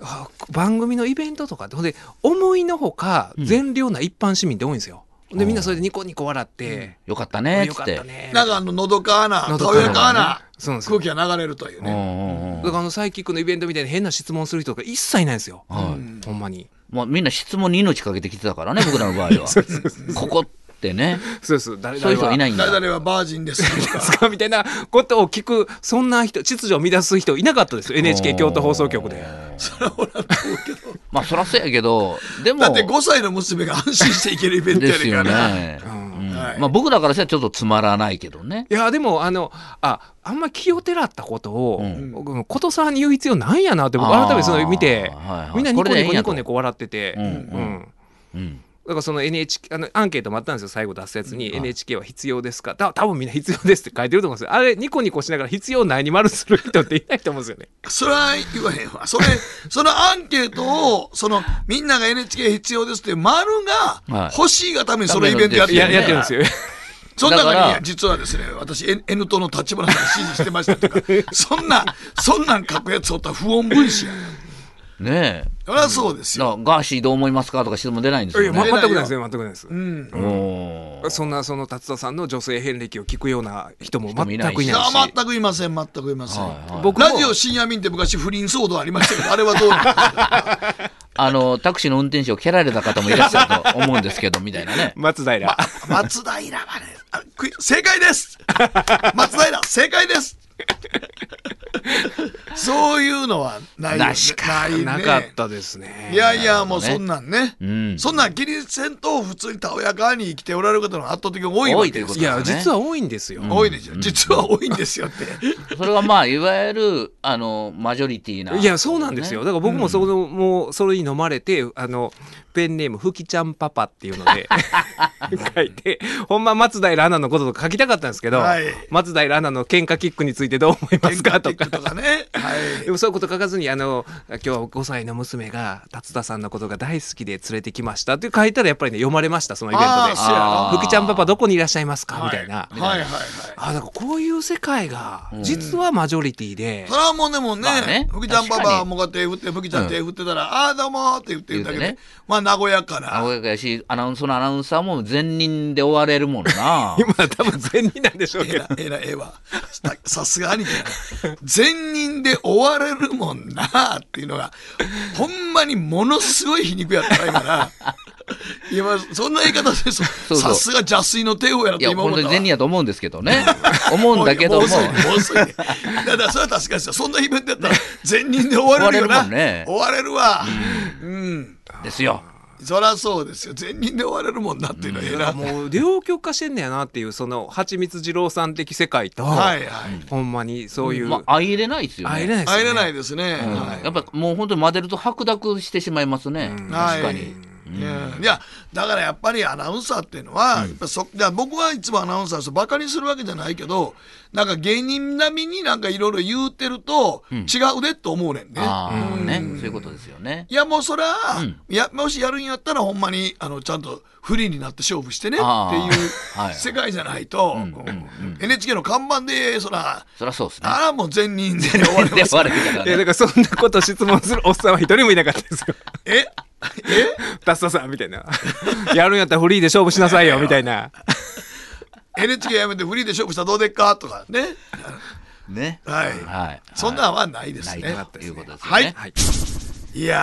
Speaker 3: あ番組のイベントとかってほんで思いのほか善良な一般市民って多いんですよ。でみんなそれでニコニコ笑って、
Speaker 5: よかった
Speaker 3: う
Speaker 5: ねっ
Speaker 3: よ
Speaker 5: つ
Speaker 3: か
Speaker 5: っ
Speaker 3: ってたね
Speaker 4: なんかあののどか穴
Speaker 3: のどか
Speaker 4: たお
Speaker 3: な
Speaker 4: やか穴
Speaker 3: そうなんですよ
Speaker 4: 空気が流れるという
Speaker 5: うんう
Speaker 4: ね、
Speaker 5: んう
Speaker 3: だ
Speaker 5: ん
Speaker 3: からあのサイキックのイベントみたいに変な質問する人が一切いないんですよ、
Speaker 5: はい
Speaker 3: ほんまに。
Speaker 5: まあ、みんな質問に命かけてきて
Speaker 3: (laughs)
Speaker 5: たからね僕らの場合はここってね
Speaker 3: (laughs) そうです誰
Speaker 5: そういう
Speaker 3: 々
Speaker 5: 人はい
Speaker 3: は
Speaker 5: ないんだ
Speaker 4: 誰々はバージンです
Speaker 3: で
Speaker 4: と
Speaker 3: す
Speaker 4: か
Speaker 3: かみたいなことを聞くそんな人秩序を乱す人いなかったですよ NHK 京都放送局で。
Speaker 5: まあそらそうやけどでも
Speaker 4: だって5歳の娘が安心していけるイベント
Speaker 5: で
Speaker 4: やね
Speaker 5: す
Speaker 4: んか
Speaker 5: よ
Speaker 4: ら、
Speaker 5: ね、
Speaker 3: うん
Speaker 5: うん
Speaker 4: はい
Speaker 5: まあ、僕らからしたらちょっとつまらないけどね
Speaker 3: いやでもあのああんま気をてらったことを、
Speaker 5: うん
Speaker 3: 僕ことさんに言う必要ないんやなって僕改めてそれ見て、
Speaker 5: あーはいはい
Speaker 3: みんなニコ
Speaker 5: これでえ
Speaker 3: ニコニ
Speaker 5: えんやと
Speaker 3: コニコ笑ってて、
Speaker 5: うんうん
Speaker 3: うん
Speaker 5: うん
Speaker 3: だからその NHK あのアンケートもあったんですよ最後出すやつに「NHK は必要ですか?」た多分みんな必要ですって書いてると思うんですよあれニコニコしながら必要ないに丸する人っていないと思うんですよね。
Speaker 4: それは言わへんわそれ (laughs) そのアンケートをそのみんなが NHK 必要ですって丸が欲しいがためにそのイベントやって
Speaker 3: い
Speaker 4: る
Speaker 3: や
Speaker 5: ね
Speaker 3: やってるんですよ。
Speaker 4: その中
Speaker 5: だか
Speaker 4: に
Speaker 5: ら
Speaker 4: ね実はですね私 N- N 党の立花さん支持してました
Speaker 3: (laughs)
Speaker 4: とかそんなそんなん書くやつおったら不穏分子や
Speaker 5: ねえ
Speaker 4: そりゃそうです
Speaker 5: だ
Speaker 4: よ、
Speaker 5: からガーシーどう思いますかとか質問出ないんです
Speaker 3: いや
Speaker 5: よ
Speaker 3: ま
Speaker 5: ね
Speaker 3: 全くないですよ全くないです。
Speaker 4: うん、
Speaker 5: うん
Speaker 3: そんなその達田さんの女性遍歴を聞くような人も全
Speaker 5: 人も
Speaker 3: く
Speaker 5: い
Speaker 3: い
Speaker 5: な
Speaker 3: ないい
Speaker 5: し
Speaker 4: い
Speaker 3: し
Speaker 4: や。全くいません全くいません、
Speaker 5: はいはい
Speaker 3: 僕も
Speaker 4: ラジオ深夜便って昔不倫騒動ありましたけどあれはどうなんですか
Speaker 5: あのタクシーの運転手を蹴られた方もいらっしゃると思うんですけどみたいなね
Speaker 3: 松平、
Speaker 4: 松平はねあくい正解です松平正解ですそういうのはないよね
Speaker 5: なしか
Speaker 4: いね
Speaker 3: なかったですね。
Speaker 4: いやいやもうそんなんね
Speaker 5: ん
Speaker 4: そんなん気にせんと普通にたおやかに生きておられる方の圧倒的に多いわけです
Speaker 5: 多
Speaker 3: いや
Speaker 5: そうですね
Speaker 3: 実は多いんですよ。
Speaker 4: 多いですよ、実は多いんですよって
Speaker 5: それがまあいわゆるあのマジョリティない
Speaker 3: いやそうなんですよ、だから僕もその、もうそれに飲まれてあのペンネーム「ふきちゃんパパ」っていうの
Speaker 4: (laughs)
Speaker 3: で書いてほんま松平アナのこととか書きたかったんですけど、
Speaker 4: はい
Speaker 3: 松平アナの喧嘩キックについてどう思いま
Speaker 4: 喧
Speaker 3: す
Speaker 4: 嘩
Speaker 3: か
Speaker 4: テ
Speaker 3: と
Speaker 4: ィック
Speaker 3: か。
Speaker 4: とかねはい
Speaker 3: でもそういうこと書かずにあの今日は5歳の娘が達田さんのことが大好きで連れてきましたって書いたらやっぱりね読まれましたそのイベント
Speaker 4: あ
Speaker 3: で
Speaker 4: あそうや
Speaker 5: あ
Speaker 4: な
Speaker 3: 「
Speaker 5: ー
Speaker 3: ふきちゃんパパどこにいらっしゃいますか?」みたいな、
Speaker 4: はいはいはいはい
Speaker 3: あだからこういう世界が実はマジョリティで
Speaker 4: そ、れはもうでもね,、
Speaker 5: まあね
Speaker 4: ふきちゃんパ
Speaker 5: 確か
Speaker 4: パ
Speaker 5: に
Speaker 4: もが手振ってふきちゃん手振ってたら「ああどうも」って言ってるだけで、
Speaker 5: 言うてね
Speaker 4: まあ和やかな
Speaker 5: 青やしアナウンそのアナウンサーも善人で追われるもん
Speaker 4: (laughs)
Speaker 5: な
Speaker 3: 今多分全人なんでしょう
Speaker 4: え
Speaker 3: けど
Speaker 4: ら。えらええわささすが兄貴やな善人で追われるもんなっていうのがほんまにものすごい皮肉やったな今な今そんな言い方でそ
Speaker 5: そう
Speaker 4: さすが邪水の帝王やなっ
Speaker 5: い
Speaker 4: て
Speaker 5: や
Speaker 4: 今思
Speaker 5: 本
Speaker 4: った
Speaker 5: 当に
Speaker 4: わ
Speaker 5: 善人やと思うんですけどね思うんだけど
Speaker 4: (laughs) もう
Speaker 5: も
Speaker 4: 遅いもう遅いだからそれは確かですよそんなイベントやったら善人で追われるよな
Speaker 5: 追われるもんね
Speaker 4: 追われるわうん、
Speaker 5: ですよ
Speaker 4: そりゃそうですよ善人で追われるもんなっていうのはええな、
Speaker 3: もう両極化してんねやなっていうその蜂蜜二郎さん的世界と、
Speaker 4: はいはい、
Speaker 3: ほんまにそういう、
Speaker 5: まあ相入れないですよね
Speaker 3: あれないですよ
Speaker 4: 入
Speaker 3: ね
Speaker 4: れないですね、
Speaker 5: うん
Speaker 4: はい
Speaker 5: やっぱもう本当に混ぜると白濁してしまいますね、確かに、
Speaker 4: はい、いやだからやっぱりアナウンサーっていうのは、やっぱそいや僕はいつもアナウンサーですバカにするわけじゃないけどなんか芸人並みになんかいろいろ言うてると、違うでと思うねんね。
Speaker 5: ああね、そういうことですよね
Speaker 4: いやもうそれは、いやもしやるんやったらほんまにあのちゃんと不利になって勝負してねって
Speaker 5: あー
Speaker 4: い
Speaker 5: は
Speaker 4: う
Speaker 5: い
Speaker 4: 世界じゃないと、うん NHK の看板でそら
Speaker 5: そりゃそうですね
Speaker 4: あらもう全人 (laughs) で終わり
Speaker 5: で
Speaker 4: ます
Speaker 5: 終わるみたいな
Speaker 3: や
Speaker 5: いね
Speaker 3: だからそんなこと質問するおっさんは一人もいなかったですよ (laughs)
Speaker 4: ええ
Speaker 3: 達田さんみたいな (laughs) やるんやったらフリーで勝負しなさいよみたいな
Speaker 4: NHK やめてフリーで勝負したらどうでっかとかね
Speaker 5: ね
Speaker 4: はい
Speaker 5: はい
Speaker 4: そんなんはないです
Speaker 5: ない
Speaker 4: ね。
Speaker 5: ということですよ
Speaker 4: はい
Speaker 5: ね、
Speaker 3: はい
Speaker 4: いや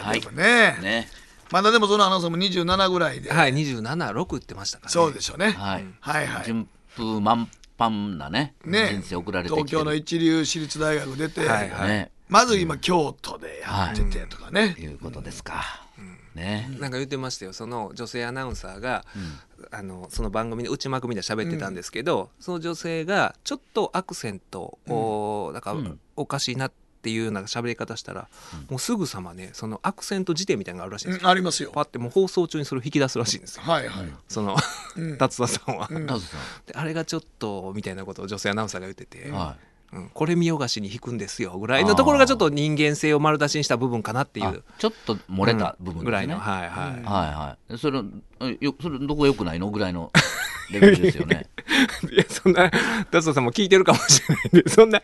Speaker 4: ー、
Speaker 5: はい
Speaker 4: でもね
Speaker 5: ね
Speaker 4: まだでもそのアナウンサーも27ぐらいで、
Speaker 3: はい、276言ってましたから、ね、
Speaker 4: そうでしょうね、
Speaker 5: はい
Speaker 4: はいはい
Speaker 5: 順風満帆なね
Speaker 4: ね
Speaker 5: 人生送られてきて
Speaker 4: 東京の一流私立大学出て、
Speaker 3: はいはい
Speaker 5: ね
Speaker 4: まず今京都でやっててとかね、
Speaker 5: いうことですか、ね
Speaker 3: なんか言ってましたよその女性アナウンサーが、あのその番組で内幕みたいな喋ってたんですけど、その女性がちょっとアクセントを、なんか
Speaker 5: ん
Speaker 3: おかしいなっていうような喋り方したら、もうすぐさまねそのアクセント辞典みたいなのがあるらしいんです
Speaker 4: うん
Speaker 3: よ、
Speaker 4: ありますよ
Speaker 3: パッてもう放送中にそれを引き出すらしいんですよ
Speaker 4: はいはい、
Speaker 3: その、
Speaker 4: うん
Speaker 3: 達田さんは、
Speaker 5: なぜさ
Speaker 3: であれがちょっとみたいなことを女性アナウンサーが言ってて、
Speaker 5: は
Speaker 3: うん、これ見よがしに引くんですよぐらいのところがちょっと人間性を丸出しにした部分かなって
Speaker 5: い
Speaker 3: い
Speaker 5: あ
Speaker 3: う
Speaker 5: ちょっと漏れた部分ですね
Speaker 3: ぐらいのはいはい、
Speaker 5: はいはいそれえよそれどこが良くないのぐらいのレベルですよ
Speaker 3: (laughs)
Speaker 5: ね
Speaker 3: いやそんな達田さんも聞いてるかもしれないんでそんな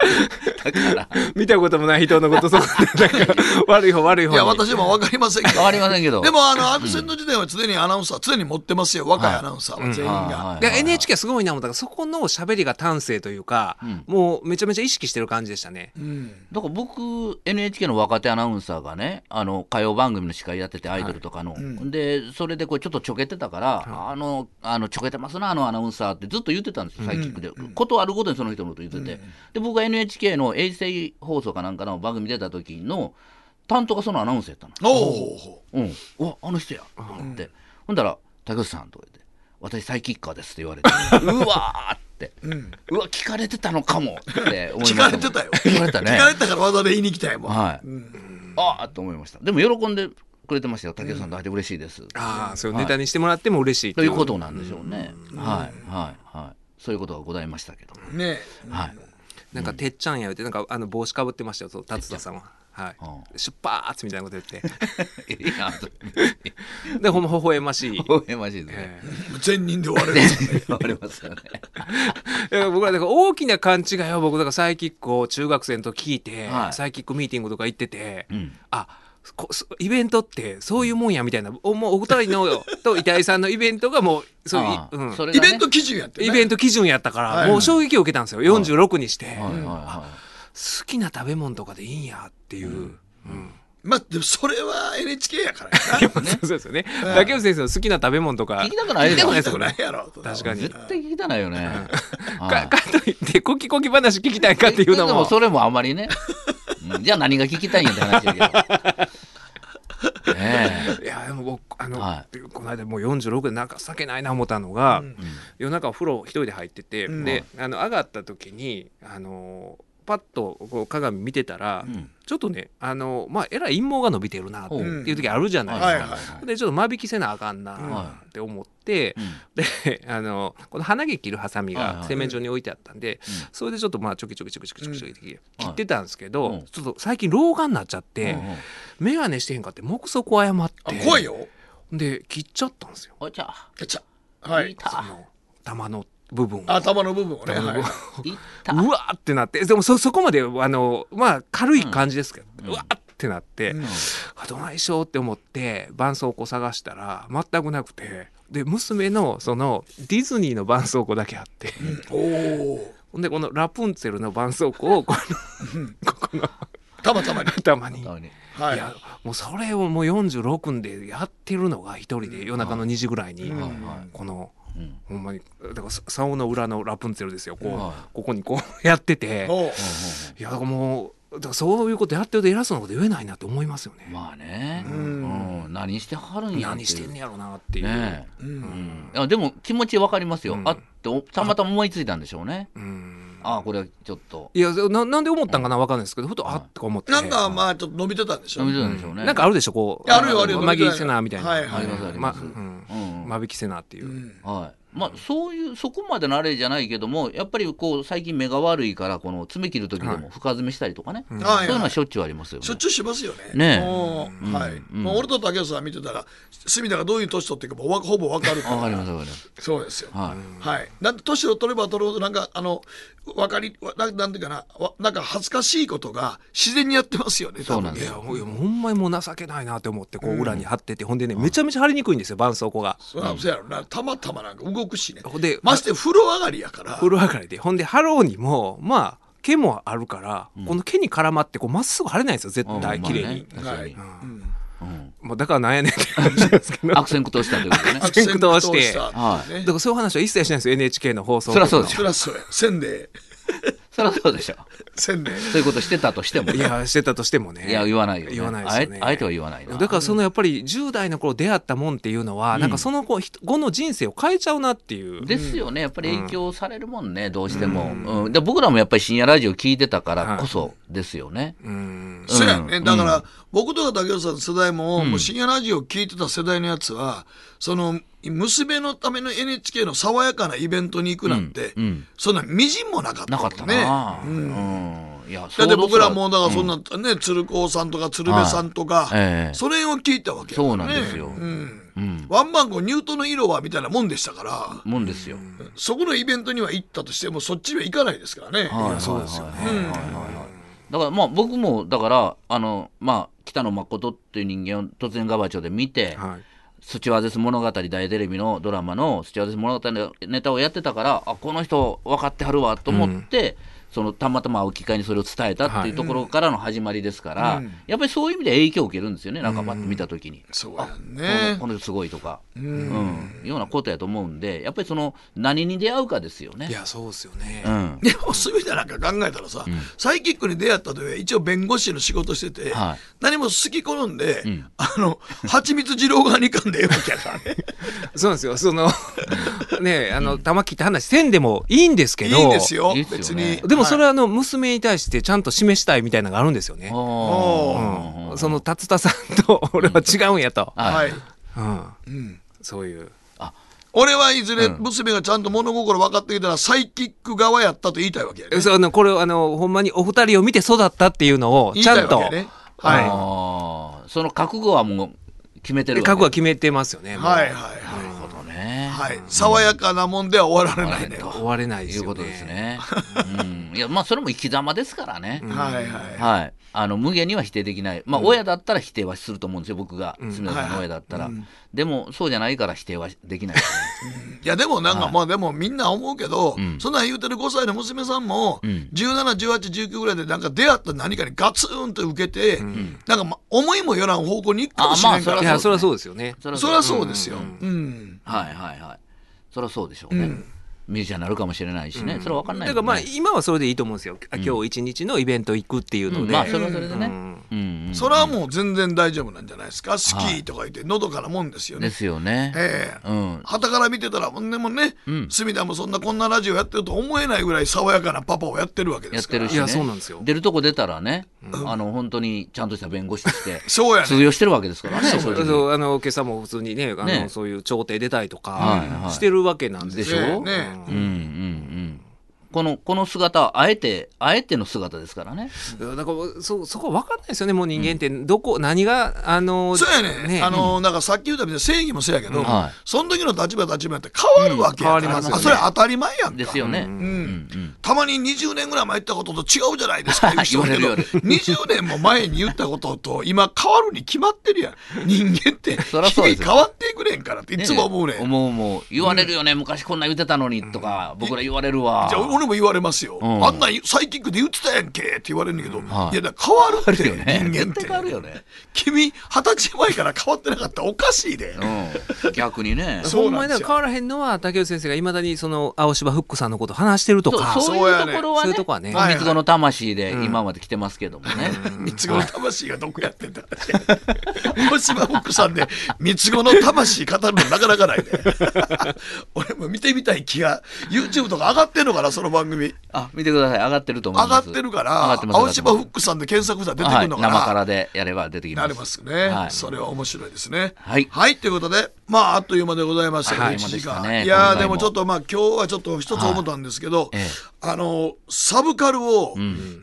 Speaker 5: だから
Speaker 3: 見たこともない人のことそんななん
Speaker 5: (laughs)
Speaker 3: か悪い方悪い方
Speaker 4: い
Speaker 3: に
Speaker 4: や私も分かりませんけ
Speaker 5: 変
Speaker 4: ど
Speaker 5: わりませんけど
Speaker 4: でもあのアクセント時代は常にアナウンサー常に持ってますよ若いアナウンサーは全員
Speaker 5: はいはい
Speaker 4: が。
Speaker 5: はい
Speaker 3: いや NHK すごいな思ったからそこの喋りが端正というか、
Speaker 5: うん
Speaker 3: もうめちゃめちゃ意識してる感じでしたね
Speaker 4: うん
Speaker 5: だから僕 NHK の若手アナウンサーがねあの歌謡番組の司会やっててアイドルとかの、
Speaker 4: ん
Speaker 5: でそれでこうちょっとちょけてたから、あのあのちょけてますなあのアナウンサーってずっと言ってたんですよサイキックで、ことあるごとにその人のこと言ってて、で僕が NHK の衛星放送かなんかの番組出た時の担当がそのアナウンサーやったの。
Speaker 4: おお
Speaker 5: うん、うわあの人やと思って、ほんだら「竹内さん」とか言って「私サイキッカーです」って言われて「うわ!」って、うわ聞かれてたのかも」って思
Speaker 4: (laughs)
Speaker 5: い
Speaker 4: 聞
Speaker 5: ま
Speaker 4: かれ
Speaker 5: したもん
Speaker 4: てたよ
Speaker 5: 聞かれたね
Speaker 4: (laughs) 聞かれたからわざわざ言いに来たよもう
Speaker 5: はい、ああと思いましたでも喜んでくれてましたよ竹内さんと会えて嬉しいです、
Speaker 3: ああそういうネタにしてもらっても嬉しいって
Speaker 5: と
Speaker 3: い
Speaker 5: いううことなんでしょうね、はいはいはいそういうことがございましたけど、
Speaker 4: ね
Speaker 5: はい
Speaker 3: なんかてっちゃんや言ってなんかあの帽子かぶってましたよそう達田さんは。はい
Speaker 5: あ、
Speaker 3: 出発みたいなこと言って
Speaker 5: いや
Speaker 3: でほんま微笑ま
Speaker 5: (laughs)
Speaker 3: しい
Speaker 5: 応援ましいですね、
Speaker 3: え
Speaker 4: 全人で終われる
Speaker 5: (laughs) 言われますよね
Speaker 3: えいや僕らだから大きな勘違いは僕だからサイキックを中学生の時聞いて、
Speaker 5: はい
Speaker 3: サイキックミーティングとか行ってて、
Speaker 5: ん
Speaker 3: あこそイベントってそういうもんやみたいなおもうお二人のと遺体さんのイベントがもうそうい
Speaker 5: ああ
Speaker 3: うん
Speaker 5: それ
Speaker 4: イ
Speaker 5: がね
Speaker 4: ベント基準やってね
Speaker 3: イベント基準やったから、
Speaker 4: はい
Speaker 3: もう衝撃を受けたんですよ46にして、
Speaker 5: はいはい
Speaker 3: 好
Speaker 5: は
Speaker 3: きな食べ物とかでいいんやっていう。
Speaker 4: まあでもそれは NHK やからやな
Speaker 3: (laughs) そうですよね。竹内先生の好きな食べ物とか。
Speaker 5: 聞きたくないでしょ
Speaker 3: 聞きた
Speaker 4: そ
Speaker 3: く
Speaker 4: う
Speaker 3: な
Speaker 4: ないんやろ
Speaker 3: 確か
Speaker 5: い
Speaker 3: に
Speaker 5: 絶対聞きたないよね、はい
Speaker 3: か (laughs) かといってコキコキ話聞きたいかっていうの
Speaker 5: で
Speaker 3: も
Speaker 5: それもあんま
Speaker 3: (laughs)
Speaker 5: りね、うんじゃあ何が聞きたいんやって話やけどね
Speaker 3: いやでも僕あの、
Speaker 5: は
Speaker 3: この間もう46でなんか情けないな思ったのが、夜中お風呂一人で入ってて、
Speaker 4: うん
Speaker 3: であの上がった時にあのパッとこう鏡見てたら、
Speaker 5: うん
Speaker 3: ちょっとねあのまあえらい陰毛が伸びてるなっていう時あるじゃ
Speaker 5: え
Speaker 3: ないですか。
Speaker 4: はいはい
Speaker 3: でちょっと間引きせなあかんな
Speaker 5: は
Speaker 3: って思って、 (laughs) であのこの鼻毛切るハサミ
Speaker 5: はいは
Speaker 3: が
Speaker 5: い
Speaker 3: 洗面所に置いてあったんで、
Speaker 5: うん
Speaker 3: それでちょっとまあちょきちょきちょきちょきちょきちょき切ってたんですけど、
Speaker 5: うん
Speaker 3: ちょっと最近老眼になっちゃって、
Speaker 5: うんうん
Speaker 3: 眼鏡してへんかって目測を誤っ
Speaker 4: あ
Speaker 3: て
Speaker 4: 怖いよ
Speaker 3: で切っちゃったんですよ
Speaker 5: おちゃ
Speaker 4: ちゃはいい
Speaker 5: た
Speaker 3: その玉の部分を。
Speaker 4: 頭の部分をねはい
Speaker 5: いた
Speaker 3: うわーってなってでもそそこまであのまあ軽い感じですけど、うわーってなって、あどないしようって思って絆創膏探したら全くなくてで娘のそのディズニーの絆創膏だけあって、
Speaker 4: おお
Speaker 3: ほんでこのラプンツェルの絆創膏をこのここの
Speaker 4: たまたまに
Speaker 3: 頭に。
Speaker 5: 本当に
Speaker 4: はい
Speaker 3: いやもうそれをもう46でやってるのが一人で夜中の2時ぐらいに、この、
Speaker 5: ん
Speaker 3: ほんまにだからさ竿の裏のラプンツェルですよこう、
Speaker 5: は
Speaker 3: ここにこうやってて
Speaker 4: おう
Speaker 3: いやだからもうだからそういうことやってると偉そうなこと言えないなって思いますよね、
Speaker 5: まあね、うんん何してはるんや
Speaker 3: 何してんね
Speaker 5: ね
Speaker 3: やろなっていう、
Speaker 5: ねえ
Speaker 4: うん
Speaker 5: いやでも気持ちわかりますよ、
Speaker 3: うん
Speaker 5: あっておたまたま思いついたんでしょうね
Speaker 3: うん
Speaker 5: ああこれはちょっと
Speaker 3: いやそうななんで思ったんかな分かんないですけどふとあっとか思って
Speaker 4: なんかまあちょっと伸びてたんでしょ
Speaker 5: 飲みてたんでしょうね
Speaker 3: なんかあるでしょこう
Speaker 4: いやあるよあるよ
Speaker 3: 紛れせなみたいな、
Speaker 4: はいはい
Speaker 5: ありますあります
Speaker 3: うん
Speaker 5: うんうん
Speaker 3: 間引きせなっていう、
Speaker 5: はいまあ、そういうそこまでのあれじゃないけどもやっぱりこう最近目が悪いからこの爪切る時でも深爪したりとかね、
Speaker 4: ん
Speaker 5: そういうのはしょっちゅうありますよね。
Speaker 4: しょっちゅうしますよね。
Speaker 5: ねえ
Speaker 4: もうはい。もう俺と竹内さん見てたら、隅田がどういう年取っていくかもうわほぼわかるから
Speaker 5: わかりますわかります。
Speaker 4: そうですよ。
Speaker 5: はい
Speaker 4: はい。なんで年を取れば取るほどなんかあのわかりわななんていうかなわなんか恥ずかしいことが自然にやってますよね。多分
Speaker 5: そうなん
Speaker 3: い
Speaker 5: で
Speaker 4: ね
Speaker 5: す
Speaker 3: やもういやもうほんまにもう情けないなって思ってこう裏に貼ってて、ほんでねめちゃめちゃ貼りにくいんですよ絆創膏が。
Speaker 4: そらそうやろな。たまたまなんか動くしね。
Speaker 3: で
Speaker 4: まして風呂上がりやから。
Speaker 3: 風呂上がりでほんで貼ろうにもまあ毛もあるから、この毛に絡まってこうまっすぐ貼れないんですよ絶
Speaker 5: うん
Speaker 3: 対
Speaker 5: まあ
Speaker 3: 綺麗
Speaker 5: ね
Speaker 3: に。
Speaker 5: 確かに
Speaker 4: はい。うん
Speaker 5: うん
Speaker 3: まあ、だからなんやねんって感じですけど。だ
Speaker 5: 悪戦苦闘したということでね
Speaker 4: 悪
Speaker 3: 先駆動して
Speaker 4: 先駆動したっていうね
Speaker 3: からそういう話は一切しないんですよ NHK の放送
Speaker 5: そりゃそうでし
Speaker 4: そりゃそうやせんで
Speaker 5: そりゃそうでしょ
Speaker 4: せんで
Speaker 5: そういうことしてたとしても
Speaker 3: いやしてたとしてもね
Speaker 5: いや言わないよね
Speaker 3: 言わないですよね
Speaker 5: あえあえては言わないな
Speaker 3: だからそのやっぱり10代の頃出会ったもんっていうのは、なんかその子ひ後の人生を変えちゃうなっていう
Speaker 5: ですよね、やっぱり影響されるもんね、どうしても、うんで。僕らもやっぱり深夜ラジオ聞いてたからこそですよね。
Speaker 3: うん
Speaker 4: そうやね、だから、僕とか竹内さんの世代も,、もう深夜ラジオ聞いてた世代のやつはその娘のための NHK の爽やかなイベントに行くなんて、
Speaker 5: うんうん
Speaker 4: そんなみじんもなかった
Speaker 5: なか
Speaker 4: もん
Speaker 5: った
Speaker 4: ね
Speaker 5: な、うんいや
Speaker 4: だって僕らもだから
Speaker 5: う
Speaker 4: そんなね、鶴光さんとか鶴瓶さんとか、
Speaker 5: はいええ
Speaker 4: それを聞いたわけや
Speaker 5: そう
Speaker 4: か
Speaker 5: なん
Speaker 4: ら
Speaker 5: ですよ
Speaker 4: うん
Speaker 5: うん
Speaker 4: ワンマンゴニュートの色はみたいなもんでしたから
Speaker 5: もんですよ。
Speaker 4: そこのイベントには行ったとしてもそっちは行かないですからね、
Speaker 5: はいはい
Speaker 3: そうですよね
Speaker 5: はいはいはいだからまあ僕もだからあのまあ北野誠っていう人間を突然ガバチョで見て、
Speaker 3: はい
Speaker 5: スチュワーデス物語大テレビのドラマのスチュワーデス物語のネタをやってたからあこの人分かってはるわと思って、そのたまたま会う機会にそれを伝えたっていうところからの始まりですから、やっぱりそういう意味で影響を受けるんですよねなんかパッと見た時に。
Speaker 4: そうや
Speaker 5: この
Speaker 4: ね
Speaker 5: この人すごいとか、うん、ようなことやと思うんでやっぱりその何に出会うかですよね。
Speaker 3: いやそうですよね、
Speaker 5: うん
Speaker 4: でも全てなんか考えたらさ、サイキックに出会った時は一応弁護士の仕事してて、
Speaker 5: はい
Speaker 4: 何も好き好んで、あの蜂蜜二郎側に行かんでええわけやから
Speaker 5: (laughs)
Speaker 4: ね
Speaker 3: そうなんですよその (laughs) ねあの玉切った話せんでもいいんですけ
Speaker 4: い
Speaker 3: ど
Speaker 4: いんですよ
Speaker 5: いいっすよね
Speaker 4: 別に
Speaker 3: でもそれ
Speaker 4: は
Speaker 3: はあの娘に対してちゃんと示したいみたいなのがあるんですよね、
Speaker 5: あ
Speaker 3: う
Speaker 5: ー
Speaker 3: ん、その達田さんと俺は違うんやと、
Speaker 4: い、
Speaker 5: は
Speaker 4: はいい
Speaker 3: うん、
Speaker 4: うん
Speaker 3: そういう
Speaker 4: 俺はいずれ
Speaker 5: うん
Speaker 4: 娘がちゃんと物心分かってきたらサイキック側やったと言いたいわけやね
Speaker 3: そうあのこれをあのほんまにお二人を見て育ったっていうのを
Speaker 4: 言い
Speaker 3: ち
Speaker 4: た
Speaker 3: ゃ
Speaker 4: い
Speaker 3: ん
Speaker 4: わけ
Speaker 3: と、
Speaker 4: やね
Speaker 3: はい
Speaker 5: あーその覚悟はもう決めてるわけ
Speaker 3: 覚悟は決めてますよねもう
Speaker 4: はいはいはい
Speaker 5: なるほどね。
Speaker 4: はい、爽やかなもんでは終わられないね。
Speaker 5: と
Speaker 3: 終われないです
Speaker 5: い
Speaker 3: よね
Speaker 5: うことですね。うん、いやまあそれも生き様ですからね。
Speaker 4: はいは
Speaker 5: はい。あの無限には否定できない。まあ親だったら否定はすると思うんですよ。僕が住田さんの親だったら。でもそうじゃないから否定はできないですね。
Speaker 4: い。いやでもなんか、
Speaker 5: はい
Speaker 4: まあでもみんな思うけど、
Speaker 5: ん
Speaker 4: そんなん言うてる5歳の娘さんも、
Speaker 5: ん
Speaker 4: 17、18、19ぐらいでなんか出会った何かにガツンと受けて、なんかま思いもよらん方向に行くかもしれんか
Speaker 5: あ
Speaker 4: ら、
Speaker 3: い
Speaker 5: ま
Speaker 3: やそりゃそうですよね
Speaker 5: そ
Speaker 4: そりゃそうですよ。うん。
Speaker 5: はいはいはい。そりゃそうでしょうね。ミュージシャンになるかもしれないしね。それは分かんない
Speaker 3: だ
Speaker 5: もんね。
Speaker 3: からまあ今はそれでいいと思うんですよ、あ今日一日のイベント行くっていうので、
Speaker 5: うんまあそれはそれでね。
Speaker 3: うん
Speaker 5: うんうん
Speaker 4: それはもう全然大丈夫なんじゃないですか。好きとか言って、のどかなもんですよね。
Speaker 5: ですよね。
Speaker 4: ええ
Speaker 5: うん。
Speaker 4: はたから見てたら、ほんでもね、隅田もそんなこんなラジオやってると思えないぐらい爽やかなパパをやってるわけで
Speaker 5: やっ
Speaker 4: すか
Speaker 5: て
Speaker 4: ら。
Speaker 5: るし、ね、
Speaker 3: いやそうなんですよ
Speaker 5: 出るとこ出たらね、あの本当にちゃんとした弁護士として
Speaker 4: そうやね
Speaker 5: 通用してるわけですからね、
Speaker 3: そ
Speaker 5: 正
Speaker 3: う
Speaker 5: 直
Speaker 3: そうあの今朝も普通にねあの
Speaker 5: ね
Speaker 3: そういう調停出たりと
Speaker 5: はい
Speaker 3: か
Speaker 5: はい
Speaker 3: してるわけなんで
Speaker 5: ですし
Speaker 3: よ、
Speaker 5: ょ、
Speaker 4: ねえね
Speaker 5: うんうんうん、このこの姿はあえてあえての姿ですからね、
Speaker 3: だからそそこは分かんないですよねもう人間ってどこ、何があの
Speaker 4: そうやねあの、なんかさっき言ったみたいに正義もそうやけど、
Speaker 5: はい
Speaker 4: その時の立場立場やって変わるわけやから、
Speaker 3: うん変わりますよね
Speaker 4: あそれ当たり前やんか。
Speaker 5: ですよね、
Speaker 4: うん
Speaker 5: うん
Speaker 4: たまに20年ぐらい前言ったことと違うじゃない
Speaker 5: (laughs)
Speaker 4: ですか人
Speaker 5: 言われる
Speaker 4: けど20年も前に言ったことと今変わるに決まってるやん人間って日
Speaker 5: そらそう
Speaker 4: 々
Speaker 5: ですよ
Speaker 4: 変わっていくねんからってい
Speaker 5: ね
Speaker 4: つも思うねん、
Speaker 5: 思う思う言われるよね、昔こんなん言ってたのにとか、僕ら言われるわ
Speaker 4: じゃあ俺も言われますよ、
Speaker 5: ん
Speaker 4: あんなんサイキックで言ってたやんけって言われるんだけど、
Speaker 5: はい
Speaker 4: い、やだから変わるって
Speaker 5: よね
Speaker 4: 人間っ
Speaker 5: 絶対
Speaker 4: て
Speaker 5: 変わるよね、
Speaker 4: 君二十歳前から変わってなかったらおかしいで、
Speaker 5: うん、逆にね
Speaker 4: そ
Speaker 3: ほ
Speaker 4: うんな
Speaker 3: ま
Speaker 4: ん
Speaker 3: に
Speaker 4: で
Speaker 3: だ
Speaker 4: すよ
Speaker 3: から変わらへんのは竹内先生がいまだにその青柴フックさんのこと話してるとか
Speaker 5: そう
Speaker 3: そう
Speaker 5: そういうところは
Speaker 3: そう
Speaker 5: ね
Speaker 3: いうとこはね
Speaker 5: まあ三つ子の魂で今まで来てますけどもね、
Speaker 4: 三つ子の魂がどこやってんだって。大島フックさんで三つ子の魂語るのなかなかないね。俺も見てみたい気が、YouTube とか上がってんのかな、その番組。
Speaker 5: あ見てください上がってると思い
Speaker 4: 上
Speaker 5: ま
Speaker 4: が
Speaker 5: す
Speaker 4: ってるか
Speaker 5: 上が
Speaker 4: ら
Speaker 5: って、ます
Speaker 4: 青島フックさんで検索したら出てくるのかな。
Speaker 5: はい、生からでやれば出てきます
Speaker 4: なりますね、
Speaker 5: はい
Speaker 4: それは面白いですね。
Speaker 5: はい
Speaker 4: ということで、まあ、あっという間でございましたけど、
Speaker 5: はい
Speaker 4: 1時間。
Speaker 5: あっという間でしたね
Speaker 4: いや
Speaker 5: 今
Speaker 4: ー、
Speaker 5: 回も
Speaker 4: でもちょっと、まあ、今日はちょっと一つ思ったんですけど、
Speaker 5: ええ
Speaker 4: あの、サブカルを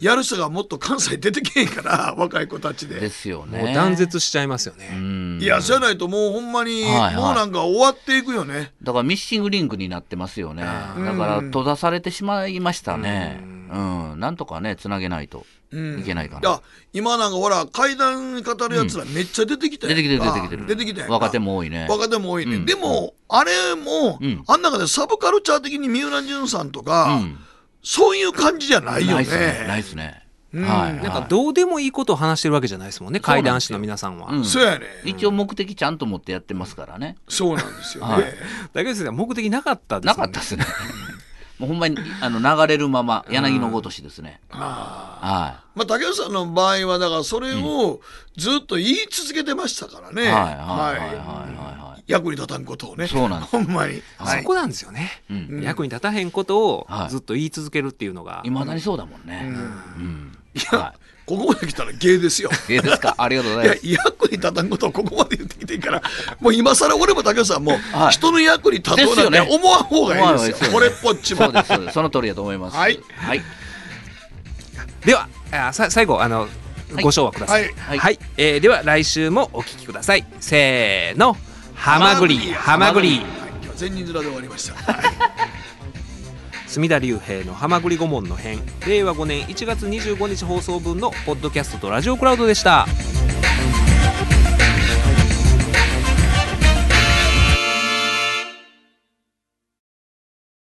Speaker 4: やる人がもっと関西出てけへんから、 (laughs) 若い子たち
Speaker 5: で
Speaker 4: で。
Speaker 5: すよね
Speaker 3: もう断絶しちゃいますよね、
Speaker 5: うん
Speaker 4: いや、じゃないともうほんまに、
Speaker 5: はいはい
Speaker 4: もうなんか終わっていくよね。
Speaker 5: だからミッシングリンクになってますよねだから閉ざされてしまいましたねうん、なんとかねつなげないといけないか
Speaker 4: だ
Speaker 5: な、
Speaker 4: から今なんかほら、階段語るやつらめっちゃ出てきた
Speaker 5: 出
Speaker 4: やん
Speaker 5: て
Speaker 4: か
Speaker 5: きてる出て
Speaker 4: 出てき
Speaker 5: きてる
Speaker 4: たやんか
Speaker 5: 若手も多いね
Speaker 4: 若手も多いね、
Speaker 5: うん
Speaker 4: でも、あれも、
Speaker 5: うん
Speaker 4: あん中でサブカルチャー的に三浦淳さんとか、
Speaker 5: うん
Speaker 4: そういう感じじゃないよ
Speaker 5: ない
Speaker 4: ね
Speaker 5: っすねないっすね
Speaker 4: う
Speaker 5: はい
Speaker 3: なんか
Speaker 5: はい
Speaker 3: どうでもいいことを話してるわけじゃないですもんね
Speaker 5: そう
Speaker 3: 怪
Speaker 5: なんですよ
Speaker 3: 談師の皆さんは。
Speaker 5: うん
Speaker 4: そうやね。
Speaker 5: 一応目的ちゃんと持ってやってますからね。
Speaker 4: そうなんですよね。
Speaker 5: はい
Speaker 3: だけどですね目的なかったです
Speaker 5: な
Speaker 3: もん
Speaker 5: か
Speaker 3: ね
Speaker 5: ったですね。 (laughs) もうほんまにあの流れるまま柳のごとしですね。は
Speaker 4: まあ、竹内さんの場合は、だからそれをずっと言い続けてましたからね。
Speaker 5: いはいはいはいはいはいはい。
Speaker 4: 役に立たんことをね。
Speaker 5: そうなんです
Speaker 4: ほんまに。
Speaker 3: そこなんですよね、
Speaker 5: うん
Speaker 3: 役に立たへんことを
Speaker 5: はい
Speaker 3: ずっと言い続けるっていうのが、
Speaker 5: いまだにそうだもんね。うん。は
Speaker 4: ここまで来たら芸ですよ。
Speaker 5: い。いいですか。ありがとうご
Speaker 4: い
Speaker 5: ざい
Speaker 4: や
Speaker 5: ます。
Speaker 4: 役に立たんことをここまで言ってきていいからもう今更俺も竹内さんも
Speaker 5: はい
Speaker 4: 人の役に立とうなん
Speaker 5: ですよ
Speaker 4: て
Speaker 5: ね
Speaker 4: 思わん方がいい
Speaker 5: 思わん方がいい
Speaker 4: で
Speaker 5: ですす
Speaker 4: よ。こ
Speaker 5: よね
Speaker 4: れっぽっち
Speaker 5: そ
Speaker 4: も
Speaker 5: う。ですそうです。その通りだと思います。
Speaker 4: はい
Speaker 5: はい。
Speaker 3: ではあさ最後あの、
Speaker 5: はい
Speaker 3: ご唱和ください
Speaker 4: はい
Speaker 3: は、
Speaker 5: はいい
Speaker 3: えーでは来週もお聞きくださいせーのハマグリハマグリ
Speaker 4: はい今日は善人面で終わりました。
Speaker 3: 隅田隆平の「ハマグリ顧問の編」令和5年1月25日放送分のポッドキャストとラジオクラウドでした。